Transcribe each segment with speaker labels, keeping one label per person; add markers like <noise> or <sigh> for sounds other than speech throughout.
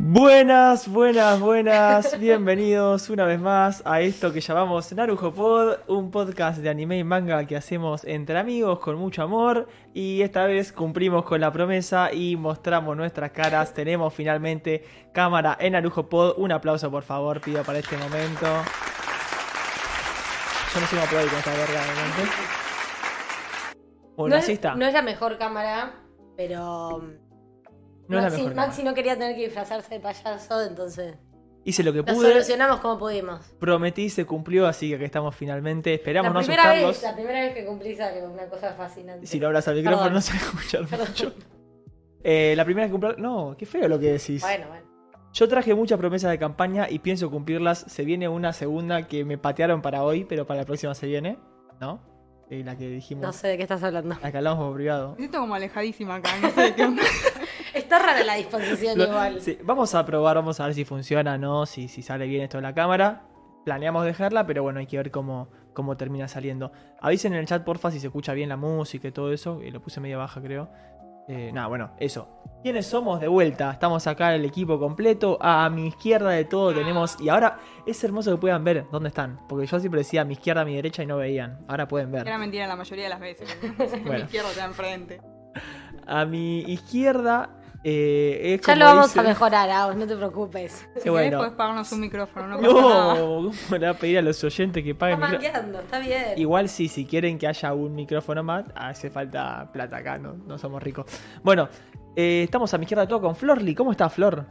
Speaker 1: Buenas, buenas, buenas. <laughs> Bienvenidos una vez más a esto que llamamos Narujo Pod, un podcast de anime y manga que hacemos entre amigos con mucho amor. Y esta vez cumplimos con la promesa y mostramos nuestras caras. Tenemos finalmente cámara en Narujo Pod. Un aplauso, por favor, pido para este momento. Yo no soy un aplauso con esta verga, obviamente. Bueno,
Speaker 2: no,
Speaker 1: así está.
Speaker 2: Es, no es la mejor cámara, pero.
Speaker 1: No es la
Speaker 2: Maxi,
Speaker 1: mejor
Speaker 2: Maxi
Speaker 1: cámara.
Speaker 2: no quería tener que disfrazarse de payaso, entonces.
Speaker 1: Hice lo que
Speaker 2: Lo
Speaker 1: pude.
Speaker 2: solucionamos como pudimos.
Speaker 1: Prometí, se cumplió, así que aquí estamos finalmente. Esperamos no
Speaker 2: La primera,
Speaker 1: asustarlos.
Speaker 2: vez, la primera vez que cumplís algo, una cosa fascinante.
Speaker 1: Si lo hablas al micrófono
Speaker 2: <laughs> Perdón.
Speaker 1: no se va a escuchar mucho. Eh, la primera que cumpla... No, qué feo lo que decís.
Speaker 2: Bueno, bueno.
Speaker 1: Yo traje muchas promesas de campaña y pienso cumplirlas. Se viene una segunda que me patearon para hoy, pero para la próxima se viene, ¿no? Eh, la que dijimos.
Speaker 2: No sé de qué estás hablando.
Speaker 1: La que hablamos por privado.
Speaker 3: Me siento como alejadísima acá, no sé de
Speaker 1: <laughs>
Speaker 3: qué onda.
Speaker 2: <laughs> Está rara la disposición
Speaker 1: Lo-
Speaker 2: igual.
Speaker 1: sí, vamos a probar, vamos a ver si funciona, ¿no? Si, si sale bien esto de la cámara. Planeamos dejarla, pero bueno, hay que ver cómo, cómo termina saliendo. Avisen en el chat, porfa, si se escucha bien la música y todo eso. Eh, lo puse media baja, creo. Eh, Nada, bueno, eso. ¿Quiénes somos de vuelta? Estamos acá el equipo completo. A mi izquierda de todo tenemos. Y ahora es hermoso que puedan ver dónde están. Porque yo siempre decía a mi izquierda, a mi derecha y no veían. Ahora pueden ver.
Speaker 3: Era mentira la mayoría de las veces. <laughs> Bueno. Mi izquierda está enfrente.
Speaker 1: A mi izquierda. eh, es
Speaker 2: Ya
Speaker 1: como
Speaker 2: lo vamos
Speaker 1: dice-
Speaker 2: a mejorar, Agus, no te preocupes.
Speaker 1: Qué
Speaker 3: Si querés
Speaker 1: bueno.
Speaker 3: podés pagarnos un micrófono, no pasa nada.
Speaker 1: No, ¿cómo le va a pedir a los oyentes que
Speaker 2: Está
Speaker 1: paguen micro-
Speaker 2: manqueando, está bien.
Speaker 1: Igual sí, si quieren que haya un micrófono más, hace falta plata acá, no, no somos ricos. Bueno, eh, estamos a mi izquierda de todo con Florly. ¿Cómo está Flor?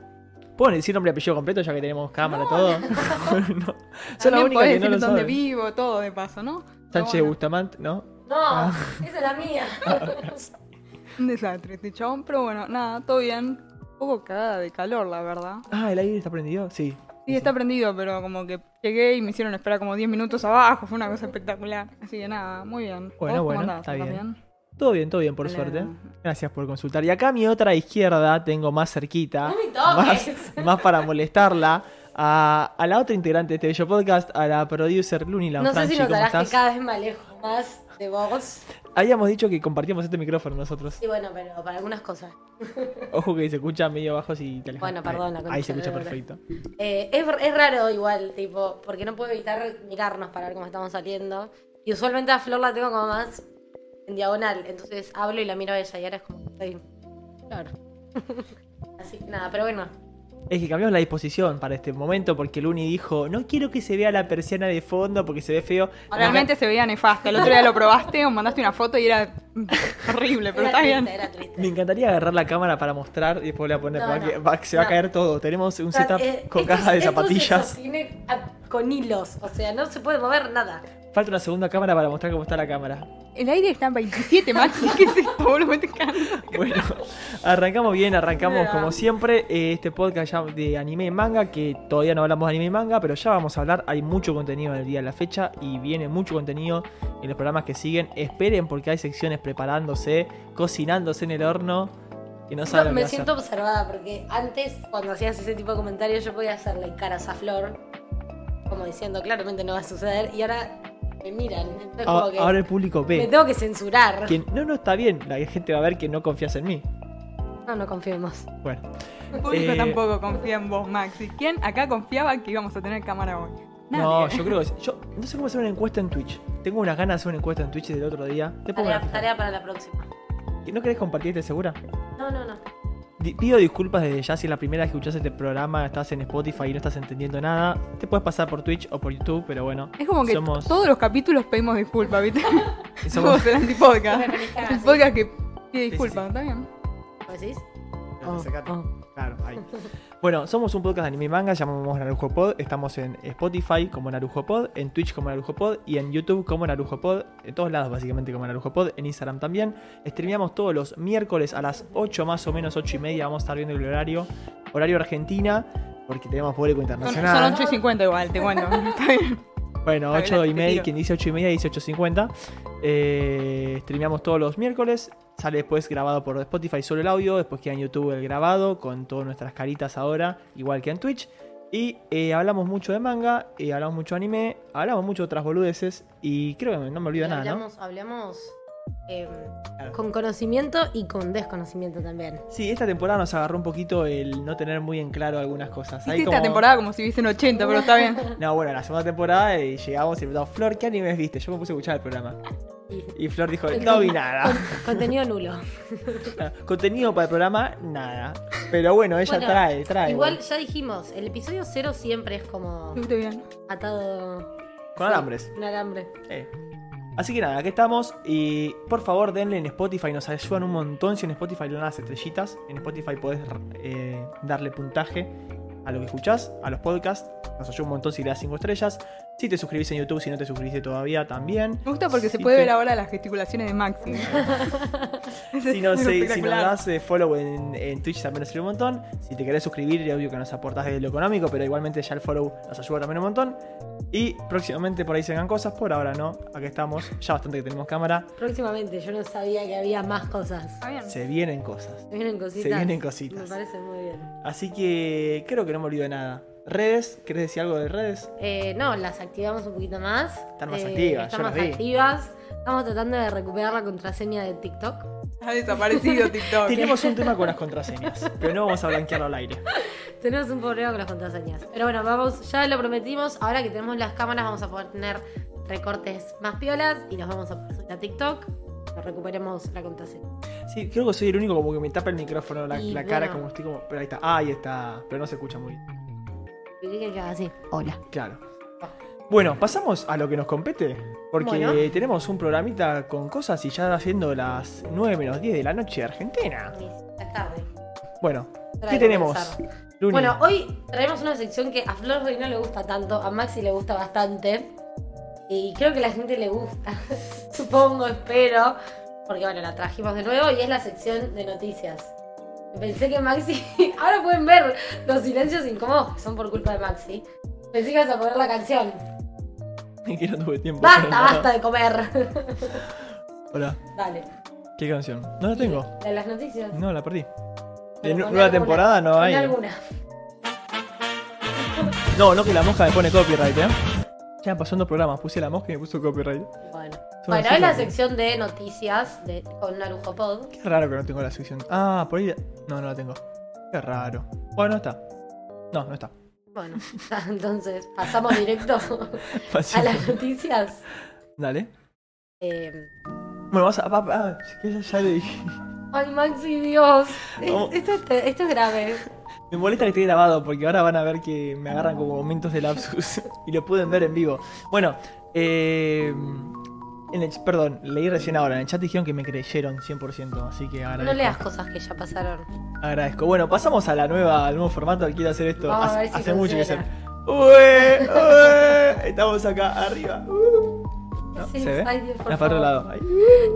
Speaker 1: ¿Puedo decir nombre y apellido completo ya que tenemos cámara y todo? <laughs> no. Son las
Speaker 3: También
Speaker 1: únicas que
Speaker 3: podés
Speaker 1: no
Speaker 3: decir
Speaker 1: lo
Speaker 3: dónde
Speaker 1: saben.
Speaker 3: vivo, todo de paso, ¿no?
Speaker 1: Sánchez
Speaker 3: Pero bueno,
Speaker 1: Bustamante, ¿no?
Speaker 2: No,
Speaker 1: Ah.
Speaker 2: esa es la mía.
Speaker 3: Un desastre este chabón, pero bueno, nada, todo bien. Un poco cagada de calor, la verdad.
Speaker 1: Ah, el aire está prendido. Sí.
Speaker 3: Sí, está prendido, pero como que llegué y me hicieron esperar como 10 minutos abajo, fue una cosa espectacular. Así que nada, muy bien.
Speaker 1: Bueno, bueno,
Speaker 3: ¿Vos cómo andás?
Speaker 1: está
Speaker 3: ¿Andás
Speaker 1: bien. Todo bien, todo bien, por
Speaker 3: Hola.
Speaker 1: suerte. Gracias por consultar. Y acá a mi otra izquierda tengo más cerquita.
Speaker 2: No me
Speaker 1: más,
Speaker 2: toques.
Speaker 1: más para molestarla. A, a la otra integrante de este bello podcast, a la producer Luni
Speaker 2: No sé
Speaker 1: Lanfranchi,
Speaker 2: si
Speaker 1: ¿cómo
Speaker 2: notarás que
Speaker 1: estás?
Speaker 2: cada vez me alejo más de vos.
Speaker 1: Habíamos dicho que compartíamos este micrófono nosotros.
Speaker 2: Y bueno, pero para algunas cosas.
Speaker 1: Ojo que se escucha medio bajo si te alejas.
Speaker 2: Bueno, perdón, la
Speaker 1: Ahí, ahí se
Speaker 2: concha
Speaker 1: escucha
Speaker 2: de la
Speaker 1: perfecto.
Speaker 2: Eh, es, es raro igual, tipo, porque no puedo evitar mirarnos para ver cómo estamos saliendo. Y usualmente a Flor la tengo como más en diagonal, entonces hablo y la miro a ella y ahora es como que estoy... Claro. <laughs> Así que nada, pero bueno.
Speaker 1: Es que cambiamos la disposición para este momento porque Luni dijo, no quiero que se vea la persiana de fondo porque se ve feo.
Speaker 3: Realmente se veía nefasto. El otro día lo probaste o mandaste una foto y era <laughs> horrible,
Speaker 2: era
Speaker 3: pero está
Speaker 2: triste,
Speaker 3: bien.
Speaker 2: era triste.
Speaker 1: Me encantaría agarrar la cámara para mostrar y después la poner.
Speaker 2: No,
Speaker 1: va
Speaker 2: no.
Speaker 1: que- va- se va a
Speaker 2: No.
Speaker 1: caer todo. Tenemos un
Speaker 2: O sea,
Speaker 1: setup
Speaker 2: eh,
Speaker 1: con
Speaker 2: esto-
Speaker 1: caja de
Speaker 2: esto se
Speaker 1: zapatillas.
Speaker 2: sostiene a- con hilos, o sea, no se puede mover nada.
Speaker 1: Falta una segunda cámara para mostrar cómo está la cámara.
Speaker 2: <laughs>
Speaker 3: El aire está en 27, Maxi. ¿Qué es esto? boludo? Me encanta.
Speaker 1: Bueno, arrancamos bien, arrancamos como siempre eh, este podcast ya de anime y manga, que todavía no hablamos de anime y manga, pero ya vamos a hablar. Hay mucho contenido en el día de la fecha y viene mucho contenido en los programas que siguen. Esperen porque hay secciones preparándose, cocinándose en el horno, que no saben
Speaker 2: No,
Speaker 1: lo
Speaker 2: me
Speaker 1: que
Speaker 2: siento
Speaker 1: hacer.
Speaker 2: observada porque antes, cuando hacías ese tipo de comentarios, yo podía hacerle caras a Flor, como diciendo claramente no va a suceder, y ahora me miran. Entonces,
Speaker 1: Ah,
Speaker 2: como que
Speaker 1: Ahora el público
Speaker 2: me
Speaker 1: ve.
Speaker 2: tengo que censurar.
Speaker 1: Que no, no está bien. La gente va a ver que no confías en mí.
Speaker 2: No, no confiemos.
Speaker 1: Bueno.
Speaker 3: El público
Speaker 1: Eh,
Speaker 3: tampoco confía en vos, Maxi. ¿Quién acá confiaba que íbamos a tener cámara hoy? Nadie.
Speaker 1: No, yo creo que. Yo no sé cómo hacer una encuesta en Twitch. Tengo unas ganas de hacer una encuesta en Twitch del otro día. Te pongo
Speaker 2: Tarea,
Speaker 1: una ficha.
Speaker 2: tarea para la próxima.
Speaker 1: ¿No querés compartirte segura?
Speaker 2: No, no, no.
Speaker 1: Di- Pido disculpas desde ya si es la primera vez que escuchás este programa, estás en Spotify y no estás entendiendo nada. Te puedes pasar por Twitch o por YouTube, pero bueno.
Speaker 3: Es como que
Speaker 1: somos-
Speaker 3: todos los capítulos pedimos disculpas, ¿viste?
Speaker 1: somos-
Speaker 3: <laughs>
Speaker 1: <laughs>
Speaker 3: Somos el antipodcast. El
Speaker 2: ¿Me
Speaker 3: podcast que pide disculpas, ¿está bien?
Speaker 2: decís?
Speaker 1: Oh, Claro, ahí. Bueno, somos un podcast de anime y manga, llamamos Narujo Pod. Estamos en Spotify como Narujo Pod, en Twitch como Narujo Pod y en YouTube como Narujo Pod. En todos lados, básicamente, como Narujo Pod. En Instagram también. Streameamos todos los miércoles a las 8 más o menos, 8 y media. Vamos a estar viendo el horario. Horario Argentina, porque tenemos público
Speaker 3: Son,
Speaker 1: internacional.
Speaker 3: son 8 y 50 igual,
Speaker 1: <laughs>
Speaker 3: te cuento. Está bien.
Speaker 1: Bueno,
Speaker 3: Está bien,
Speaker 1: 8 y
Speaker 3: te
Speaker 1: media,
Speaker 3: tiro.
Speaker 1: quien dice 8 y media dice 8.50. Eh, streameamos todos los miércoles. Sale después grabado por Spotify solo el audio. Después queda en YouTube el grabado con todas nuestras caritas ahora, igual que en Twitch. Y eh, hablamos mucho de manga, eh, hablamos mucho de anime, hablamos mucho de otras boludeces. Y creo que no me olvido de nada, ¿no?
Speaker 2: hablamos, hablamos eh,
Speaker 1: Claro.
Speaker 2: con conocimiento y con desconocimiento también.
Speaker 1: Sí, esta temporada nos agarró un poquito el no tener muy en claro algunas cosas. Hay
Speaker 3: Hiciste esta
Speaker 1: como-
Speaker 3: temporada como si viste en 80, pero está
Speaker 1: <laughs>
Speaker 3: bien.
Speaker 1: No, bueno, la segunda temporada y llegamos y me preguntamos, Flor, ¿qué animes viste? Yo me puse a escuchar el programa.
Speaker 2: Y-
Speaker 1: Y Flor
Speaker 3: <laughs>
Speaker 1: dijo, no vi nada.
Speaker 2: Con- contenido nulo.
Speaker 1: Contenido para el programa, nada. Pero bueno, ella
Speaker 2: Bueno,
Speaker 1: trae, trae.
Speaker 2: Igual ya dijimos, el episodio cero siempre es
Speaker 1: <laughs>
Speaker 2: como
Speaker 3: Estuviste bien.
Speaker 2: atado.
Speaker 1: Con
Speaker 2: sí,
Speaker 1: alambres.
Speaker 2: Con alambre.
Speaker 1: Eh. Así que nada, aquí estamos. Y por favor, denle en Spotify. Nos ayudan un montón. Si en Spotify le dan las estrellitas, en Spotify podés eh, darle puntaje a lo que escuchás, a los podcasts. Nos ayuda un montón si le das 5 estrellas. Si te suscribís en YouTube, si no te suscribiste todavía, también.
Speaker 3: Me gusta porque se
Speaker 1: Si
Speaker 3: puede
Speaker 1: te-
Speaker 3: ver ahora las gesticulaciones de Maxi. <laughs>
Speaker 2: <laughs>
Speaker 1: Si, no,
Speaker 3: Es
Speaker 1: si- si nos
Speaker 3: espectacular.
Speaker 1: das eh, follow en, en Twitch también nos sirve un montón. Si te querés suscribir, obvio que nos aportás desde lo económico, pero igualmente ya el follow nos ayuda también un montón. Y próximamente por ahí se hagan cosas, por ahora no. Aquí estamos, ya bastante que tenemos cámara.
Speaker 2: Próximamente, yo no sabía que había más cosas.
Speaker 3: Está bien.
Speaker 1: Se vienen cosas.
Speaker 2: Se vienen cositas.
Speaker 1: Se vienen cositas.
Speaker 2: Me parece muy bien.
Speaker 1: Así que creo que no me olvido de nada. Redes, ¿querés decir algo de redes?
Speaker 2: Eh, no, las activamos un poquito más.
Speaker 1: Están más
Speaker 2: Eh,
Speaker 1: activas,
Speaker 2: Están
Speaker 1: yo
Speaker 2: más
Speaker 1: las vi.
Speaker 2: activas. Estamos tratando de recuperar la contraseña de TikTok.
Speaker 3: Ha
Speaker 1: <laughs>
Speaker 3: desaparecido TikTok.
Speaker 1: Tenemos un tema
Speaker 2: <laughs>
Speaker 1: con las contraseñas, pero no vamos a blanquearlo al aire.
Speaker 2: Tenemos un problema con las contraseñas. Pero bueno, vamos, ya lo prometimos. Ahora que tenemos las cámaras, vamos a poder tener recortes más piolas y nos vamos a pasar a TikTok. Nos recuperemos la contraseña.
Speaker 1: Sí, creo que soy el único como que me tapa el micrófono la,
Speaker 2: Y
Speaker 1: la cara,
Speaker 2: bueno.
Speaker 1: como estoy como. Pero ahí está, ahí está, pero no se escucha muy bien.
Speaker 2: Y que quede así. Hola.
Speaker 1: Claro. Bueno, pasamos a lo que nos compete. Porque
Speaker 2: Bueno.
Speaker 1: tenemos un programita con cosas y ya haciendo las 9 menos 10 de la noche de Argentina.
Speaker 2: Es tarde.
Speaker 1: Bueno,
Speaker 2: Hora
Speaker 1: ¿qué
Speaker 2: de
Speaker 1: tenemos?
Speaker 2: comenzar.
Speaker 1: Luni?
Speaker 2: Bueno, hoy traemos una sección que a Flor hoy no le gusta tanto, a Maxi le gusta bastante. Y creo que a la gente le gusta. <laughs> Supongo, espero. Porque bueno, la trajimos de nuevo y es la sección de noticias. Pensé que Maxi. <laughs> Ahora pueden ver los silencios incómodos que son por culpa de Maxi. Pensé que ibas a poner la canción.
Speaker 1: <laughs> que no tuve tiempo.
Speaker 2: ¡Basta,
Speaker 1: para nada.
Speaker 2: basta de comer! <laughs>
Speaker 1: Hola,
Speaker 2: Dale.
Speaker 1: ¿qué canción? No la tengo.
Speaker 2: La de las noticias.
Speaker 1: No, la perdí. De
Speaker 2: Pero
Speaker 1: nu-
Speaker 2: pon
Speaker 1: nueva
Speaker 2: alguna,
Speaker 1: temporada no
Speaker 2: pon
Speaker 1: hay.
Speaker 2: alguna.
Speaker 1: No, no que la mosca me pone copyright, ¿eh? Ya pasó en dos programas, puse la mosca y me puso copyright.
Speaker 2: Bueno,
Speaker 1: Son
Speaker 2: bueno
Speaker 1: así
Speaker 2: es la
Speaker 1: las-
Speaker 2: sección de noticias de, con Narujo Pod.
Speaker 1: Qué raro que no tengo la sección. Ah, por ahí. No, no la tengo. Qué raro. Bueno, no está. No, no está. <laughs>
Speaker 2: Bueno, <laughs> entonces pasamos directo a las noticias.
Speaker 1: Dale.
Speaker 2: Eh,
Speaker 1: Bueno, vas a. va- va- si querés ya le dije.
Speaker 2: ay, Maxi, Dios. Es-
Speaker 1: Vamos.
Speaker 2: Esto, es te- esto es grave.
Speaker 1: Me molesta que esté grabado porque ahora van a ver que me agarran como momentos de lapsus <laughs> y lo pueden ver en vivo. Bueno, eh, en el ch- perdón, leí recién ahora. En el chat dijeron que me creyeron 100%, así que agradezco.
Speaker 2: No leas cosas que ya pasaron.
Speaker 1: agradezco. Bueno, pasamos a la nueva, al nuevo formato. Quiero hacer esto.
Speaker 2: Vamos a
Speaker 1: hace
Speaker 2: ver si
Speaker 1: hace mucho que se.
Speaker 2: funciona.
Speaker 1: Ué, ué, Estamos acá arriba. Uh. ¿No?
Speaker 2: Sí,
Speaker 1: ¿Se ve?
Speaker 2: ay, Dios, por
Speaker 1: Las para otro
Speaker 2: favor.
Speaker 1: lado. Ahí.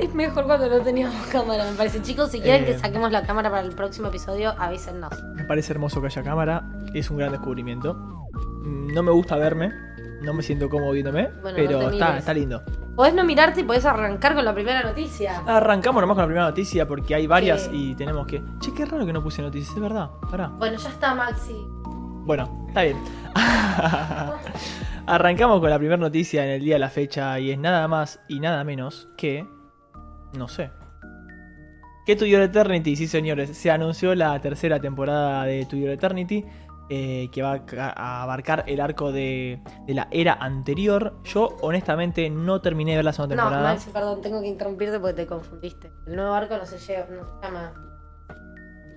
Speaker 2: Es mejor cuando no teníamos cámara, me parece. Chicos, si quieren
Speaker 1: Eh.
Speaker 2: que saquemos la cámara para el próximo episodio, avísennos.
Speaker 1: Me parece hermoso que haya cámara, es un gran descubrimiento. Mm, No me gusta verme, no me siento cómodo viéndome,
Speaker 2: Bueno, no
Speaker 1: pero
Speaker 2: te
Speaker 1: está,
Speaker 2: mires.
Speaker 1: está lindo.
Speaker 2: Podés no mirarte y podés arrancar con la primera noticia.
Speaker 1: Ah. Arrancamos nomás con la primera noticia porque hay varias
Speaker 2: Sí.
Speaker 1: y tenemos que. Che, qué raro que no puse noticias, es verdad, pará.
Speaker 2: Bueno, ya está, Maxi.
Speaker 1: Bueno, está bien. <laughs> Arrancamos con la primera noticia en el día de la fecha y es nada más y nada menos que. No sé. Que To Your Eternity, sí señores, se anunció la tercera temporada de To Your Eternity. eh, que va a ca- a abarcar el arco de, de la era anterior. Yo, honestamente, no terminé de ver la segunda
Speaker 2: No,
Speaker 1: temporada.
Speaker 2: Maxi, perdón, tengo que interrumpirte porque te confundiste. El nuevo arco no se, lleva, no se llama.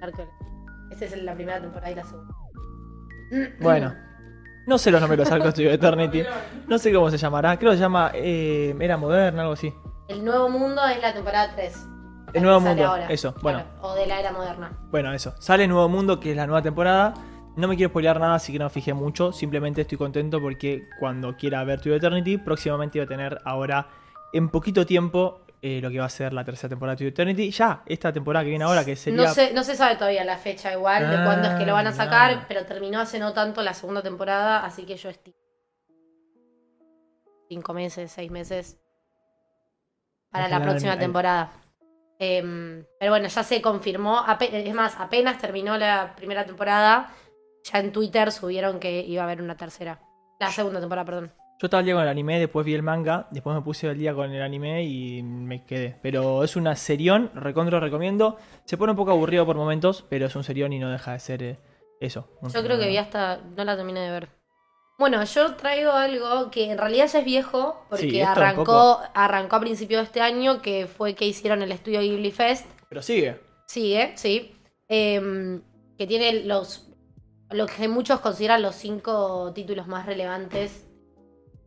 Speaker 2: Arco. Esta es la primera temporada y la segunda.
Speaker 1: Bueno, no sé los nombres de los arcos de To Your Eternity. No sé cómo se llamará. Creo que se llama eh, Era Moderna, algo así.
Speaker 2: El nuevo mundo es la temporada 3.
Speaker 1: El nuevo mundo, eso, bueno.
Speaker 2: O de la era moderna.
Speaker 1: Bueno, eso. Sale Nuevo Mundo, que es la nueva temporada. No me quiero spoilear nada, así que no me fijé mucho. Simplemente estoy contento porque cuando quiera ver To Your Eternity, próximamente iba a tener ahora, en poquito tiempo, eh, lo que va a ser la tercera temporada de To Your Eternity. Ya, esta temporada que viene ahora, que sería.
Speaker 2: No, se, no se sabe todavía la fecha igual de
Speaker 1: Ah,
Speaker 2: cuándo es que lo van a sacar,
Speaker 1: mirá.
Speaker 2: pero terminó hace no tanto la segunda temporada, así que yo estimo. Cinco meses, seis meses. Para la
Speaker 1: Ojalá
Speaker 2: próxima
Speaker 1: el-
Speaker 2: temporada. Em, pero bueno, ya se confirmó. ape- Es más, apenas terminó la primera temporada. Ya en Twitter subieron que iba a haber una tercera. La segunda temporada, perdón.
Speaker 1: Yo estaba al día con el anime, después vi el manga, después me puse al día con el anime y me quedé. Pero es una serión, recontra recomiendo. Se pone un poco aburrido por momentos, pero es un serión y no deja de ser eh, eso. un
Speaker 2: Yo creo que vi
Speaker 1: serión.
Speaker 2: hasta. No la terminé de ver. Bueno, yo traigo algo que en realidad ya es viejo, porque
Speaker 1: Sí, esto
Speaker 2: arrancó,
Speaker 1: tampoco.
Speaker 2: arrancó a principio de este año, que fue que hicieron el estudio Ghibli Fest.
Speaker 1: Pero sigue.
Speaker 2: Sí, ¿eh? Sí. Em, que tiene los. Lo que muchos consideran los cinco títulos más relevantes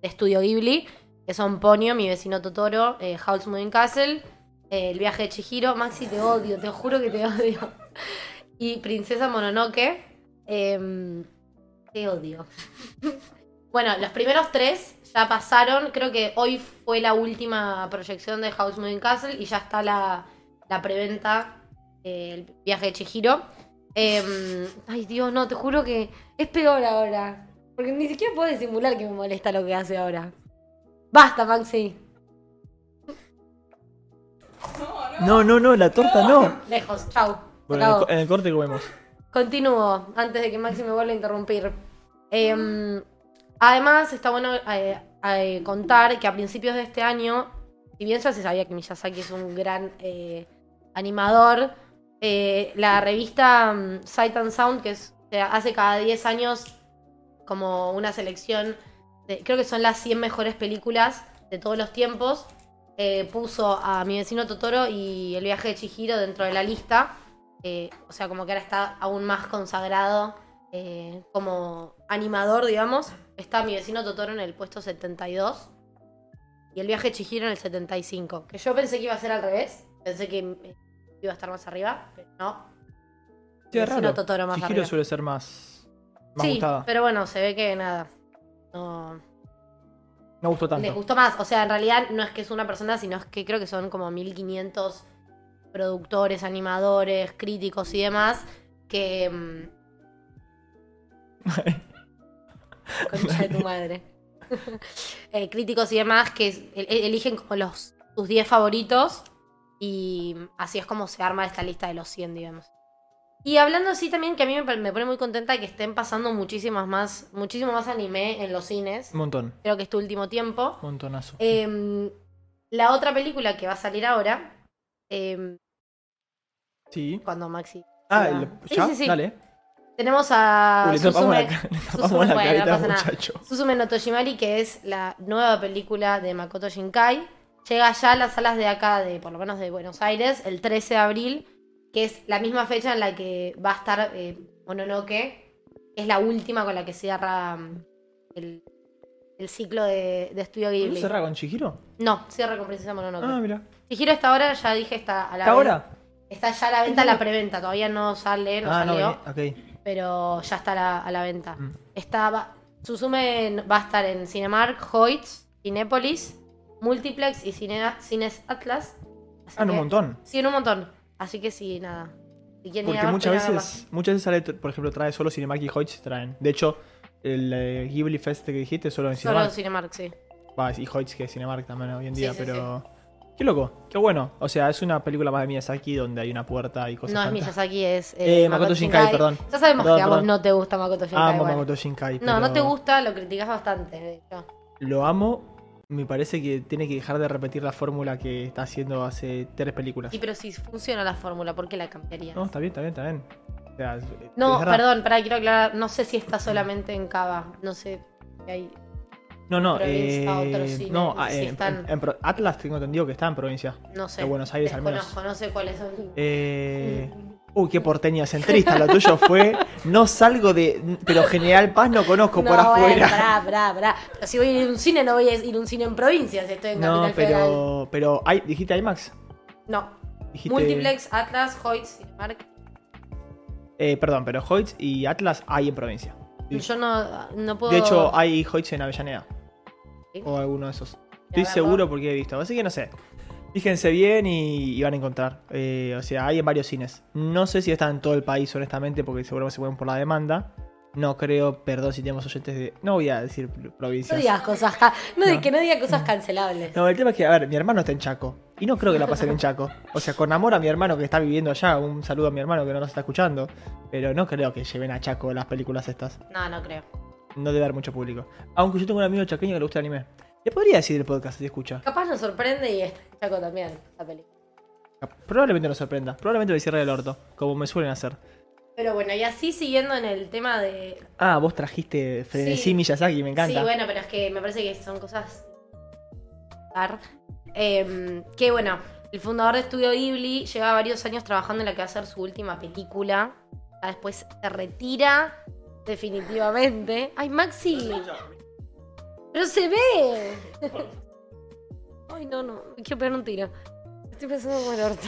Speaker 2: de estudio Ghibli, que son Ponyo, Mi vecino Totoro, eh, House Moving Castle, eh, El viaje de Chihiro, Maxi, te odio, te juro que te odio. <laughs> Y Princesa Mononoke, em, te odio. <laughs> bueno, los primeros tres ya pasaron, creo que hoy fue la última proyección de House Moving Castle y ya está la, la preventa del viaje de Chihiro. Em, ay, Dios, no, te juro que es peor ahora. Porque ni siquiera puedo disimular que me molesta lo que hace ahora. Basta, Maxi.
Speaker 1: No, no, no, la torta no.
Speaker 2: Lejos, chau. Se
Speaker 1: Bueno, en el
Speaker 2: acabó.
Speaker 1: co- en el corte comemos.
Speaker 2: Continúo, antes de que Maxi me vuelva a interrumpir. Em, además, está bueno eh, eh, contar que a principios de este año, si bien ya se sabía que Miyazaki es un gran eh, animador, eh, la revista mm, Sight and Sound, que es- se hace cada 10 años como una selección, de- creo que son las 100 mejores películas de todos los tiempos, eh, puso a mi vecino Totoro y el viaje de Chihiro dentro de la lista. Eh, o sea, como que ahora está aún más consagrado eh, como animador, digamos. Está mi vecino Totoro en el puesto 72 y el viaje de Chihiro en el 75. Que yo pensé que iba a ser al revés. Pensé que eh, iba a estar más arriba, pero no.
Speaker 1: Sí, es
Speaker 2: Vecino
Speaker 1: raro.
Speaker 2: Totoro más
Speaker 1: Chihiro
Speaker 2: arriba.
Speaker 1: suele ser más, más
Speaker 2: sí,
Speaker 1: gustada.
Speaker 2: pero bueno, se ve que nada. No,
Speaker 1: No gustó
Speaker 2: les
Speaker 1: tanto.
Speaker 2: gustó más. O sea, en realidad no es que es una persona, sino es que creo que son como 1500 productores, animadores, críticos y demás que... mm, Concha de tu madre. <laughs> Eh, críticos y demás que es- el- el- eligen como los, sus 10 favoritos y así es como se arma esta lista de los 100, digamos. Y hablando así también que a mí me, me pone muy contenta que estén pasando muchísimas más, muchísimo más anime en los cines.
Speaker 1: Un montón,
Speaker 2: Creo que este último tiempo.
Speaker 1: montonazo.
Speaker 2: Em, la otra película que va a salir ahora, em,
Speaker 1: sí.
Speaker 2: cuando Maxi.
Speaker 1: Ah,
Speaker 2: la-
Speaker 1: el-
Speaker 2: Sí,
Speaker 1: ¿ya?
Speaker 2: sí, sí.
Speaker 1: Dale.
Speaker 2: Tenemos a
Speaker 1: Uy, le tapamos
Speaker 2: Susume,
Speaker 1: la, ca- le <laughs> tapamos
Speaker 2: Susume,
Speaker 1: la
Speaker 2: bueno, no
Speaker 1: careta al
Speaker 2: pasa nada.
Speaker 1: muchacho.
Speaker 2: Susume no Toshimari, que es la nueva película de Makoto Shinkai. Llega ya a las salas de acá, de por lo menos de Buenos Aires, el 13 de abril, que es la misma fecha en la que va a estar eh, Mononoke, que es la última con la que cierra mm, el, el ciclo de, de Estudio
Speaker 1: ¿No
Speaker 2: Ghibli.
Speaker 1: cerrá con Chihiro?
Speaker 2: No, cierra con Princesa
Speaker 1: Ah,
Speaker 2: Mononoke.
Speaker 1: mira.
Speaker 2: Chihiro hasta ahora, ya dije, está a la
Speaker 1: ¿Hasta
Speaker 2: venta.
Speaker 1: ahora?
Speaker 2: Está ya a la venta la preventa, todavía no sale, no
Speaker 1: Ah, no,
Speaker 2: salió,
Speaker 1: vení, ok.
Speaker 2: pero ya está a la, a la venta.
Speaker 1: Mm.
Speaker 2: Está, va- Suzume en- va a estar en Cinemark, Hoyts, Cinépolis, Multiplex y Cine- Cines Atlas. Así
Speaker 1: Ah, no, un
Speaker 2: que-
Speaker 1: montón.
Speaker 2: Sí, en un montón. Así que sí, nada. Si quieren ir a
Speaker 1: Porque
Speaker 2: ver,
Speaker 1: muchas
Speaker 2: pueden ir a verla.
Speaker 1: veces, muchas veces sale, por ejemplo, trae solo Cinemark y Hoyts traen. De hecho, el eh, Ghibli Fest que dijiste solo en
Speaker 2: Solo en
Speaker 1: Cinemark.
Speaker 2: Cinemark, sí.
Speaker 1: Va, y Hoyts que es Cinemark también hoy en día,
Speaker 2: Sí, sí,
Speaker 1: pero... Qué loco, qué bueno. O sea, es una película más de Miyazaki donde hay una puerta y cosas
Speaker 2: No es
Speaker 1: fanta-
Speaker 2: Miyazaki, es
Speaker 1: Eh, Makoto Shinkai, perdón.
Speaker 2: Ya sabemos
Speaker 1: Perdón,
Speaker 2: que a vos
Speaker 1: perdón.
Speaker 2: no te gusta Makoto Shinkai.
Speaker 1: Amo
Speaker 2: bueno.
Speaker 1: Makoto Shinkai,
Speaker 2: No, no
Speaker 1: pero
Speaker 2: te gusta, lo criticas bastante, de hecho.
Speaker 1: Lo amo. Me parece que tiene que dejar de repetir la fórmula que está haciendo hace tres películas.
Speaker 2: Sí, pero si funciona la fórmula, ¿por qué la cambiaría?
Speaker 1: No, está bien, está bien, está bien. O sea, es-
Speaker 2: No,
Speaker 1: es verdad.
Speaker 2: perdón, pará, quiero aclarar. No sé si está solamente en Cava. No sé si hay.
Speaker 1: No, no,
Speaker 2: Provincia,
Speaker 1: eh,
Speaker 2: otro cine,
Speaker 1: no,
Speaker 2: no
Speaker 1: ah,
Speaker 2: sé si
Speaker 1: en-
Speaker 2: están.
Speaker 1: en- en Pro- Atlas tengo entendido que está en provincia.
Speaker 2: No sé.
Speaker 1: De Buenos Aires, al menos.
Speaker 2: Desconozco, no sé cuáles son.
Speaker 1: Eh, uy, qué porteña centrista, lo tuyo fue. No salgo de. Pero General Paz no
Speaker 2: <laughs>
Speaker 1: conozco por
Speaker 2: bueno,
Speaker 1: afuera.
Speaker 2: pará, pará, pará. Pero si voy a ir a un cine, no voy a ir a un cine en provincia si estoy en
Speaker 1: No,
Speaker 2: Capital Federal.
Speaker 1: pero. pero hay, ¿Dijiste IMAX?
Speaker 2: No.
Speaker 1: Dijiste,
Speaker 2: Multiplex, Atlas, Hoyts, Cinemark.
Speaker 1: Eh, perdón, pero Hoyts y Atlas hay en provincia. Sí.
Speaker 2: Yo no, no puedo.
Speaker 1: De hecho, hay Hoyts en Avellaneda.
Speaker 2: ¿Sí?
Speaker 1: O alguno de esos.
Speaker 2: Ya,
Speaker 1: Estoy
Speaker 2: verlo.
Speaker 1: seguro porque he visto. Así que no sé. Fíjense bien y, y van a encontrar. Eh, o sea, hay en varios cines. No sé si están en todo el país, honestamente, porque seguramente se mueven por la demanda. No creo, perdón si tenemos oyentes de. No voy a decir pr-
Speaker 2: No
Speaker 1: provincias.
Speaker 2: digas cosas. ca- No, de
Speaker 1: No.
Speaker 2: que no digas cosas cancelables.
Speaker 1: No, el tema es que, a ver, mi hermano está en Chaco. Y no creo que la pasen en Chaco. O sea, con amor a mi hermano que está viviendo allá. Un saludo a mi hermano que no nos está escuchando. Pero no creo que lleven a Chaco las películas estas.
Speaker 2: No, no creo.
Speaker 1: no debe haber mucho público. Aunque yo tengo un amigo chaqueño que le gusta el anime. Le podría decir el podcast si escucha.
Speaker 2: Capaz nos sorprende y está en Chaco también, esta película.
Speaker 1: Probablemente nos sorprenda. Probablemente le cierre el orto, como me suelen hacer.
Speaker 2: Pero bueno, y así siguiendo en el tema de.
Speaker 1: Ah, vos trajiste Frenesí
Speaker 2: Sí.
Speaker 1: Miyazaki, me encanta.
Speaker 2: Sí, bueno, pero es que me parece que son cosas. Par. Em, que bueno, el fundador de Estudio Ghibli lleva varios años trabajando en la que va a ser su última película. Ya Después se retira definitivamente. ¡Ay, Maxi! ¡Pero se ve! Ay, no, no, me quiero pegar un tiro. Estoy pensando como el orto.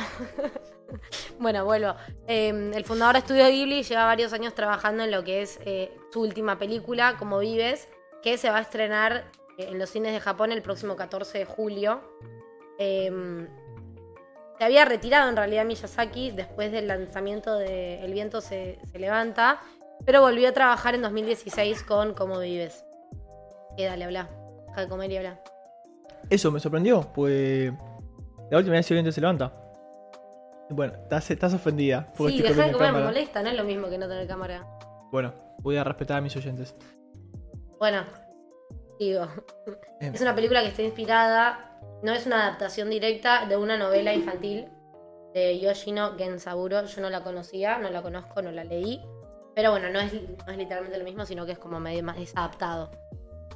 Speaker 2: <laughs> bueno, vuelvo. Eh, el fundador de Estudio Ghibli lleva varios años trabajando en lo que es eh, su última película, Como Vives, que se va a estrenar eh, en los cines de Japón el próximo 14 de julio. Eh, se había retirado en realidad Miyazaki después del lanzamiento de El viento se, se levanta, pero volvió a trabajar en 2016 con Como Vives. Eh, dale, habla. Deja de comer y habla.
Speaker 1: Eso me sorprendió, pues. La última vez que el viento se levanta. Bueno, estás, estás ofendida. porque
Speaker 2: Sí,
Speaker 1: estoy
Speaker 2: deja de
Speaker 1: comiendo
Speaker 2: comer, me
Speaker 1: cámara.
Speaker 2: molesta, no es lo mismo que no tener cámara.
Speaker 1: Bueno, voy a respetar a mis oyentes.
Speaker 2: Bueno, digo.
Speaker 1: Em.
Speaker 2: Es una película que está inspirada, no es una adaptación directa de una novela infantil de Yoshino Gensaburo. Yo no la conocía, no la conozco, no la leí. Pero bueno, no es, no es literalmente lo mismo, sino que es como medio más es adaptado.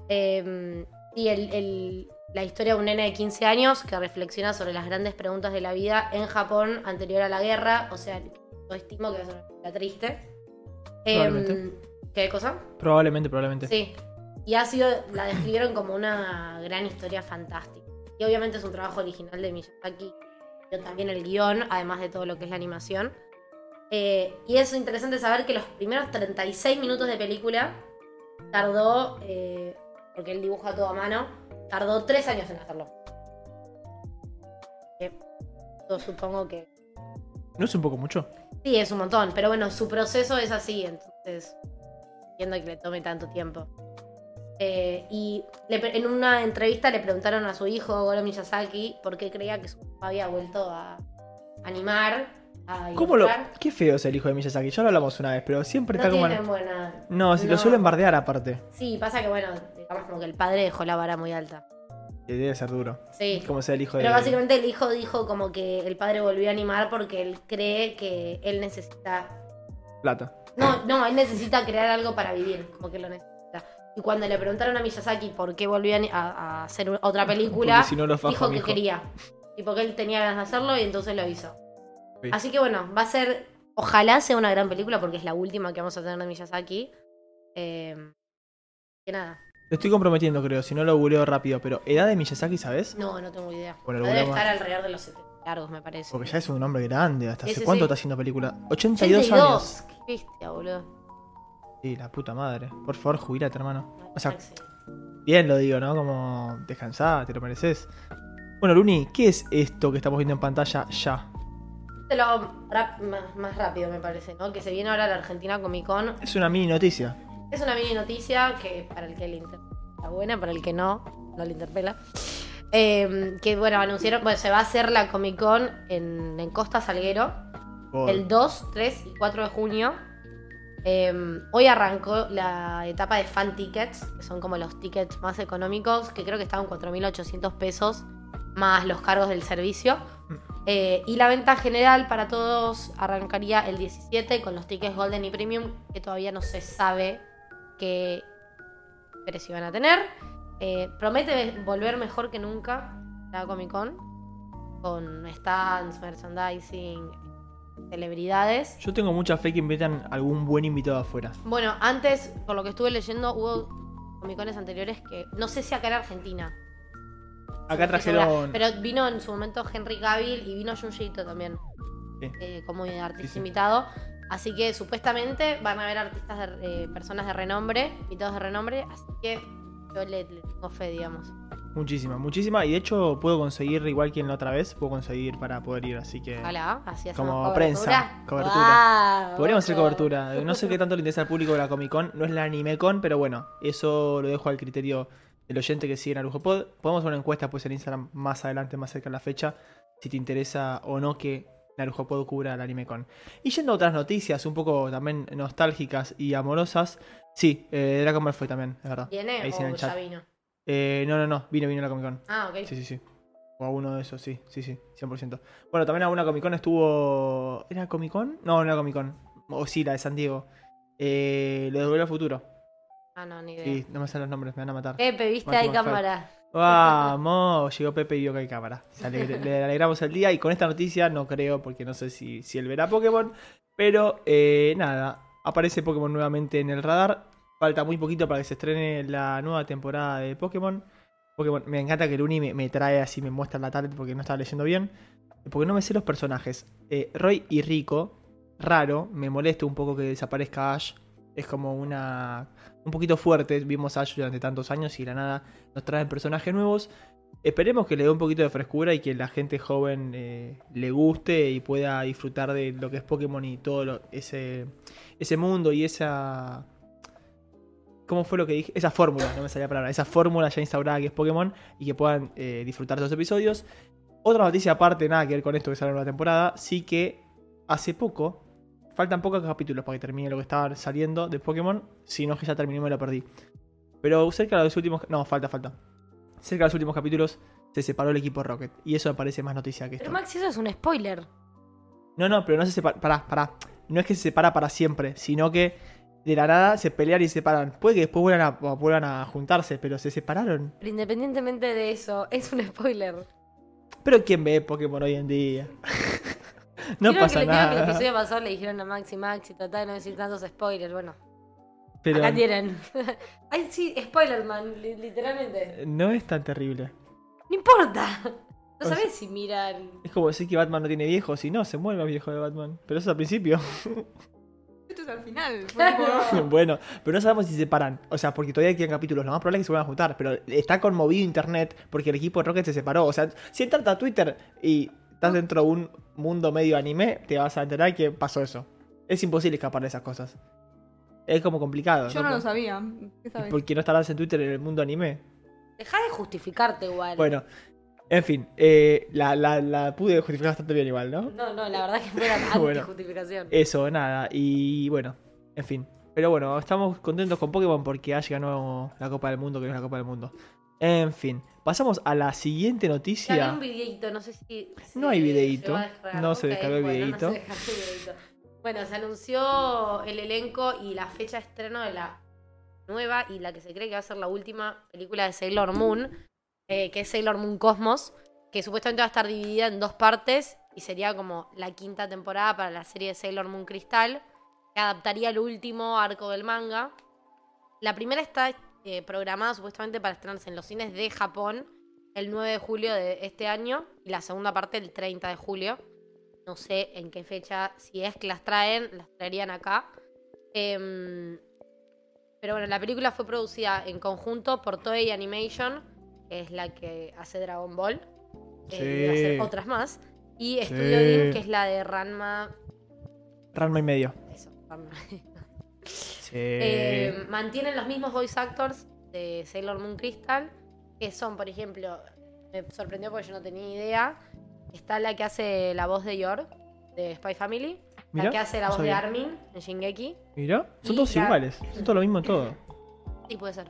Speaker 2: Em, y el- el- la historia de un nene de 15 años que reflexiona sobre las grandes preguntas de la vida en Japón anterior a la guerra. O sea, yo estimo que va a ser una película triste. Em,
Speaker 1: Probablemente.
Speaker 2: ¿Qué cosa?
Speaker 1: Probablemente, probablemente.
Speaker 2: Sí. Y ha sido, la describieron como una gran historia fantástica. Y obviamente es un trabajo original de Miyazaki, pero también el guión, además de todo lo que es la animación. Eh, y es interesante saber que los primeros 36 minutos de película tardó, eh, porque él dibuja todo a mano, tardó tres años en hacerlo. Eh, yo supongo que
Speaker 1: ¿No es un poco mucho?
Speaker 2: Sí, es un montón, pero bueno, su proceso es así, entonces entiendo que le tome tanto tiempo. Eh, y le pre- en una entrevista le preguntaron a su hijo, Goro Miyazaki, por qué creía que su papá había vuelto a animar, a
Speaker 1: ¿Cómo lo.?
Speaker 2: ilustrar.
Speaker 1: Qué feo es el hijo de Miyazaki. Ya lo hablamos una vez, pero siempre
Speaker 2: No
Speaker 1: está como.
Speaker 2: tienen buena...
Speaker 1: No, si lo
Speaker 2: no.
Speaker 1: suelen bardear aparte.
Speaker 2: Sí, pasa que bueno, digamos como que el padre dejó la vara muy alta.
Speaker 1: Eh, Debe ser duro.
Speaker 2: Sí.
Speaker 1: Como sea el hijo
Speaker 2: Pero
Speaker 1: de.
Speaker 2: básicamente el hijo dijo como que el padre volvió a animar porque él cree que él necesita
Speaker 1: Plata.
Speaker 2: No, no, él necesita crear algo para vivir, como que lo necesita. Y cuando le preguntaron a Miyazaki por qué volvía a, a hacer otra película,
Speaker 1: Porque si no los fajo,
Speaker 2: dijo que
Speaker 1: mijo.
Speaker 2: quería. Y porque él tenía ganas de hacerlo y entonces lo hizo.
Speaker 1: Sí.
Speaker 2: Así que bueno, va a ser, ojalá sea una gran película porque es la última que vamos a tener de Miyazaki. Eh, que nada,
Speaker 1: Lo estoy comprometiendo, creo, si no lo googleo rápido. Pero, ¿edad de Miyazaki, sabes?
Speaker 2: no, no tengo idea.
Speaker 1: Bueno,
Speaker 2: Pero debe
Speaker 1: alguna
Speaker 2: estar alrededor de los 70 largos, me parece.
Speaker 1: Porque ya es un hombre grande. ¿Hasta
Speaker 2: Sí,
Speaker 1: hace
Speaker 2: sí,
Speaker 1: cuánto
Speaker 2: sí.
Speaker 1: está haciendo película? 82, años.
Speaker 2: qué bestia, boludo.
Speaker 1: Sí, la puta madre. Por favor, jubilate, hermano. O sea,
Speaker 2: Maxi.
Speaker 1: bien lo digo, ¿no? Como descansá, te lo mereces. Bueno, Luni, ¿qué es esto que estamos viendo en pantalla ya?
Speaker 2: Te lo hago rap- más, más rápido, me parece, ¿no? Que se viene ahora la Argentina Comic Con.
Speaker 1: Es una mini noticia.
Speaker 2: Es una mini noticia que para el que le interpela está buena, para el que no, no le interpela. Eh, que bueno, anunciaron, bueno, se va a hacer la Comic Con en, en Costa Salguero
Speaker 1: Por-
Speaker 2: el 2, 3 y 4 de junio. Eh, hoy arrancó la etapa de fan tickets, que son como los tickets más económicos, que creo que estaban 4.800 pesos más los cargos del servicio. Eh, y la venta general para todos arrancaría el 17 con los tickets Golden y Premium, que todavía no se sabe qué precio van a tener. Eh, promete volver mejor que nunca la Comic Con, con stands, merchandising, celebridades.
Speaker 1: Yo tengo mucha fe que invitan algún buen invitado afuera.
Speaker 2: Bueno, antes, por lo que estuve leyendo, hubo comicones anteriores que. No sé si acá en Argentina.
Speaker 1: Acá
Speaker 2: no estoy segura,
Speaker 1: trajeron.
Speaker 2: Pero vino en su momento Henry Cavill y vino Junji Ito también.
Speaker 1: Sí.
Speaker 2: eh, como artista
Speaker 1: Sí, sí.
Speaker 2: invitado. Así que supuestamente van a haber artistas, de- eh, personas de renombre, invitados de renombre. Así que yo le, le tengo fe, digamos.
Speaker 1: Muchísima, muchísima. Y de hecho, puedo conseguir, igual que en la otra vez, puedo conseguir para poder ir. Así que.
Speaker 2: Ojalá, así hacemos
Speaker 1: Como
Speaker 2: cobertura.
Speaker 1: prensa, cobertura.
Speaker 2: Guau,
Speaker 1: Podríamos hacer
Speaker 2: boludo.
Speaker 1: cobertura. No sé qué tanto le interesa al público de la Comic Con. No es la anime con, pero bueno, eso lo dejo al criterio del oyente que sigue en Arujo Pod. Podemos hacer una encuesta pues en Instagram más adelante, más cerca de la fecha, si te interesa o no que Narujo puedo cubrir al anime con. Y yendo a otras noticias un poco también nostálgicas y amorosas. Sí, eh, Dragon Ball fue también, es verdad.
Speaker 2: ¿Viene
Speaker 1: Ahí sí en
Speaker 2: o
Speaker 1: el
Speaker 2: ya
Speaker 1: chat.
Speaker 2: vino?
Speaker 1: Eh, no, no, no, vino, vino la Comic Con.
Speaker 2: Ah, ok.
Speaker 1: Sí, sí, sí. O a uno de esos, sí, sí, sí, 100%. Bueno, también a una Comic Con estuvo. ¿Era Comic Con? No, no era Comic Con. O sí, la de San Diego. Eh, lo de Volver al Futuro.
Speaker 2: Ah, no, ni idea.
Speaker 1: Sí, no me salen los nombres, me van a matar.
Speaker 2: Pepe, viste,
Speaker 1: Marty
Speaker 2: hay
Speaker 1: McFly.
Speaker 2: cámara.
Speaker 1: Vamos, llegó Pepe y vio que hay cámara. Se alegre- le alegramos el día y con esta noticia no creo, porque no sé si, si él verá Pokémon. Pero eh, nada, aparece Pokémon nuevamente en el radar. Falta muy poquito para que se estrene la nueva temporada de Pokémon. Pokémon, me encanta que Luni me, me trae así, me muestra la tablet porque no estaba leyendo bien. Porque no me sé los personajes. Eh, Roy y Rico, raro, me molesta un poco que desaparezca Ash. Es como una. un poquito fuerte. Vimos a Ash durante tantos años y de la nada nos traen personajes nuevos. Esperemos que le dé un poquito de frescura y que la gente joven eh, le guste y pueda disfrutar de lo que es Pokémon y todo lo- ese, ese mundo y esa... ¿Cómo fue lo que dije? Esa fórmula, no me salía la palabra. Esa fórmula ya instaurada que es Pokémon y que puedan eh, disfrutar de esos episodios. Otra noticia aparte, nada que ver con esto que sale en la temporada, sí que hace poco, faltan pocos capítulos para que termine lo que estaba saliendo de Pokémon, si no es que ya terminé y me lo perdí. Pero cerca de los últimos. No, falta, falta. Cerca de los últimos capítulos se separó el equipo Rocket. Y eso me parece más noticia que esto.
Speaker 2: Pero Maxi, eso es un spoiler.
Speaker 1: No, no, pero no se separa. Pará, pará. No es que se separa para siempre, sino que de la nada se pelean y se separan. Puede que después vuelvan a, vuelvan a juntarse, pero se separaron.
Speaker 2: Pero independientemente de eso, es un spoiler.
Speaker 1: Pero ¿quién ve Pokémon hoy en día? <laughs> no
Speaker 2: Creo
Speaker 1: pasa
Speaker 2: que, creo que el
Speaker 1: nada.
Speaker 2: episodio pasado le dijeron a Maxi, Maxi, tratá de no decir tantos spoilers. Bueno,
Speaker 1: Pero
Speaker 2: acá tienen. <laughs> Ay, sí, spoiler, man, li- literalmente.
Speaker 1: no es tan terrible.
Speaker 2: No importa.
Speaker 1: O
Speaker 2: No sabés si miran.
Speaker 1: Es como decir que Batman no tiene viejo, si no, se muere el viejo de Batman. Pero eso es al principio.
Speaker 3: Esto es al final.
Speaker 1: <laughs> Bueno, pero no sabemos si se paran. O sea, porque todavía quedan capítulos. Lo más probable es que se vuelvan a juntar. Pero está conmovido internet porque el equipo de Rocket se separó. O sea, si entras a Twitter y estás dentro de un mundo medio anime, te vas a enterar que pasó eso. Es imposible escapar de esas cosas. Es como complicado.
Speaker 3: Yo no lo sabía. ¿Qué sabes?
Speaker 1: Porque no estarás en Twitter en el mundo anime.
Speaker 2: Deja de justificarte igual.
Speaker 1: Bueno, en fin, eh, la, la- la pude justificar bastante bien igual, ¿no?
Speaker 2: No, no, la verdad que
Speaker 1: <laughs>
Speaker 2: fue una
Speaker 1: Bueno.
Speaker 2: antijustificación.
Speaker 1: Eso, nada. Y bueno, en fin. Pero bueno, estamos contentos con Pokémon porque Ash ganó la Copa del Mundo, que no es la Copa del Mundo. En fin, pasamos a la siguiente
Speaker 2: Ya había
Speaker 1: noticia.
Speaker 2: un videíto, no sé si. si
Speaker 1: No hay
Speaker 2: se
Speaker 1: videíto.
Speaker 2: va a descargar.
Speaker 1: No se
Speaker 2: Ok,
Speaker 1: descargó el
Speaker 2: bueno, no se
Speaker 1: videíto.
Speaker 2: descargó el videíto. Bueno, se anunció el elenco y la fecha de estreno de la nueva y la que se cree que va a ser la última película de Sailor Moon, eh, que es Sailor Moon Cosmos, que supuestamente va a estar dividida en dos partes y sería como la quinta temporada para la serie de Sailor Moon Cristal, que adaptaría el último arco del manga. La primera está eh, programada supuestamente para estrenarse en los cines de Japón el 9 de julio de este año y la segunda parte el 30 de julio. No sé en qué fecha, si es que las traen, las traerían acá. Em, pero bueno, la película fue producida en conjunto por Toei Animation, que es la que hace Dragon Ball, eh, y debe hacer
Speaker 1: Sí.
Speaker 2: otras más, y
Speaker 1: Sí.
Speaker 2: Studio Ghibli, que es la de Ranma.
Speaker 1: Ranma y medio.
Speaker 2: Eso, Ranma.
Speaker 1: Sí.
Speaker 2: Eh, mantienen los mismos voice actors de Sailor Moon Crystal, que son, por ejemplo, me sorprendió porque yo no tenía idea, está la que hace la voz de Yor, de Spy Family,
Speaker 1: Mirá,
Speaker 2: la que hace la
Speaker 1: no
Speaker 2: voz de
Speaker 1: sabía.
Speaker 2: Armin, en Shingeki,
Speaker 1: Mirá, son
Speaker 2: y
Speaker 1: todos
Speaker 2: la-
Speaker 1: iguales. Son todos lo mismo en todo.
Speaker 2: y puede ser.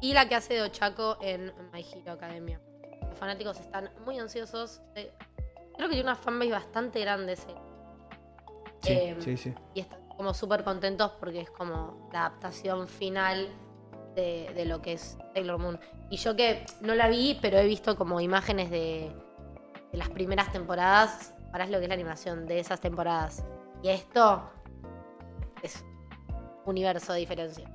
Speaker 2: Y la que hace de Ochako en My Hero Academia. Los fanáticos están muy ansiosos. eh, Creo que tiene una fanbase bastante grande ese.
Speaker 1: Sí,
Speaker 2: Eh,
Speaker 1: sí, sí.
Speaker 2: y están como súper contentos porque es como la adaptación final de, de lo que es Sailor Moon. Y yo que no la vi, pero he visto como imágenes de, de las primeras temporadas, para lo que es la animación de esas temporadas. Y esto es universo de diferencia.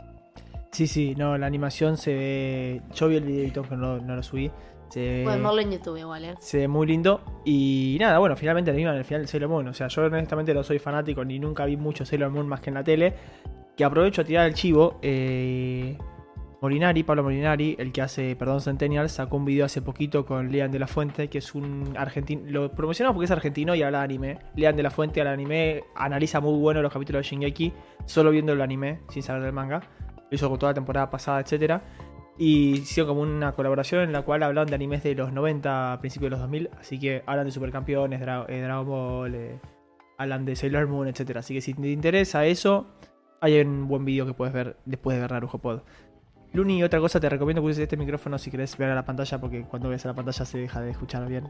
Speaker 1: Sí, sí, no, la animación se ve. Yo vi el videito, pero no, no lo subí. Se
Speaker 2: Pueden verlo en YouTube igual, ¿eh?
Speaker 1: Se ve muy lindo. Y nada, bueno, finalmente animan el final de Sailor Moon. O sea, yo honestamente no soy fanático ni nunca vi mucho Sailor Moon más que en la tele. Que aprovecho a tirar el chivo. eh, Molinari, Pablo Molinari, el que hace Perdón Centennial, sacó un video hace poquito con Lean de la Fuente, que es un argentino. Lo promocionamos porque es argentino y habla de anime. Lean de la Fuente al anime analiza muy bueno los capítulos de Shingeki, solo viendo el anime, sin saber del manga. Lo hizo con toda la temporada pasada, etcétera. Y hicieron como una colaboración en la cual hablaban de animes de los 90, a principios de los 2000. Así que hablan de Supercampeones, Dra- eh, Dragon Ball, eh, hablan de Sailor Moon, etc. Así que si te interesa eso, hay un buen vídeo que puedes ver después de ver Narujo Pod. Luni, otra cosa, te recomiendo que uses este micrófono si querés ver a la pantalla, porque cuando ves a la pantalla se deja de escuchar bien.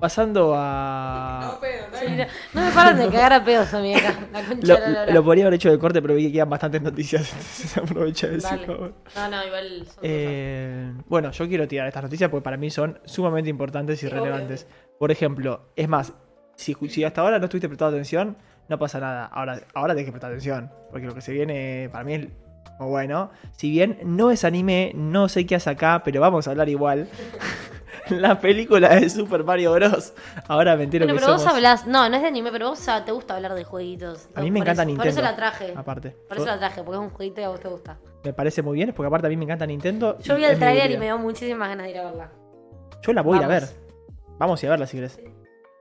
Speaker 1: Pasando a...
Speaker 3: pedo, no
Speaker 2: No me paran de cagar a pedos, amiga. La concha
Speaker 1: Lo,
Speaker 2: de la lora.
Speaker 1: lo podría haber hecho de corte, pero vi que quedan bastantes noticias, <laughs> entonces aprovecha de
Speaker 2: Dale.
Speaker 1: decirlo.
Speaker 2: No, no, igual. son
Speaker 1: Eh, bueno, yo quiero tirar estas noticias porque para mí son sumamente importantes y
Speaker 2: Sí,
Speaker 1: relevantes. Por ejemplo, es más, si, ju- si hasta ahora no estuviste prestando atención, no pasa nada. Ahora, ahora tenés que prestar atención, porque lo que se viene para mí es muy bueno. Si bien no es anime, no sé qué hace acá, pero vamos a hablar igual. <laughs> La película de Super Mario Bros. Ahora me entero
Speaker 2: Bueno,
Speaker 1: que
Speaker 2: pero vos
Speaker 1: somos-
Speaker 2: hablás, no, no es de anime, pero vos ah, te gusta hablar de jueguitos.
Speaker 1: A mí me
Speaker 2: Por
Speaker 1: encanta
Speaker 2: eso-
Speaker 1: Nintendo.
Speaker 2: Por eso la traje.
Speaker 1: Aparte.
Speaker 2: Por eso la traje, porque es un jueguito y a vos te gusta.
Speaker 1: Me parece muy bien, porque aparte a mí me encanta Nintendo.
Speaker 2: Yo
Speaker 1: y
Speaker 2: vi el
Speaker 1: es mi
Speaker 2: trailer y
Speaker 1: debilidad.
Speaker 2: me dio muchísimas ganas de ir a verla.
Speaker 1: Yo la voy a ir a ver.
Speaker 2: Vamos.
Speaker 1: Vamos a ir a verla si querés.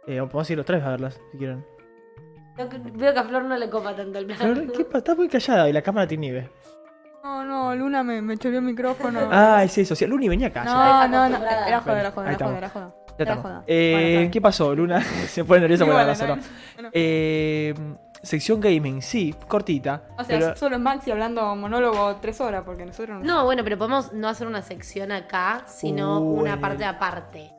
Speaker 1: Eh, o podemos ir los tres a verlas, si
Speaker 3: <laughs>
Speaker 1: quieren.
Speaker 2: Veo que- Veo que a Flor no le copa tanto el plan.
Speaker 1: Flor, ¿qué pasa? Estás muy callada y la cámara te inhibe.
Speaker 3: No, no, Luna me, me choreó el micrófono.
Speaker 1: Ah, es eso. sí, Luni, venía acá. ya.
Speaker 3: no, no, no.
Speaker 2: acostumbrada.
Speaker 3: Era joda, era
Speaker 1: Bueno, ahí
Speaker 3: joda,
Speaker 1: estamos.
Speaker 3: era joda, era joda.
Speaker 1: Ya
Speaker 3: era
Speaker 1: estamos.
Speaker 3: joda.
Speaker 1: Eh,
Speaker 3: Bueno, está bien.
Speaker 1: ¿Qué pasó? Luna <laughs> se pone nerviosa por la
Speaker 3: Igual,
Speaker 1: razón.
Speaker 3: ¿no? Bueno.
Speaker 1: Eh, sección gaming, sí, cortita.
Speaker 3: O sea,
Speaker 1: pero-
Speaker 3: solo es Maxi hablando monólogo tres horas, porque nosotros no.
Speaker 2: No, bueno, pero podemos no hacer una sección acá, sino
Speaker 1: Uy.
Speaker 2: una parte aparte.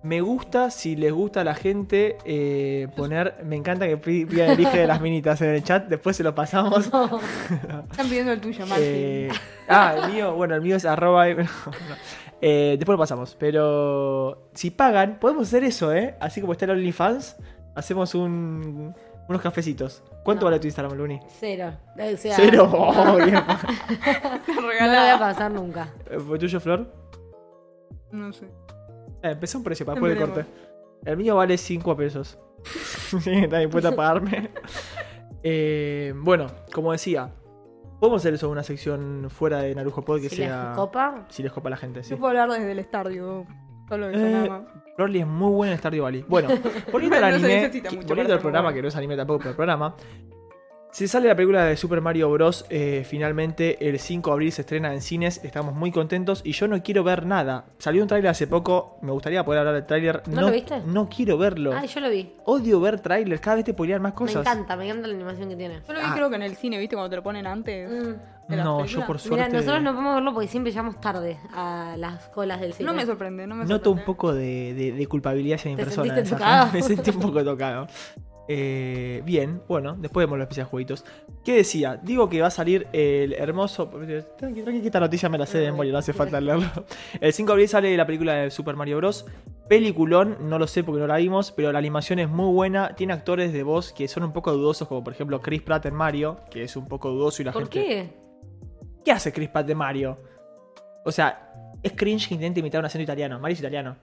Speaker 1: Me gusta, si les gusta a la gente, eh, poner. Me encanta que pi- pidan el eje de las minitas en el chat, después se lo pasamos.
Speaker 3: Están pidiendo el tuyo, Maxi. <laughs>
Speaker 1: Eh, <laughs> ah, el mío, bueno, el mío es arroba. <laughs> no, no. Eh, después lo pasamos. Pero si pagan, podemos hacer eso, ¿eh? Así como está el OnlyFans, hacemos un, unos cafecitos. ¿Cuánto
Speaker 2: No.
Speaker 1: vale tu Instagram, Luni?
Speaker 2: Cero. Eh, o sea,
Speaker 1: Cero. <laughs> Oh, bien.
Speaker 2: No lo voy a pasar nunca.
Speaker 1: ¿Fue tuyo, Flor?
Speaker 3: No sé.
Speaker 1: Eh, empezó un precio para después del corte.
Speaker 3: Empecemos.
Speaker 1: El mío vale 5 pesos. <laughs> Sí, está dispuesta a pagarme. <laughs> Eh, bueno, como decía, podemos hacer eso una sección fuera de Narujo Pod que
Speaker 2: Si
Speaker 1: sea.
Speaker 2: les copa,
Speaker 1: Si les copa a la gente, sí.
Speaker 3: Yo puedo hablar desde el estadio. Solo eso,
Speaker 1: Eh,
Speaker 3: nada más.
Speaker 1: Broly es muy bueno en Stardew Valley.
Speaker 3: <laughs>
Speaker 1: Bueno, volviendo al
Speaker 3: No se
Speaker 1: anime,
Speaker 3: necesita
Speaker 1: que-
Speaker 3: mucho
Speaker 1: volviendo
Speaker 3: para
Speaker 1: al
Speaker 3: ser
Speaker 1: programa,
Speaker 3: bueno.
Speaker 1: que no es anime tampoco, pero el programa. Se sale la película de Super Mario Bros. eh, finalmente el 5 de abril se estrena en cines, estamos muy contentos y yo no quiero ver nada. Salió un tráiler hace poco, me gustaría poder hablar del tráiler.
Speaker 2: ¿No lo viste?
Speaker 1: No quiero verlo.
Speaker 2: ay, yo lo vi.
Speaker 1: Odio ver trailers, cada vez te spoilean más
Speaker 2: Me
Speaker 1: cosas.
Speaker 2: encanta, me encanta la animación que tiene.
Speaker 3: Yo lo vi,
Speaker 1: ah.
Speaker 3: creo que en el cine, ¿viste? Cuando te lo ponen antes.
Speaker 2: Mm.
Speaker 3: de las
Speaker 1: No,
Speaker 3: películas.
Speaker 1: yo por
Speaker 2: Mira,
Speaker 1: suerte
Speaker 2: nosotros no podemos verlo porque siempre llegamos tarde a las colas del cine.
Speaker 3: No me sorprende, no me sorprende.
Speaker 1: noto un poco de, de- de culpabilidad hacia mi
Speaker 2: ¿Te
Speaker 1: persona.
Speaker 2: sentiste
Speaker 1: en esa- <laughs>
Speaker 2: tocado?
Speaker 1: Me sentí un poco tocado. Eh, bien, bueno, después vemos los especiales jueguitos. ¿Qué decía? Digo que va a salir el hermoso. Tranqui, tranqui, que esta noticia me la sé de memoria, no hace falta leerlo. El 5 de abril sale la película de Super Mario Bros. Peliculón, no lo sé porque no la vimos, pero la animación es muy buena. Tiene actores de voz que son un poco dudosos, como por ejemplo Chris Pratt en Mario, que es un poco dudoso y la
Speaker 2: ¿Por
Speaker 1: gente.
Speaker 2: qué?
Speaker 1: ¿Qué hace Chris Pratt de Mario? O sea, es cringe que intente imitar un acento italiano. Mario es italiano.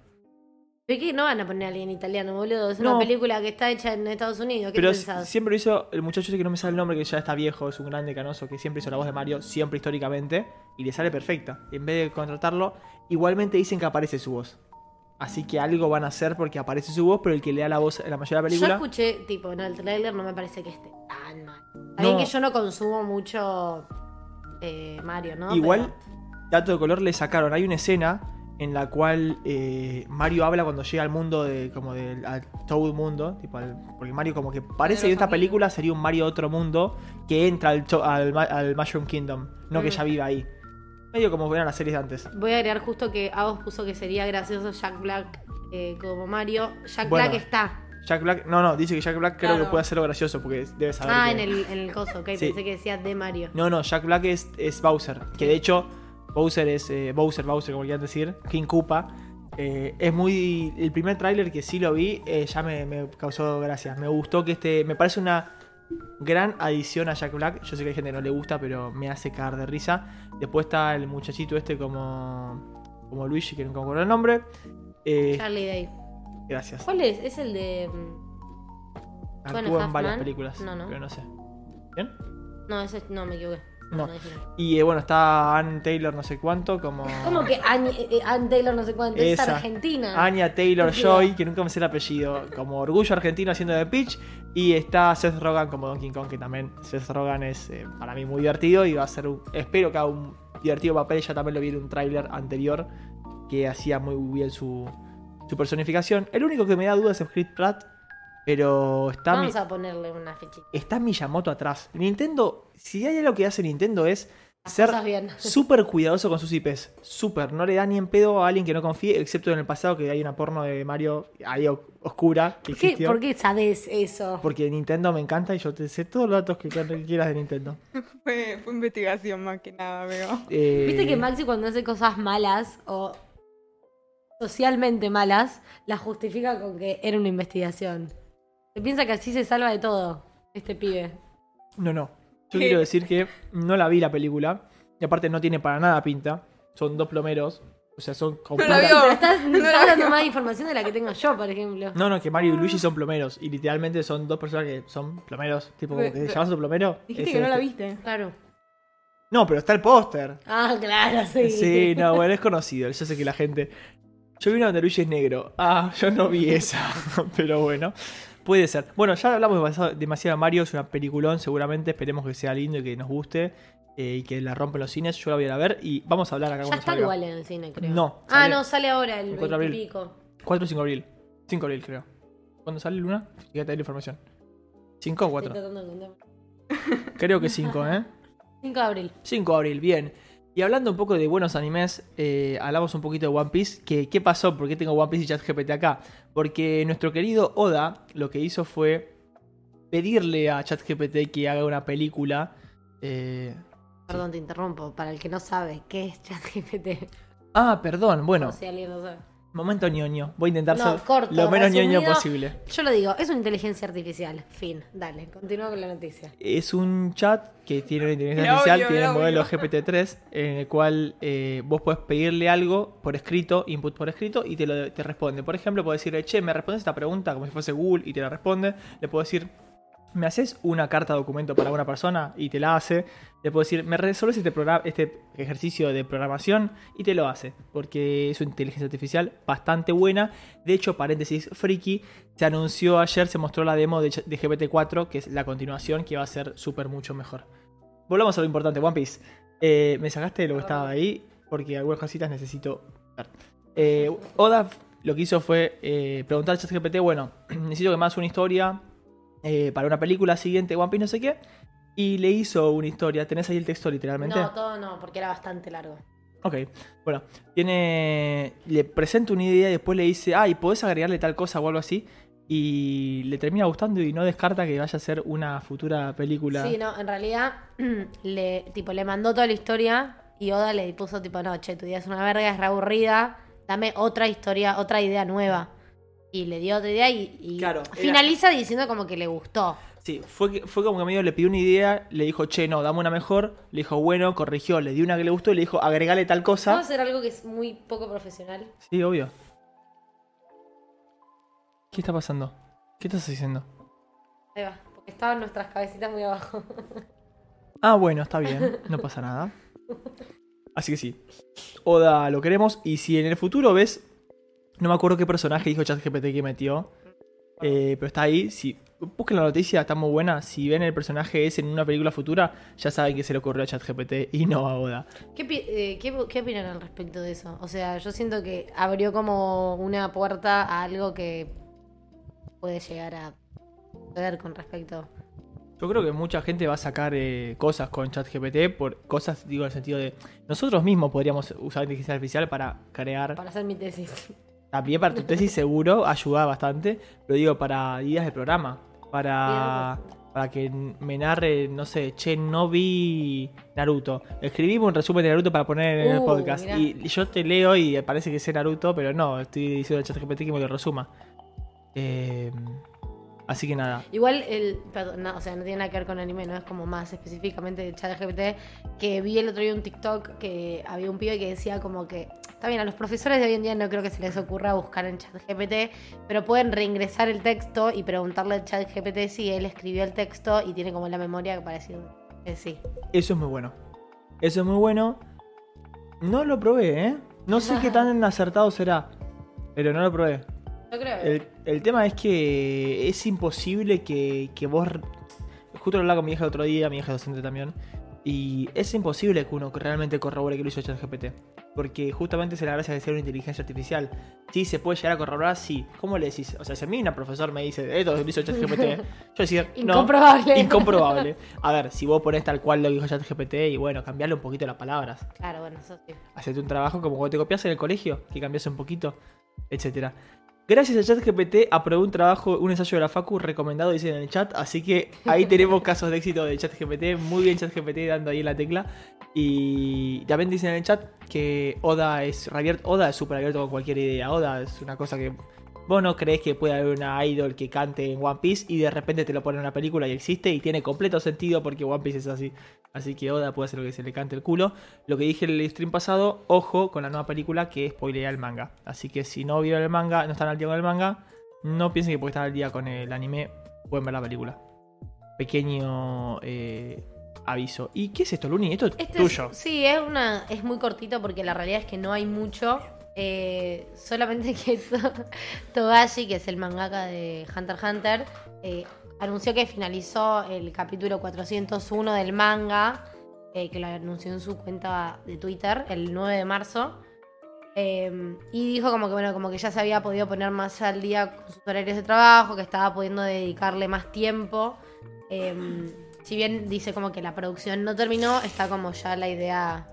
Speaker 2: ¿Por qué no van a poner a alguien italiano, boludo? Es
Speaker 1: No.
Speaker 2: una película que está hecha en Estados Unidos. ¿Qué
Speaker 1: Pero
Speaker 2: pensás?
Speaker 1: siempre lo hizo el muchacho ese que no me sale el nombre, que ya está viejo, es un grande canoso, que siempre hizo la voz de Mario, siempre históricamente, y le sale perfecta. En vez de contratarlo, igualmente dicen que aparece su voz. Así que algo van a hacer porque aparece su voz, pero el que le da la voz en la mayoría de la
Speaker 2: Yo
Speaker 1: película.
Speaker 2: escuché, tipo, en el tráiler no me parece que esté tan mal. Está
Speaker 1: No.
Speaker 2: bien que yo no consumo mucho eh, Mario, ¿no?
Speaker 1: Igual, dato de color, le sacaron. Hay una escena en la cual eh, Mario habla cuando llega al mundo de como del a Toad mundo, tipo al- porque Mario como que parece que en
Speaker 3: los
Speaker 1: esta
Speaker 3: amigos.
Speaker 1: película sería un Mario de otro mundo que entra al, Cho- al, Ma- al Mushroom Kingdom, no que
Speaker 2: Mm.
Speaker 1: ya viva ahí. Medio como eran las series de antes.
Speaker 2: Pero voy a agregar justo que Agos puso que sería gracioso Jack Black eh, como Mario. Jack
Speaker 1: Bueno.
Speaker 2: Black está.
Speaker 1: Jack Black, no, no, dice que Jack Black creo
Speaker 3: Claro.
Speaker 1: que puede hacerlo gracioso porque debe saber.
Speaker 2: Ah,
Speaker 1: que-
Speaker 2: en el, en el coso, ok.
Speaker 1: Sí.
Speaker 2: Pensé que decía de Mario.
Speaker 1: No, no, Jack Black es, es Bowser. Que de hecho, Bowser es. eh, Bowser, Bowser, como quieran decir. King Koopa. Eh, es muy. El primer tráiler que sí lo vi eh, ya me, me causó gracias. Me gustó que este. Me parece una gran adición a Jack Black. Yo sé que hay gente que no le gusta, pero me hace cagar de risa. Después está el muchachito este como. Como Luigi, que nunca me acuerdo el nombre. Eh,
Speaker 2: Charlie Day.
Speaker 1: gracias.
Speaker 2: ¿Cuál es? Es el de. mm, Bueno,
Speaker 1: Actúa en varias
Speaker 2: Huffman.
Speaker 1: películas.
Speaker 2: No, no.
Speaker 1: Pero no sé. ¿Bien?
Speaker 2: No, ese es- no, me equivoqué.
Speaker 1: No.
Speaker 2: dije nada.
Speaker 1: Y eh, bueno, está Ann Taylor, no sé cuánto, como.
Speaker 2: ¿Cómo que Ann, eh, Ann Taylor no sé cuánto? Es
Speaker 1: Esa.
Speaker 2: argentina.
Speaker 1: Anya Taylor
Speaker 2: Mira.
Speaker 1: Joy, que nunca me sé el apellido, como Orgullo Argentino haciendo de Peach. Y está Seth Rogen como Donkey Kong, que también Seth Rogen es eh, para mí muy divertido y va a ser, un- espero que haga un divertido papel. Ella también lo vi en un tráiler anterior que hacía muy bien su, su personificación. El único que me da duda es el Chris Pratt, pero está, mi-
Speaker 2: Vamos a ponerle una fichita.
Speaker 1: está Miyamoto atrás. Nintendo, si hay algo que hace Nintendo es ser <laughs>
Speaker 2: Cosas bien.
Speaker 1: súper cuidadoso con sus IPs. Súper, no le da ni en pedo a alguien que no confíe, excepto en el pasado que hay una porno de Mario ahí o- oscura que
Speaker 2: ¿Por qué,
Speaker 1: existió.
Speaker 2: por qué sabes eso?
Speaker 1: Porque Nintendo me encanta y yo te sé todos los datos que quieras de Nintendo.
Speaker 3: Fue, fue investigación más que nada, amigo.
Speaker 1: Eh,
Speaker 2: Viste que Maxi cuando hace cosas malas o socialmente malas, las justifica con que era una investigación. Se piensa que así se salva de todo este pibe.
Speaker 1: No, no. Yo
Speaker 3: ¿Qué?
Speaker 1: quiero decir que no la vi la película. Y aparte no tiene para nada pinta. Son dos plomeros. O sea,
Speaker 3: <laughs>
Speaker 1: son completa-
Speaker 3: vio.
Speaker 2: Pero estás, <laughs>
Speaker 3: No la
Speaker 2: estás dando
Speaker 3: veo.
Speaker 2: más información de la que tengo yo, por ejemplo.
Speaker 1: No, no, que Mario y Luigi son plomeros. Y literalmente son dos personas que son plomeros. Tipo, como que
Speaker 3: Pero-
Speaker 1: te llamas un plomero.
Speaker 3: Dijiste
Speaker 1: es
Speaker 3: que no la
Speaker 1: este.
Speaker 3: viste.
Speaker 2: Claro.
Speaker 1: No, pero está el póster.
Speaker 2: Ah, claro, sí.
Speaker 1: Sí, no, bueno, es conocido. Yo sé que la gente. Yo vi una donde Luigi es negro. Ah, yo no vi esa. <laughs> Pero bueno, puede ser. Bueno, ya hablamos demasiado, demasiado de Mario. Es una peliculón, seguramente. Esperemos que sea lindo y que nos guste. eh, y que la rompen los cines. Yo la voy a ir a ver. Y vamos a hablar acá
Speaker 2: Ya
Speaker 1: cuando
Speaker 2: está
Speaker 1: salga.
Speaker 2: igual en el cine, creo.
Speaker 1: No,
Speaker 2: Ah,
Speaker 1: sale-
Speaker 2: no, sale ahora el
Speaker 1: el cuatro
Speaker 2: 20
Speaker 1: de
Speaker 2: y
Speaker 1: abril.
Speaker 2: pico.
Speaker 1: 4 o 5 de abril. 5 de abril, creo. ¿Cuándo sale Luna? Fíjate ahí la información. ¿5 o
Speaker 2: Estoy
Speaker 1: 4?
Speaker 2: tratando de encontrar.
Speaker 1: Creo que 5, ¿eh?
Speaker 2: 5 de abril.
Speaker 1: 5 de abril, bien. Y hablando un poco de buenos animes, eh, hablamos un poquito de One Piece. Que, ¿Qué pasó? ¿Por qué tengo One Piece y ChatGPT acá? Porque nuestro querido Oda lo que hizo fue pedirle a ChatGPT que haga una película. eh,
Speaker 2: Perdón, te interrumpo. Para el que no sabe, ¿qué es ChatGPT?
Speaker 1: Ah, perdón, bueno,
Speaker 2: Por si alguien no sabe.
Speaker 1: momento ñoño. Voy a intentar
Speaker 2: No,
Speaker 1: ser
Speaker 2: corto,
Speaker 1: lo menos ñoño
Speaker 2: resumido.
Speaker 1: posible.
Speaker 2: Yo lo digo, es una inteligencia artificial. Fin. Dale, continúa con la noticia.
Speaker 1: Es un chat que tiene una
Speaker 3: El
Speaker 1: inteligencia
Speaker 3: audio,
Speaker 1: artificial,
Speaker 3: el
Speaker 1: tiene el
Speaker 3: audio.
Speaker 1: modelo GPT-3, en el cual eh, vos podés pedirle algo por escrito, input por escrito, y te lo te responde. Por ejemplo, puedes decirle, che, me respondes esta pregunta como si fuese Google y te la responde. Le puedo decir, me haces una carta documento para una persona y te la hace. Le puedo decir, me resolves este, programa, este ejercicio de programación y te lo hace. Porque es una inteligencia artificial bastante buena. De hecho, paréntesis, friki, se anunció ayer, se mostró la demo de, Ch- de GPT-4, que es la continuación, que va a ser súper mucho mejor. Volvamos a lo importante, One Piece. Eh, me sacaste de lo que estaba ahí, porque algunas cositas necesito ver. Eh, Oda lo que hizo fue eh, preguntar a ChatGPT, bueno, <clears throat> necesito que me hagas una historia eh, para una película siguiente, One Piece, no sé qué. Y le hizo una historia. ¿Tenés ahí el texto literalmente?
Speaker 2: No, todo no, porque era bastante largo.
Speaker 1: Ok, bueno, tiene. Le presenta una idea y después le dice, ay, podés agregarle tal cosa o algo así. Y le termina gustando y no descarta que vaya a ser una futura película.
Speaker 2: Sí, no, en realidad <clears throat> le, tipo, le mandó toda la historia y Oda le puso tipo, no, che, tu idea es una verga, es re aburrida, dame otra historia, otra idea nueva. Y le dio otra idea y, y
Speaker 1: Claro, era-
Speaker 2: finaliza diciendo como que le gustó.
Speaker 1: Sí, fue, que- fue como que medio le pidió una idea, le dijo, che, no, dame una mejor. Le dijo, bueno, corrigió, le dio una que le gustó y le dijo, agregale tal
Speaker 2: ¿Puedo
Speaker 1: cosa.
Speaker 2: hacer algo que es muy poco profesional?
Speaker 1: Sí, obvio. ¿Qué está pasando? ¿Qué estás haciendo?
Speaker 2: Ahí va, porque estaban nuestras cabecitas muy abajo.
Speaker 1: Ah, bueno, está bien, no pasa nada. Así que sí. Oda lo queremos. Y si en el futuro ves. No me acuerdo qué personaje dijo ChatGPT que metió. eh, pero está ahí. Si busquen la noticia, está muy buena. Si ven el personaje ese en una película futura, ya saben que se le ocurrió a ChatGPT y no a Oda.
Speaker 2: <laughs> ¿Qué, pi- eh, qué, qué opinan al respecto de eso? O sea, yo siento que abrió como una puerta a algo que puede llegar a ver con respecto.
Speaker 1: Yo creo que mucha gente va a sacar eh, cosas con ChatGPT. Por cosas, digo, en el sentido de. Nosotros mismos podríamos usar inteligencia artificial para crear
Speaker 2: Para hacer mi tesis. <laughs>
Speaker 1: También para tu tesis seguro ayuda bastante, pero digo, para ideas del programa, para, para que me narre, no sé, che, no vi Naruto. Escribimos un resumen de Naruto para poner en el
Speaker 2: Uh,
Speaker 1: podcast.
Speaker 2: mirá.
Speaker 1: Y yo te leo y parece que sé Naruto, pero no, estoy diciendo al ChatGPT que me lo resuma. Eh, así que nada.
Speaker 2: Igual, el, perdón, no, o sea, no tiene nada que ver con anime, no es como más específicamente de ChatGPT, que vi el otro día un TikTok que había un pibe que decía como que, está bien, a los profesores de hoy en día no creo que se les ocurra buscar en ChatGPT, pero pueden reingresar el texto y preguntarle a ChatGPT si él escribió el texto y tiene como la memoria para decir que sí.
Speaker 1: Eso es muy bueno. Eso es muy bueno. No lo probé, ¿eh? No sé qué tan acertado será, pero no lo probé.
Speaker 2: Yo creo.
Speaker 1: El, el tema es que es imposible que, que vos. Justo lo hablaba con mi hija el otro día, mi hija es docente también. Y es imposible que uno realmente corrobore que lo hizo ChatGPT. Porque justamente es la gracia de ser una inteligencia artificial. Sí, se puede llegar a corroborar, sí. ¿Cómo le decís? O sea, si a mí una profesor me dice, esto lo hizo ChatGPT, yo decir, no.
Speaker 2: Incomprobable.
Speaker 1: Incomprobable. A ver, si vos ponés tal cual lo que dijo ChatGPT y bueno, cambiarle un poquito las palabras.
Speaker 2: Claro, bueno, eso sí.
Speaker 1: Hacete un trabajo como cuando te copias en el colegio, que cambias un poquito, etcétera. Gracias a ChatGPT aprobé un trabajo, un ensayo de la Facu recomendado, dicen en el chat. Así que ahí tenemos casos de éxito de ChatGPT. Muy bien ChatGPT dando ahí la tecla. Y también dicen en el chat que Oda es rabier- Oda es súper abierto con cualquier idea. Oda es una cosa que vos no crees que puede haber una idol que cante en One Piece y de repente te lo pone en una película y existe y tiene completo sentido porque One Piece es así. Así que Oda puede hacer lo que se le cante el culo. Lo que dije en el stream pasado, ojo con la nueva película que spoilea el manga. Así que si no vieron el manga, no están al día con el manga, no piensen que porque están al día con el anime, pueden ver la película. Pequeño eh, aviso. ¿Y qué es esto, Luni? Esto es
Speaker 2: Este <laughs>
Speaker 1: tuyo.
Speaker 2: es- sí, es una. Es muy cortito porque la realidad es que no hay mucho. Eh, solamente que <laughs> To- Togashi, que es el mangaka de Hunter x Hunter, eh, anunció que finalizó el capítulo 401 del manga, eh, que lo anunció en su cuenta de Twitter el 9 de marzo. Eh, y dijo como que bueno, como que ya se había podido poner más al día con sus horarios de trabajo, que estaba pudiendo dedicarle más tiempo. Eh, si bien dice como que la producción no terminó, está como ya la idea.